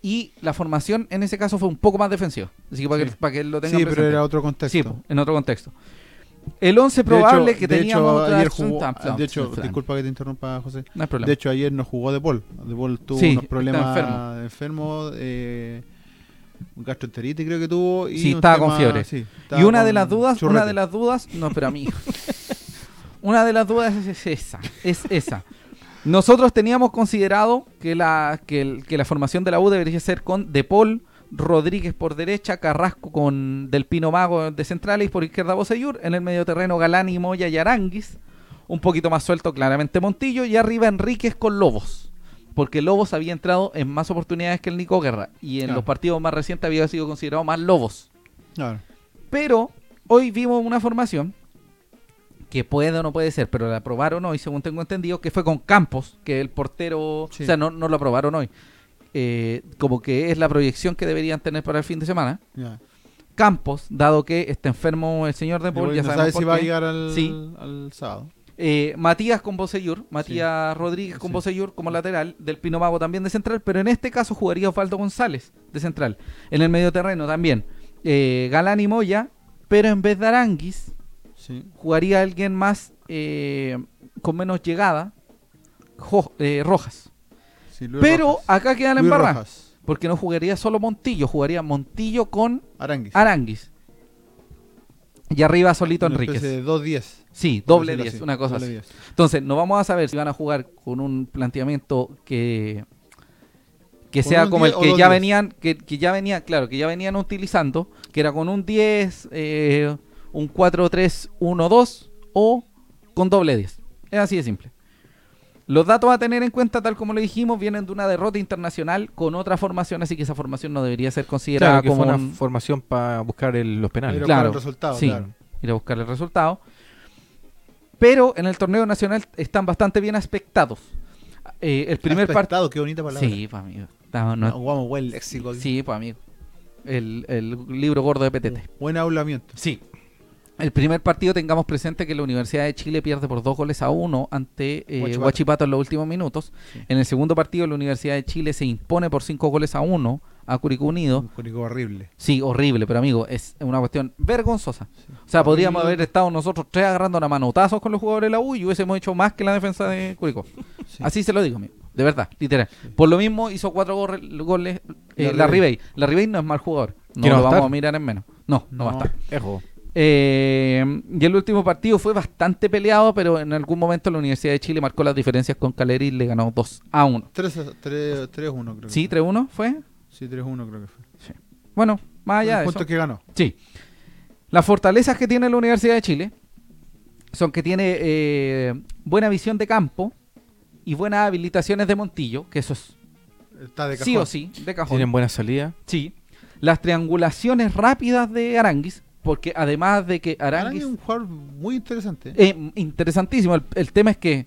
B: Y la formación en ese caso fue un poco más defensiva. Así que para,
A: Sí.
B: que, para que lo tengan
A: Sí, pero
B: presente.
A: era otro contexto.
B: Sí, po, en otro contexto. El 11
A: De hecho-
B: probable que
A: de
B: teníamos
A: hecho,
B: otra
A: ayer
B: acción
A: jugó-
B: tan- tan-
A: De hecho,
B: tan-
A: disculpa que te interrumpa, José.
B: No hay problema.
A: De hecho, ayer no jugó De Paul. De Paul tuvo
B: Sí,
A: unos
B: está
A: problemas
B: enfermo.
A: enfermos. eh, un gastroenteritis creo que tuvo. Y
B: Sí,
A: un
B: estaba con fiebre.
A: sí, estaba
B: y una de
A: con
B: las dudas, una
A: churrete.
B: de las dudas, no, pero amigo. una de las dudas es, es esa, es esa. Nosotros teníamos considerado que la que, el- que la formación de la U debería ser con De Paul, Rodríguez por derecha, Carrasco con Del Pino Mago de centrales y por izquierda Bocellur, en el medio terreno Galani, Moya y Aranguis, un poquito más suelto claramente Montillo y arriba Enríquez con Lobos. Porque Lobos había entrado en más oportunidades que el Nico Guerra y en
A: Claro.
B: los partidos más recientes había sido considerado más Lobos.
A: Claro.
B: Pero hoy vimos una formación que puede o no puede ser, pero la aprobaron hoy, según tengo entendido, que fue con Campos, que el portero,
A: Sí.
B: o sea, no, no lo aprobaron hoy. Eh, como que es la proyección que deberían tener para el fin de semana.
A: ya.
B: Campos, dado que está enfermo el señor De Paul,
A: Igual
B: ya
A: no
B: sabemos
A: sabe si
B: por
A: va a
B: qué.
A: llegar al,
B: Sí.
A: al sábado.
B: Eh, Matías con Bocellur, Matías Rodríguez con
A: Sí.
B: Bocellur como lateral, del Pino Mago también de central, pero en este caso jugaría Osvaldo González de central. En el medio terreno también eh, Galán y Moya, pero en vez de Aranguis,
A: Sí.
B: jugaría alguien más eh, con menos llegada, Jo- eh, Rojas.
A: sí, Luis
B: Pero
A: Rojas.
B: acá queda la
A: Luis
B: embarrada,
A: Rojas.
B: porque no jugaría solo Montillo, jugaría Montillo con
A: Aranguis.
B: Aranguis. Y arriba solito
A: Una
B: Enríquez.
A: especie de 2-10.
B: Sí, doble
A: por decirlo
B: 10,
A: así,
B: una cosa
A: doble
B: así.
A: 10.
B: Entonces, no vamos a saber si van a jugar con un planteamiento que que
A: Con
B: sea
A: un
B: como el
A: 10 o
B: que
A: dos
B: ya
A: 10.
B: venían que, que ya venía, claro, que ya venían utilizando, que era con un 10 eh, un 4-3-1-2 o con doble 10. Es así de simple. Los datos a tener en cuenta, tal como lo dijimos, vienen de una derrota internacional con otra formación, así que esa formación no debería ser considerada
C: Claro, que
B: como
C: fue una
B: un-
C: formación para buscar el- los penales.
A: Pero
B: Claro,
A: con el resultado,
B: sí.
A: claro.
B: ir a buscar el resultado. Pero en el torneo nacional están bastante bien aspectados. Eh, el primer partido.
A: Aspectado, qué bonita palabra.
B: Sí, pues amigo. Estamos- no-
A: No, Vamos, buen léxico. aquí.
B: sí, pues amigo. El, el libro gordo de PTT.
A: Buen aulamiento.
B: Sí. El primer partido tengamos presente que la Universidad de Chile pierde por dos goles a uno ante eh,
A: Huachipato.
B: Huachipato en los últimos minutos. En el segundo partido la Universidad de Chile se impone por cinco goles a uno a Curicó Unido.
A: Un cónico horrible.
B: Sí, horrible, pero amigo, es una cuestión vergonzosa.
A: Sí.
B: O sea, podríamos
A: Horrible.
B: haber estado nosotros tres agarrando a manotazos con los jugadores de la U y hubiésemos hecho más que la defensa de Curicó.
A: Sí.
B: Así se lo digo, amigo. De verdad, literal. Por lo mismo hizo cuatro gorre- goles eh,
A: La
B: la
A: Ribey.
B: Ribey. La Ribey no es mal jugador. No
C: ¿Que no
B: lo
C: va a
B: vamos
C: estar?
B: a mirar en menos. No, no, va a
A: No.
B: estar.
C: Ejo.
B: Eh, y el último partido fue bastante peleado, pero en algún momento la Universidad de Chile marcó las diferencias con Caleri y le ganó 2 a 1.
A: 3-1 creo que
B: Sí,
A: fue.
B: 3-1 fue.
A: Sí, 3-1 creo que fue.
B: Bueno, más allá de Ah, eso.
A: puntos que ganó.
B: Sí. Las fortalezas que tiene la Universidad de Chile son que tiene eh, buena visión de campo y buenas habilitaciones de Montillo, que eso es
A: Está de cajón.
B: sí o sí, de cajón.
C: Tienen buena salida.
B: Sí. Las triangulaciones rápidas de Aranguis, porque además de que
A: Arangui
B: Aranguis...
A: es un jugador muy interesante.
B: Eh, interesantísimo. El, el tema es que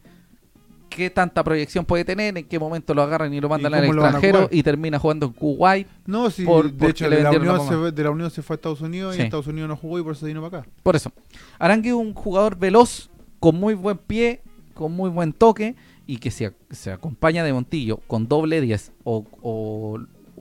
B: qué tanta proyección puede tener, en qué momento lo agarran y lo mandan
A: ¿Y
B: al
A: cómo lo van a
B: extranjero
A: jugar?
B: y termina jugando en Kuwait.
A: no, sí,
B: por-
A: de
B: porque
A: hecho
B: le
A: de la,
B: vendieron la
A: Unión se,
B: mamá.
A: fue- de la Unión se fue a Estados Unidos
B: Sí.
A: y Estados Unidos no jugó y por eso vino para acá.
B: Por eso, Arangui es un jugador veloz, con muy buen pie, con muy buen toque y que se, se acompaña de Montillo con doble 10 o, o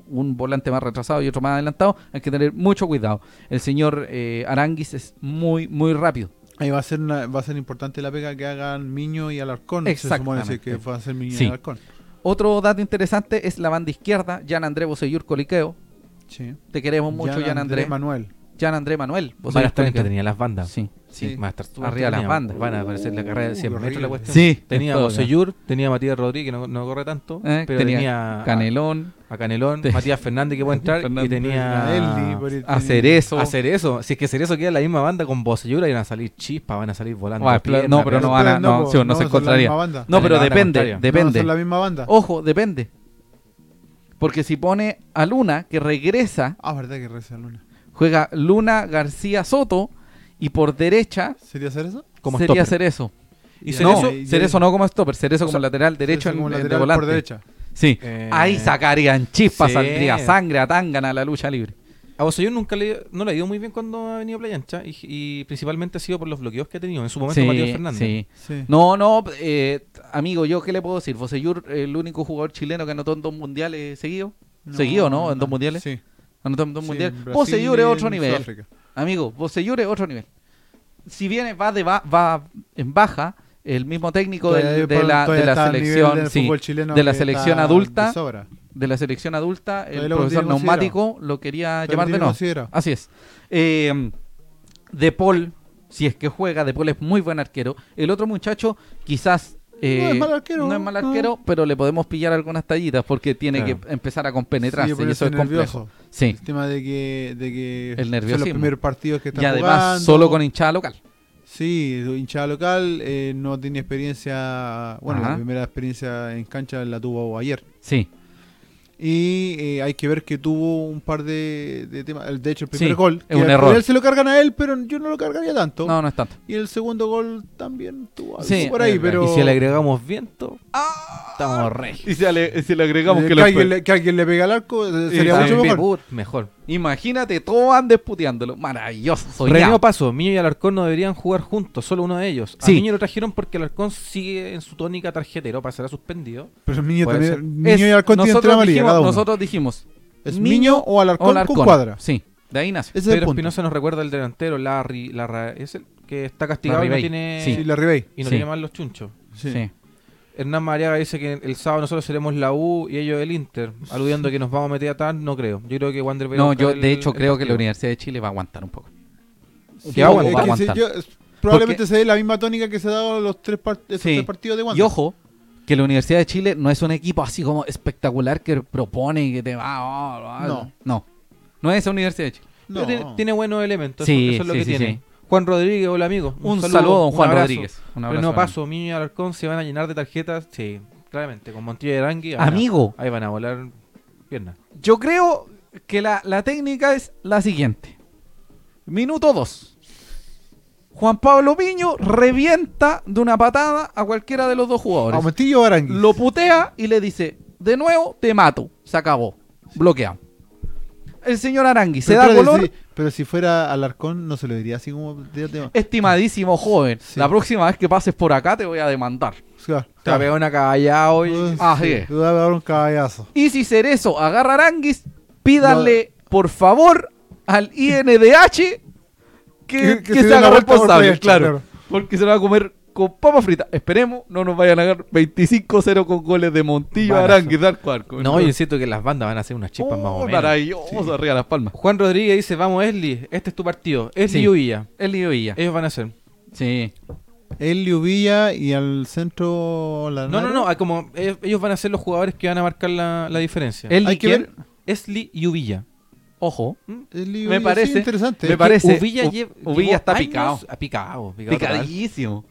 B: un volante más retrasado y otro más adelantado. Hay que tener mucho cuidado. El señor eh, Aranguis es muy, muy rápido.
A: Ahí va a ser una- va a ser importante la pega que hagan Miño y Alarcón. Se supone
B: Exactamente.
A: sí, que va a ser Miño
B: Sí.
A: y Alarcón.
B: Otro dato interesante es la banda izquierda, Jan André Bosellur Coliqueo.
A: Sí.
B: Te queremos mucho, Jan André.
A: Manuel.
B: Jean André Manuel. ¿Vos
C: Van
B: sabés
C: a estar
B: cuál es que-
C: entretenidas las bandas.
B: Sí, sí.
A: Sí.
C: Van a estar súper
B: Arriba las
C: entretenidas.
B: bandas.
C: Van a aparecer la carrera de 100
A: Uh,
C: metros la cuestión.
B: Sí.
C: Tenía a
B: Todo,
C: Bosellur, tenía a Matías Rodríguez, que no, no corre tanto,
B: Eh,
C: pero
B: tenía
C: tenía,
B: ya.
C: a-
B: Canelón.
C: a Canelón,
B: Te-
C: Matías Fernández que puede entrar
B: Fernández.
C: y tenía
A: Eldi, por ahí
B: Ah, a
A: tenía.
B: Cerezo.
C: hacer eso. Si es que hacer eso queda en la misma banda con Bosellur, van a salir chispas, van a salir volando.
B: Bueno,
C: piernas,
B: Ah, no, pero no
C: pedazos.
B: van a-
A: Pero
B: no,
A: po,
B: sí, no se
A: son la
B: encontraría.
A: misma banda.
B: No, pero
C: Canelón era
B: depende,
C: contrario.
B: depende.
A: No, son la misma banda.
B: Ojo, depende. Porque si pone a Luna, que regresa,
A: Ah, verdad que reza Luna.
B: juega Luna García Soto y por derecha
A: ¿Sería hacer eso?
C: Como
B: sería
C: stopper.
B: Cerezo.
C: Y
A: Ya,
B: no,
C: Cerezo-
A: ya, ya.
B: Cerezo no como stopper, Cerezo como lateral derecho
A: Sería
B: en,
A: como
B: en- de
A: lateral
B: volante.
A: por derecha.
B: Sí.
C: Eh,
B: Ahí sacarían chispas,
C: sí.
B: saldría sangre, atangana a la lucha libre.
C: A Bosellur nunca le, no le ha ido muy bien cuando ha venido a Playa Ancha y, y principalmente ha sido por los bloqueos que ha tenido en su momento
B: Sí,
C: Matías Fernández.
B: sí.
A: Sí.
B: No, no, eh, amigo, yo qué le puedo decir. Fosellur, el único jugador chileno que anotó en dos mundiales seguidos. seguido, ¿no? En dos mundiales.
A: Sí.
B: Anotó en dos
A: sí,
B: mundiales.
A: en Brasil
B: Fosellur
A: y
B: es
A: en
B: otro nivel.
A: Sudáfrica.
B: Amigo, Bosellur es otro nivel. Si viene va de ba- va en baja, el mismo técnico del-
A: Todavía
B: de, la,
A: todavía
B: de la
A: está al nivel
B: selección,
A: del
B: sí,
A: fútbol chileno
B: de la
A: que
B: selección
A: está
B: adulta.
A: de sobra.
B: de la selección adulta, el
A: Todavía lo
B: profesor
A: tiene
B: neumático lo quería
A: Todavía
B: llamar de
A: tiene
B: nuevo.
A: considerado.
B: Así es. Eh, de Paul, si es que juega, De Paul es muy buen arquero. El otro muchacho, quizás. eh,
A: No es mal arquero,
B: no es mal
A: no.
B: arquero, pero le podemos pillar algunas tallitas porque tiene
C: Claro.
B: que empezar a
A: Sí,
B: compenetrarse
A: por
B: y eso es complejo.
A: nervioso.
B: Sí.
A: El tema de que, de que
B: El
A: son los
B: nerviosismo.
A: primeros partidos que están
B: Y además,
A: jugando.
B: solo con hinchada local.
A: Sí, hinchada local, eh, no tiene experiencia, bueno,
B: Ajá.
A: la primera experiencia en cancha la tuvo ayer.
B: Sí.
A: Y eh, hay que ver que tuvo un par de, de temas. el- De hecho, el primer
B: Sí,
A: gol.
B: es
A: que
B: un
A: al-
B: error.
A: él se lo cargan a él, pero yo no lo cargaría tanto.
B: No, no es tanto.
A: Y el segundo gol también tuvo algo
B: Sí, eh,
A: por ahí,
B: es verdad.
A: pero.
C: Y si le agregamos viento,
B: Ah.
C: estamos re.
B: Y si le, agregamos
A: eh, que, alguien le, que alguien le pega al arco, eh, sería
B: está
A: mucho
B: bien.
A: mejor.
C: Mejor.
B: Imagínate, todos andes puteándolo. Maravilloso. soñado.
C: Reñido Paso, Miño y Alarcón no deberían jugar juntos, solo uno de ellos.
B: Sí.
C: A Miño lo trajeron porque Alarcón sigue en su tónica tarjetero para ser suspendido.
A: Pero el niño
C: Puede
A: también.
C: ser.
A: Niño
B: Es-
A: y Alcón tienen
B: nosotros
A: tres amarillas
B: dijimos-
A: cada uno.
B: Nosotros dijimos,
A: es
B: Miño
A: Niño o Alarcón,
B: Alarcón.
A: con cuadra.
B: Sí, de ahí nace.
A: Ese es el
C: Pedro
A: punto.
C: Espinosa nos recuerda el delantero, Larry, Larra, es el que está castigado y no
B: Larribey.
C: tiene,
A: Sí, la Ribey.
C: y no
B: Sí.
C: tiene más los chunchos.
A: Sí.
B: Sí.
C: Hernán Mariaga dice que el sábado nosotros seremos la U y ellos el Inter, aludiendo que nos vamos a meter a tan, no creo. Yo creo que Wander va a ir a
B: No,
C: buscar
B: yo
C: el-
B: de hecho
C: el
B: creo que la
C: partido.
B: Universidad de Chile va a aguantar un poco.
A: Sí,
C: Que aguanta,
A: es
C: va a
A: se-
B: aguantar.
A: yo- es- probablemente se dé la misma tónica que se ha dado los tres, par- esos
B: Sí.
A: tres partidos de Wanda.
B: Y ojo, que la Universidad de Chile no es un equipo así como espectacular que propone y que te va. ah, ah, ah.
A: No.
B: No. No es esa Universidad de Chile.
A: No.
C: Pero tiene, tiene buenos elementos,
B: Sí,
C: eso es lo
B: sí,
C: que
B: sí,
C: tiene.
B: sí.
C: Juan Rodríguez, hola amigo.
B: Un, saludo, a don
C: un
B: Juan
C: abrazo.
B: Rodríguez. Un
C: Pero
B: abrazo, Pues
C: no
B: hermano.
C: paso, Miño y Alarcón se van a llenar de tarjetas, sí, claramente, con Montillo y Arangui. van a-
B: Amigo,
C: ahí van a volar piernas.
B: yo creo que la, la técnica es la siguiente. Minuto 2. Juan Pablo Piño revienta de una patada a cualquiera de los dos jugadores.
A: Aumentillo o Arangui.
B: lo putea y le dice, de nuevo te mato. Se acabó. Bloqueado. El señor Arangui se da
A: espérate,
B: color.
A: sí, pero si fuera Alarcón, no se lo diría así como. de- de-
B: Estimadísimo joven,
A: Sí.
B: la próxima vez que pases por acá te voy a demandar.
A: o sea,
C: Te va a pegar una caballada hoy.
B: Así es.
A: Te voy a dar un caballazo.
B: Y si Cerezo agarra a Aranguis, pídanle, por favor, al INDH que,
A: Que- que
B: que
A: se dé
B: se haga
A: la vuelta por
B: responsable,
A: derecha,
B: claro,
A: claro.
B: Porque se lo va a comer con papa frita. Esperemos, no nos vayan a ganar 25-0 con goles de Montillo,
C: Balazo.
B: Aranguis, Dar Cuarco.
C: No, yo siento que las bandas van a hacer unas chispas más o menos.
B: Maravilloso, arriba las palmas.
C: Uh, Juan Rodríguez dice, vamos Esli, este es tu partido. Esli
B: Sí.
C: y Uvilla.
B: El lío Villa.
C: Ellos van a hacer.
B: Sí.
A: Él Liubilla y al centro. La
C: No, no, no, ah, como ellos ellos van a ser los jugadores que van a marcar la, la diferencia.
B: El
A: Hay que
B: Liquier,
A: ver.
C: Esli y Uvilla.
B: ojo,
A: El
B: Me
A: Liubilla,
B: parece-
A: sí, interesante.
B: me
A: Es
B: parece-
C: Uvilla,
B: U-
C: lle-
B: Uvilla
C: llevó
B: está
C: años-
B: picado.
C: ah, picado. Picado. total.
B: picadísimo.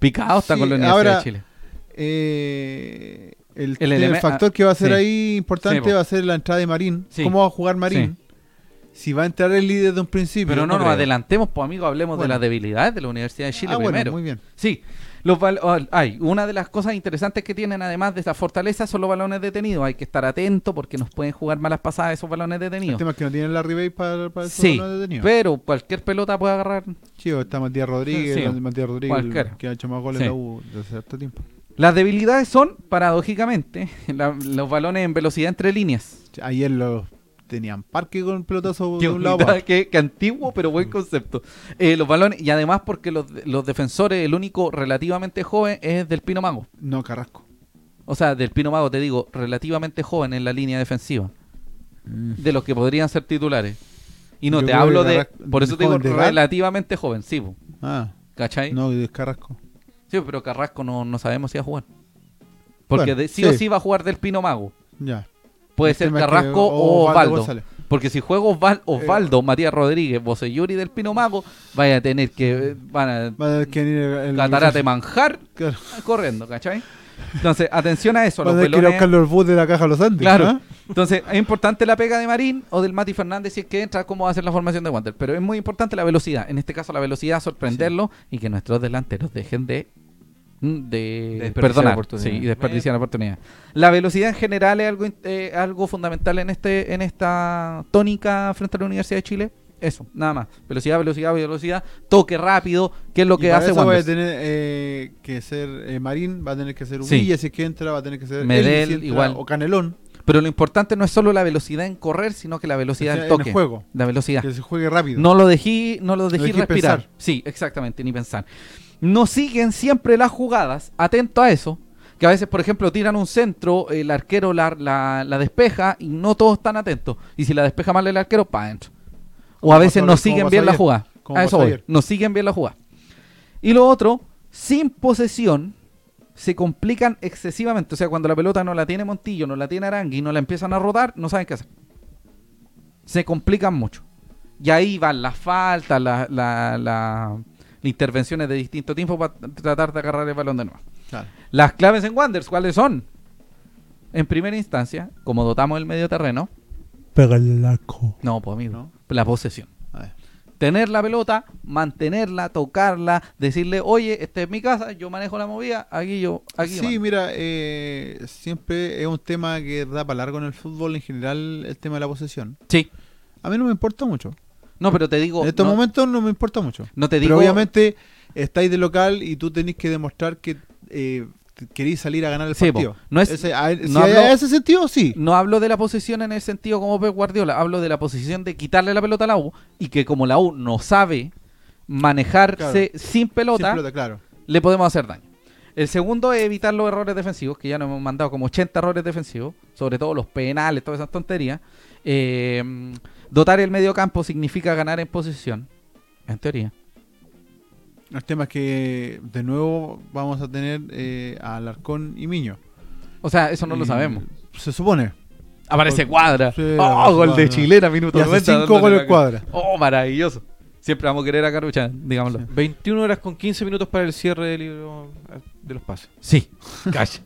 B: Picado está
A: Sí,
B: con la Universidad
A: ahora-
B: de Chile.
A: que, eh, el,
B: El
A: el
B: eleme- ah,
A: factor que va a ser
B: sí.
A: ahí importante
B: Sí, po.
A: va a ser la entrada de Marín.
B: Sí.
A: ¿Cómo va a jugar Marín? Si va a entrar el líder de un principio.
B: Pero no nos
A: creo.
B: adelantemos, pues amigo, hablemos de
A: Bueno.
B: las debilidades de la Universidad de Chile
A: Ah, bueno,
B: primero.
A: muy bien.
B: Sí, los val- al- ay, una de las cosas interesantes que tienen además de esas fortalezas son los balones detenidos. Hay que estar atento porque nos pueden jugar malas pasadas esos balones
A: El
B: detenidos.
A: tema es que no tienen la Ribey para, para el
B: Sí,
A: solo detenido.
B: pero cualquier pelota puede agarrar.
A: Chico, está Matías Rodríguez,
B: Sí,
A: el- Matías Rodríguez, el
B: cualquiera.
A: que ha hecho más goles
B: Sí.
A: en la U desde hace tiempo.
B: Las debilidades son, paradójicamente, la- los balones en velocidad entre líneas.
A: Ayer los tenían parque con pelotazo
B: Qué
A: de un lado
B: bonita,
A: para otro. Mm.
B: qué- qué antiguo, pero buen concepto. Eh, los balones, y además porque los, los defensores, el único relativamente joven es del Pino Mago.
A: No, Carrasco.
B: O sea, del Pino Mago, te digo, relativamente joven en la línea defensiva, de los que podrían ser titulares. Y no
A: Mm. Yo
B: te
A: creo
B: hablo
A: que
B: de.
A: Carrasco-
B: Por eso te digo,
A: joven de edad.
B: relativamente joven, sí, po,
A: Ah,
B: ¿cachai?
A: no, de Carrasco.
B: Sí, pero Carrasco no, no sabemos si va a jugar. Porque
A: Bueno,
B: de- sí,
A: sí.
B: o sí va a jugar Del Pino Mago.
A: Ya.
B: Puede
A: El
B: ser
A: tema es que-
B: Carrasco o Osvaldo.
A: González.
B: Porque si juega
A: Eh,
B: Osval- Osvaldo, Matías Rodríguez, Boselluri Del Pino Mago, vaya a tener que. eh, Van a.
A: Va a tener que venir el, el-
B: Catarate manjar
A: Claro.
B: corriendo, ¿cachai? Entonces, atención a eso.
A: Va a
B: los
A: tener que ir a
B: pelones-
A: buscar los bus de la caja de los Andes.
B: Claro.
A: ¿ah?
B: Entonces, es importante la pega de Marín o del Mati Fernández si es que entra, cómo va a ser la formación de Wander. Pero es muy importante la velocidad. En este caso, la velocidad, sorprenderlo y que nuestros delanteros dejen de. mm, de
C: desperdiciar
B: perdonar
C: oportunidades.
B: sí, y desperdiciar oportunidades. La velocidad en general es algo, in- eh, algo fundamental en este en esta tónica frente a la Universidad de Chile. Eso, nada más. Velocidad, velocidad, velocidad, toque rápido, que es lo
A: Y
B: que
A: para
B: hace
A: eso va a
B: Wander.
A: tener eh, que ser eh, Marín, va a tener que ser
B: Sí.
A: Uvilla si es que entra, va a tener que ser
B: Medel,
A: Eli si entra,
B: igual.
A: o Canelón
B: Pero lo importante no es solo la velocidad en correr, sino que la velocidad
A: o sea,
B: en
A: en
B: toque.
A: el juego.
B: La velocidad.
A: Que se juegue rápido.
B: No lo dejé, no lo dejé,
A: dejé
B: respirar.
A: pensar.
B: Sí, exactamente, ni pensar. No siguen siempre las jugadas, atento a eso. Que a veces, por ejemplo, tiran un centro, el arquero la, la- la despeja y no todos están atentos. Y si la despeja mal el arquero, para adentro. O
A: Como
B: a veces
A: pasó-
B: no
A: como
B: siguen
A: pasó
B: bien la
A: ayer.
B: jugada.
A: Como
B: A eso
A: pasó
B: voy.
A: ayer.
B: No siguen bien la jugada. Y lo otro, sin posesión, se complican excesivamente. O sea, cuando la pelota no la tiene Montillo, no la tiene Arangui, no la empiezan a rodar, no saben qué hacer. Se complican mucho. Y ahí van las faltas, la- la- la- las intervenciones de distinto tiempo para tratar de agarrar el balón de nuevo.
A: Claro.
B: Las claves en Wanderers, ¿cuáles son? En primera instancia, como dotamos el medio terreno,
D: Pégale el arco.
B: no, pues amigo,
A: ¿No?
B: la posesión.
A: A ver.
B: Tener la pelota, mantenerla, tocarla, decirle, oye, esta es mi casa, yo manejo la movida, aquí yo, aquí yo
A: sí,
B: mando".
A: mira, eh, siempre es un tema que da para largo en el fútbol en general, el tema de la posesión.
B: Sí.
A: A mí no me importa mucho.
B: No, pero te digo.
A: En estos
B: no,
A: momentos no me importa mucho.
B: no te digo.
A: Pero obviamente estáis de local y tú tenéis que demostrar que eh, t- queréis salir a ganar el
B: Sí,
A: partido.
B: po. No es-
A: Ese- a- si
B: no
A: hay-
B: hablo-
A: a ese sentido, sí.
B: No hablo de la posesión en el sentido como Pep Guardiola, hablo de la posesión de quitarle la pelota a la U y que como la U no sabe manejarse sin, pelota,
A: Sin pelota, claro.
B: le podemos hacer daño. El segundo es evitar los errores defensivos, que ya nos hemos mandado como 80 errores defensivos, sobre todo los penales, todas esas tonterías. Eh, dotar el medio campo significa ganar en posesión, en teoría.
A: El tema es que de nuevo vamos a tener eh, a Alarcón y Miño.
B: O sea, eso no lo
A: Y
B: sabemos.
A: Se supone.
B: Aparece
A: Gol-
B: cuadra.
A: Sí,
B: oh,
A: aparece
B: gol de
A: Cuadra.
B: chilena, minuto
A: Y hace
B: 90,
A: cinco
B: dándole
A: goles
B: la-
A: Cuadra.
B: Oh, maravilloso. Siempre vamos a querer a Carucha, digámoslo.
C: 21 horas con 15 minutos para el cierre del libro eh, de los pases.
B: Sí, calla.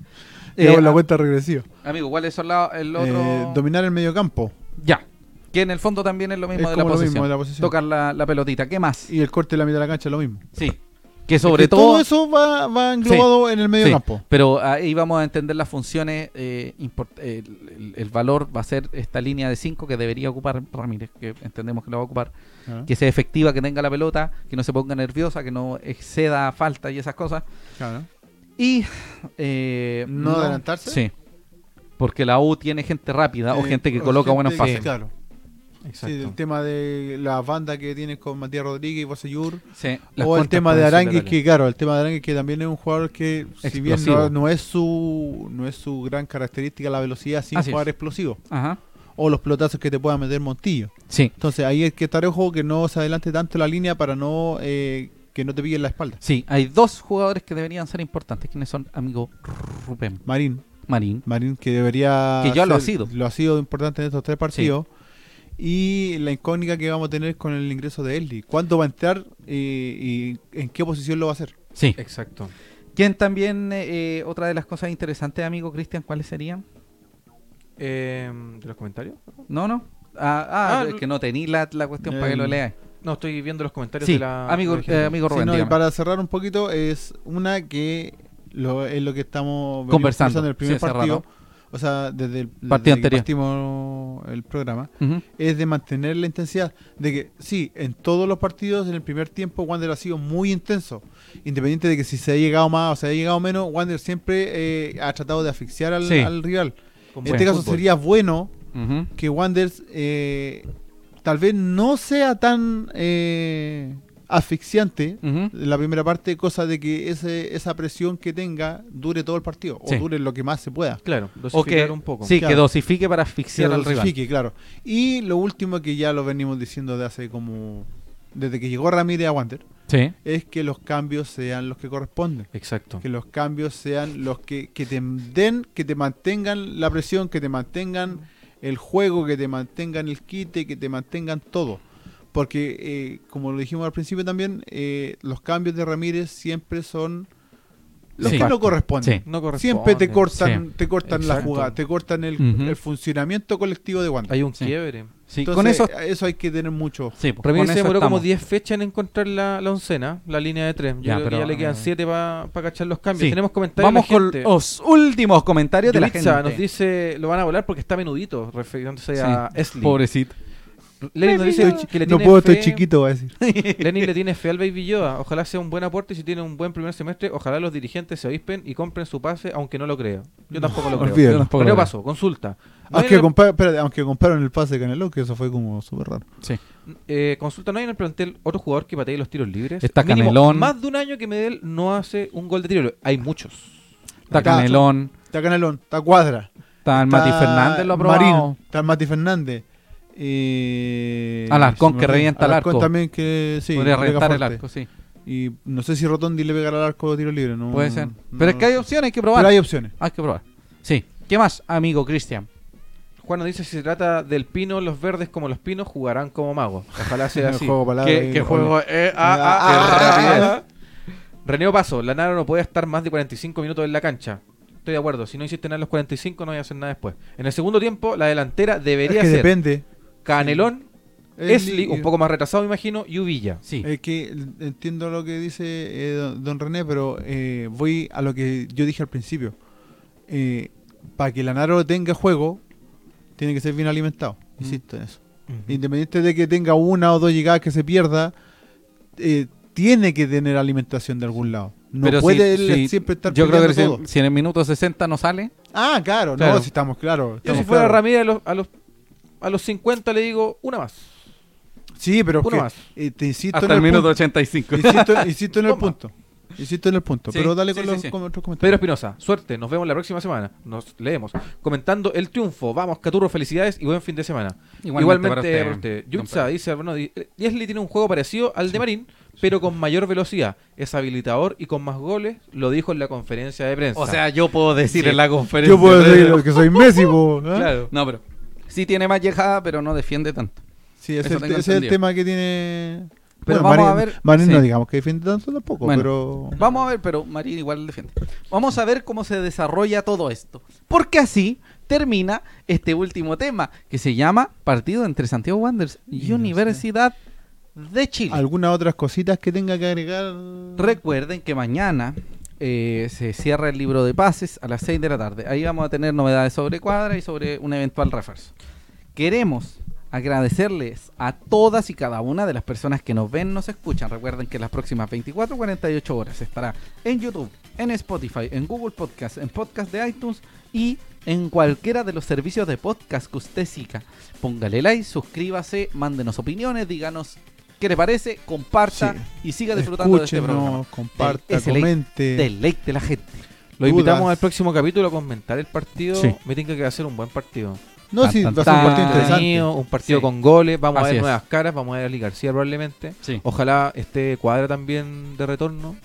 B: Eh,
A: Llevamos la
B: a-
A: cuenta regresiva.
B: amigo, ¿cuáles son la- el otro?
A: Eh, dominar el mediocampo.
B: ya. Que en el fondo también es lo mismo,
A: Es
B: de, la
A: como lo
B: posesión.
A: mismo de la posesión.
B: Tocar la, la pelotita. ¿Qué más?
A: Y el corte de la mitad de la cancha es lo mismo.
B: Sí. Que sobre
A: Es que
B: todo.
A: eso va, va englobado en el mediocampo.
B: Sí, pero ahí vamos a entender las funciones. eh, import- el, el- el valor va a ser esta línea de 5 que debería ocupar Ramírez, que entendemos que lo va a ocupar.
A: Ah,
B: Que sea efectiva, que tenga la pelota, que no se ponga nerviosa, que no exceda falta y esas cosas.
A: claro.
B: Y. eh,
A: ¿No adelantarse?
B: Sí. Porque la U tiene gente rápida ¿Ah? o
A: Eh,
B: gente que
A: o
B: coloca
A: gente
B: buenas
A: que-
B: fases.
A: Claro. Sí, el tema de la banda que tienes con Matías Rodríguez y Boseyur.
B: Sí. Las
A: O el
B: cuentas
A: tema de
B: pueden ser
A: Aranguis,
B: variables.
A: que claro, el tema de Aranguis que también es un jugador que, si bien no,
B: Explosivo.
A: no es su no es su gran característica la velocidad, sin
B: Así
A: jugar
B: es.
A: explosivo.
B: Ajá.
A: O los pelotazos que te pueda meter Montillo.
B: Sí.
A: Entonces ahí hay que estar ojo que no se adelante tanto la línea para no eh, que no te pillen la espalda.
B: Sí, hay dos jugadores que deberían ser importantes, quienes son amigo Rubén
A: Marín,
B: Marín.
A: Marín que debería
B: Que ya lo ha sido.
A: lo ha sido importante en estos tres partidos. Y la incógnita que vamos a tener con el ingreso de Eldi. ¿Cuándo va a entrar eh, y en qué posición lo va a hacer?
B: Sí.
C: Exacto.
B: Quien también, eh, eh, otra de las cosas interesantes, amigo Cristian, ¿cuáles serían?
C: Eh, ¿De los comentarios?
B: No, no. Ah, ah,
C: Ah,
B: es que no tení la, la cuestión para que lo
A: el-
B: leas.
C: No, estoy viendo los comentarios
B: Sí,
C: de la.
B: amigo,
C: de la
B: eh,
C: gente.
B: amigo
A: Sí,
B: Rubén.
A: no, y
B: dígame.
A: para cerrar un poquito, es una que lo- es lo que estamos venimos
B: Conversando,
A: en el primer
B: sí, hace
A: partido.
B: rato.
A: O sea, desde el desde que
B: anterior.
A: partimos el programa,
B: Ujú.
A: es de mantener la intensidad. De que, sí, en todos los partidos, en el primer tiempo, Wander ha sido muy intenso. Independiente de que si se ha llegado más o se ha llegado menos, Wander siempre eh, ha tratado de asfixiar al,
B: Sí.
A: al rival.
C: Con
A: En
C: buen
A: este caso
C: fútbol.
A: sería bueno
B: Ujú.
A: que Wanders eh, tal vez no sea tan eh, asfixiante
C: Ujú.
A: en la primera parte, cosa de que ese, esa presión que tenga dure todo el partido
C: Sí.
A: o dure lo que más se pueda.
C: Claro,
B: O
C: dosificar
B: que,
C: un poco.
B: sí, que
A: Claro.
B: dosifique para asfixiar
A: Que
B: al rival.
A: dosifique, claro. Y lo último que ya lo venimos diciendo de hace como. Desde que llegó Ramírez a Wander,
C: Sí,
A: es que los cambios sean los que corresponden.
C: exacto.
A: Que los cambios sean los que, que te den, que te mantengan la presión, que te mantengan el juego, que te mantengan el quite, que te mantengan todo. Porque, eh, como lo dijimos al principio también, eh, los cambios de Ramírez siempre son los
C: Sí.
A: que no corresponden.
C: No corresponde.
A: Siempre te cortan, te cortan la
C: Exacto.
A: jugada, te cortan el,
B: Ujú.
A: el funcionamiento colectivo de Wanda.
C: Hay un
B: Sí.
C: quiebre.
B: Sí,
A: Entonces,
B: con eso.
A: eso hay que tener mucho. ojo.
B: Sí, pues,
C: Ramírez
B: eh, con
C: se
B: eso
C: demoró como
B: estamos.
C: 10 fechas en encontrar la, la oncena, la línea de tres. Yo
B: Ya,
C: creo que
B: pero,
C: ya le quedan
B: ah.
C: 7 para cachar los cambios.
B: Sí.
C: Tenemos comentarios. de
B: Vamos
C: la
B: con
C: gente.
B: los últimos comentarios de la gente.
C: Yulitza nos dice, lo van a volar porque está menudito, refiriéndose
B: Sí.
C: a Esli.
B: Pobrecito.
C: Lenin nos dice que le
A: no
C: tiene
A: puedo,
C: fe,
A: estoy chiquito, va a decir.
C: Lenin le tiene fe al Baby Yoda. Ojalá sea un buen aporte y si tiene un buen primer semestre, ojalá los dirigentes se avispen y compren su pase, aunque no lo crea. Yo tampoco lo creo.
A: olvídalo.
C: Yo tampoco lo
B: Pero
C: creo.
B: pasó.
C: paso, consulta.
A: Aunque,
C: No hay en
A: compa- espérate, aunque compraron el pase de Canelo, que eso fue como súper raro.
C: el- eh, consulta, no hay en el plantel otro jugador que patee los tiros libres.
B: Está
C: Mínimo,
B: Canelón.
C: Más de un año que Medel no hace un gol de tiro libre. Hay muchos.
B: Está
A: Está-
B: Canelón.
A: Está Canelón, está Cuadra.
B: Está el
A: está
B: Mati Fernández, lo ha probado.
A: Marín, está el Mati Fernández. Eh,
B: Alarcón,
A: se me
B: que
A: olvidó.
B: revienta el
A: Alarcón
B: arco.
A: también que sí,
B: Podría
A: pega
B: reventar el
A: fuerte.
B: arco, sí.
A: Y no sé si Rotondi le pegará al arco de tiro libre. No,
B: Puede ser.
A: no
B: Mm, Pero es
A: lo
B: que hay
A: sé.
B: opciones, hay que
A: Pero
B: probar.
A: hay opciones.
B: Hay que probar. Sí. ¿Qué más, amigo Cristian?
C: Juan nos dice si se trata del pino, los verdes como los pinos jugarán como magos. Ojalá sea
A: El
C: así.
A: juego de palabras
B: ¿Qué,
A: ahí,
B: qué
A: no,
B: juego? eh, ah,
A: Ah,
B: ah, ah,
A: qué
B: ah,
A: rapidez.
B: ah, ah.
C: Reneo Paso, la Nara no puede estar más de 45 minutos en la cancha. Estoy de acuerdo, si no hiciste nada en los 45 no voy a hacer nada después. En el segundo tiempo, la delantera
A: Es
C: debería
A: que
C: ser
A: depende.
C: Canelón, Esli,
A: Esli-
C: un poco más retrasado me imagino, y Uvilla.
B: Sí.
A: Es que entiendo lo que dice eh, don, don René, pero eh, voy a lo que yo dije al principio. Eh, para que Lanaro tenga juego, tiene que ser bien alimentado.
B: Mm.
A: Insisto en eso. Independiente de que tenga una o dos llegadas que se pierda, eh, tiene que tener alimentación de algún lado. No
B: Pero
A: puede
B: si-
A: él
B: si-
A: siempre estar
B: Yo creo que
A: peleando
B: si, si en el minuto 60 no sale,
A: todo. Ah, claro,
C: Claro.
A: no, si estamos claros.
C: Yo
A: estamos
C: si fuera
A: claros.
C: Ramírez a los, a los a los 50 le digo una más.
A: Sí, pero es
C: Uno
A: que,
C: más.
A: eh, te insisto
B: hasta
A: en
B: el
A: el
B: minuto
A: punto.
B: 85.
A: Insisto, insisto en el
C: Toma.
A: punto. Insisto en el punto.
B: Sí,
A: pero dale
B: sí,
A: con
B: sí,
A: los
B: sí.
A: con otros comentarios.
C: Pedro Espinosa, suerte, nos vemos la próxima semana. Nos leemos. Comentando el triunfo. Vamos, Caturro, felicidades y buen fin de semana. Igualmente, para usted.
B: don
C: Yutza
B: Pedro.
C: dice, bueno, di- eh, Diesli tiene un juego parecido al de Marín, pero con mayor velocidad. Es habilitador y con más goles, lo dijo en la conferencia de prensa.
B: O sea, yo puedo decir
C: Sí.
B: en la conferencia.
A: Yo puedo
B: de-
A: decir que soy Messi, po, ¿eh?
C: claro.
B: No, pero sí tiene más llegada, pero no defiende tanto.
A: Sí, ese
B: Eso
A: es el,
B: tengo
A: ese es el
B: entendido.
A: tema que tiene.
B: Pero
A: Bueno,
B: vamos
A: Marín-
B: a ver-
A: Marín no
B: sí.
A: digamos que defiende tanto tampoco,
B: Bueno.
A: pero.
B: Vamos a ver, pero Marín igual defiende. Vamos a ver cómo se desarrolla todo esto. Porque así termina este último tema, que se llama Partido entre Santiago Wanderers y
A: Y no
B: Universidad de Chile.
A: ¿Algunas otras cositas que tenga que agregar?
B: Recuerden que mañana eh, se cierra el libro de pases a las 6 de la tarde. Ahí vamos a tener novedades sobre cuadra y sobre un eventual refuerzo. Queremos agradecerles a todas y cada una de las personas que nos ven, nos escuchan. Recuerden que las próximas 24, 48 horas estará en YouTube, en Spotify, en Google Podcast, en Podcast de iTunes y en cualquiera de los servicios de podcast que usted siga. Póngale like, suscríbase, mándenos opiniones, díganos qué le parece, comparta
A: Sí.
B: y siga disfrutando de este programa.
A: Escúchenos, comparta,
B: Es el-
A: comente.
B: Deleite la gente.
C: Lo
A: Dudas.
C: invitamos al próximo capítulo a comentar el partido.
B: Sí.
C: Me tinca que va a ser un buen partido.
A: No, sí, va
B: Tan,
A: a ser un
B: tan,
A: partido
B: tan.
A: interesante.
C: Entretenido, un partido
B: Sí.
C: con goles. Vamos a
B: Así
C: ver
B: es.
C: nuevas caras. Vamos a ver a Ali García probablemente.
B: Sí.
C: Ojalá esté Cuadra también de retorno.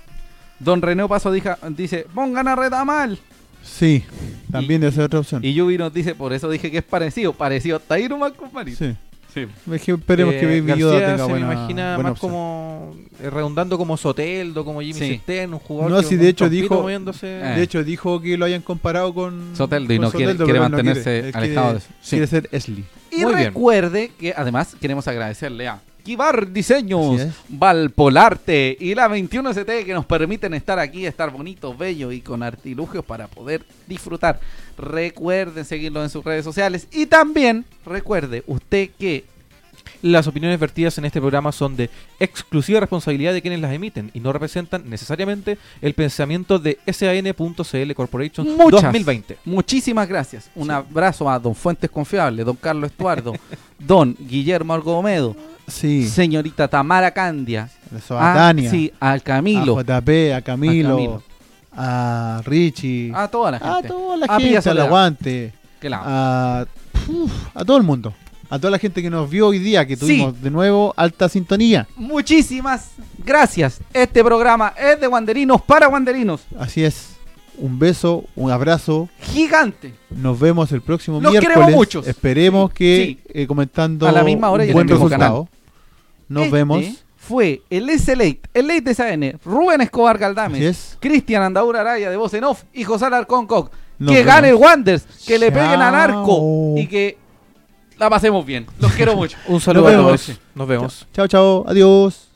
B: Don René Paso dija- dice, pongan a Retamal.
A: Sí, también esa es otra opción.
B: Y Yubi nos dice, por eso dije que es parecido. Parecido está ahí nomás con Marín.
A: sí.
B: Sí.
A: Es que Esperemos
C: Eh,
A: que Baby
C: García
A: Yoda tenga
C: se me
A: buena,
C: imagina
A: buena
C: más
A: opción.
C: como eh, redundando como Soteldo, como Jimmy
B: Sí.
C: Cisterna, un jugador
A: No,
C: que
A: si
C: con
A: de
C: un
A: hecho
C: trompito
A: dijo-
C: moviéndose.
B: Eh.
A: De hecho, dijo que lo hayan comparado con
B: Soteldo y
A: con
B: no quiere-
A: Soteldo,
B: quiere
A: pero él no
B: mantenerse
A: Él
B: alejado
A: quiere-
B: de eso. Sí.
A: Quiere ser Esli.
B: Y
C: Muy bien.
B: recuerde que además queremos agradecerle a Kibar Diseños,
A: Así es.
B: Valpolarte y la 21ST que nos permiten estar aquí, estar bonitos, bellos y con artilugios para poder disfrutar. Recuerden seguirlo en sus redes sociales y también recuerde usted que
C: Las opiniones vertidas en este programa son de exclusiva responsabilidad de quienes las emiten y no representan necesariamente el pensamiento de SAN.cl Corporation
B: Muchas.
C: 2020.
B: Muchísimas gracias. Un abrazo a don Fuentes Confiable, don Carlos Estuardo, don Guillermo Argomedo,
A: Sí,
B: señorita Tamara Candia,
A: eso,
B: a-
A: a Dania,
B: Ah, sí, al Camilo,
A: a JP, a Camilo,
B: A
A: a,
B: Camilo.
A: Richie,
B: a, toda la
A: a
B: gente.
A: toda la
B: A Pía
A: gente, al
B: Soledad. Ah.
A: aguante,
B: que la-
A: a, uf, a todo el mundo, a toda la gente que nos vio hoy día, que
B: Sí.
A: tuvimos de nuevo alta sintonía.
B: Muchísimas gracias. Este programa es de Guanderinos para Guanderinos.
A: Así es, un beso, un abrazo.
B: Gigante.
A: Nos vemos el próximo
B: Los
A: miércoles.
B: queremos muchos.
A: Esperemos que eh, comentando
B: A la misma hora y
A: un
B: en
A: buen
B: el mismo
A: resultado. Nos
B: Este
A: vemos.
B: Fue el S-Late, el Late de SAN, Rubén Escobar
A: Así
B: Galdames,
A: es.
B: Cristian Andaura Araya de Voz en Off y José Alarcón Coc.
A: Nos
B: que
A: vemos.
B: gane el Wanders, que le peguen al arco
A: Chao.
B: y que la pasemos bien. Los quiero mucho.
C: Un saludo a
A: vemos.
C: todos. Nos vemos.
A: Chao, chao. Adiós.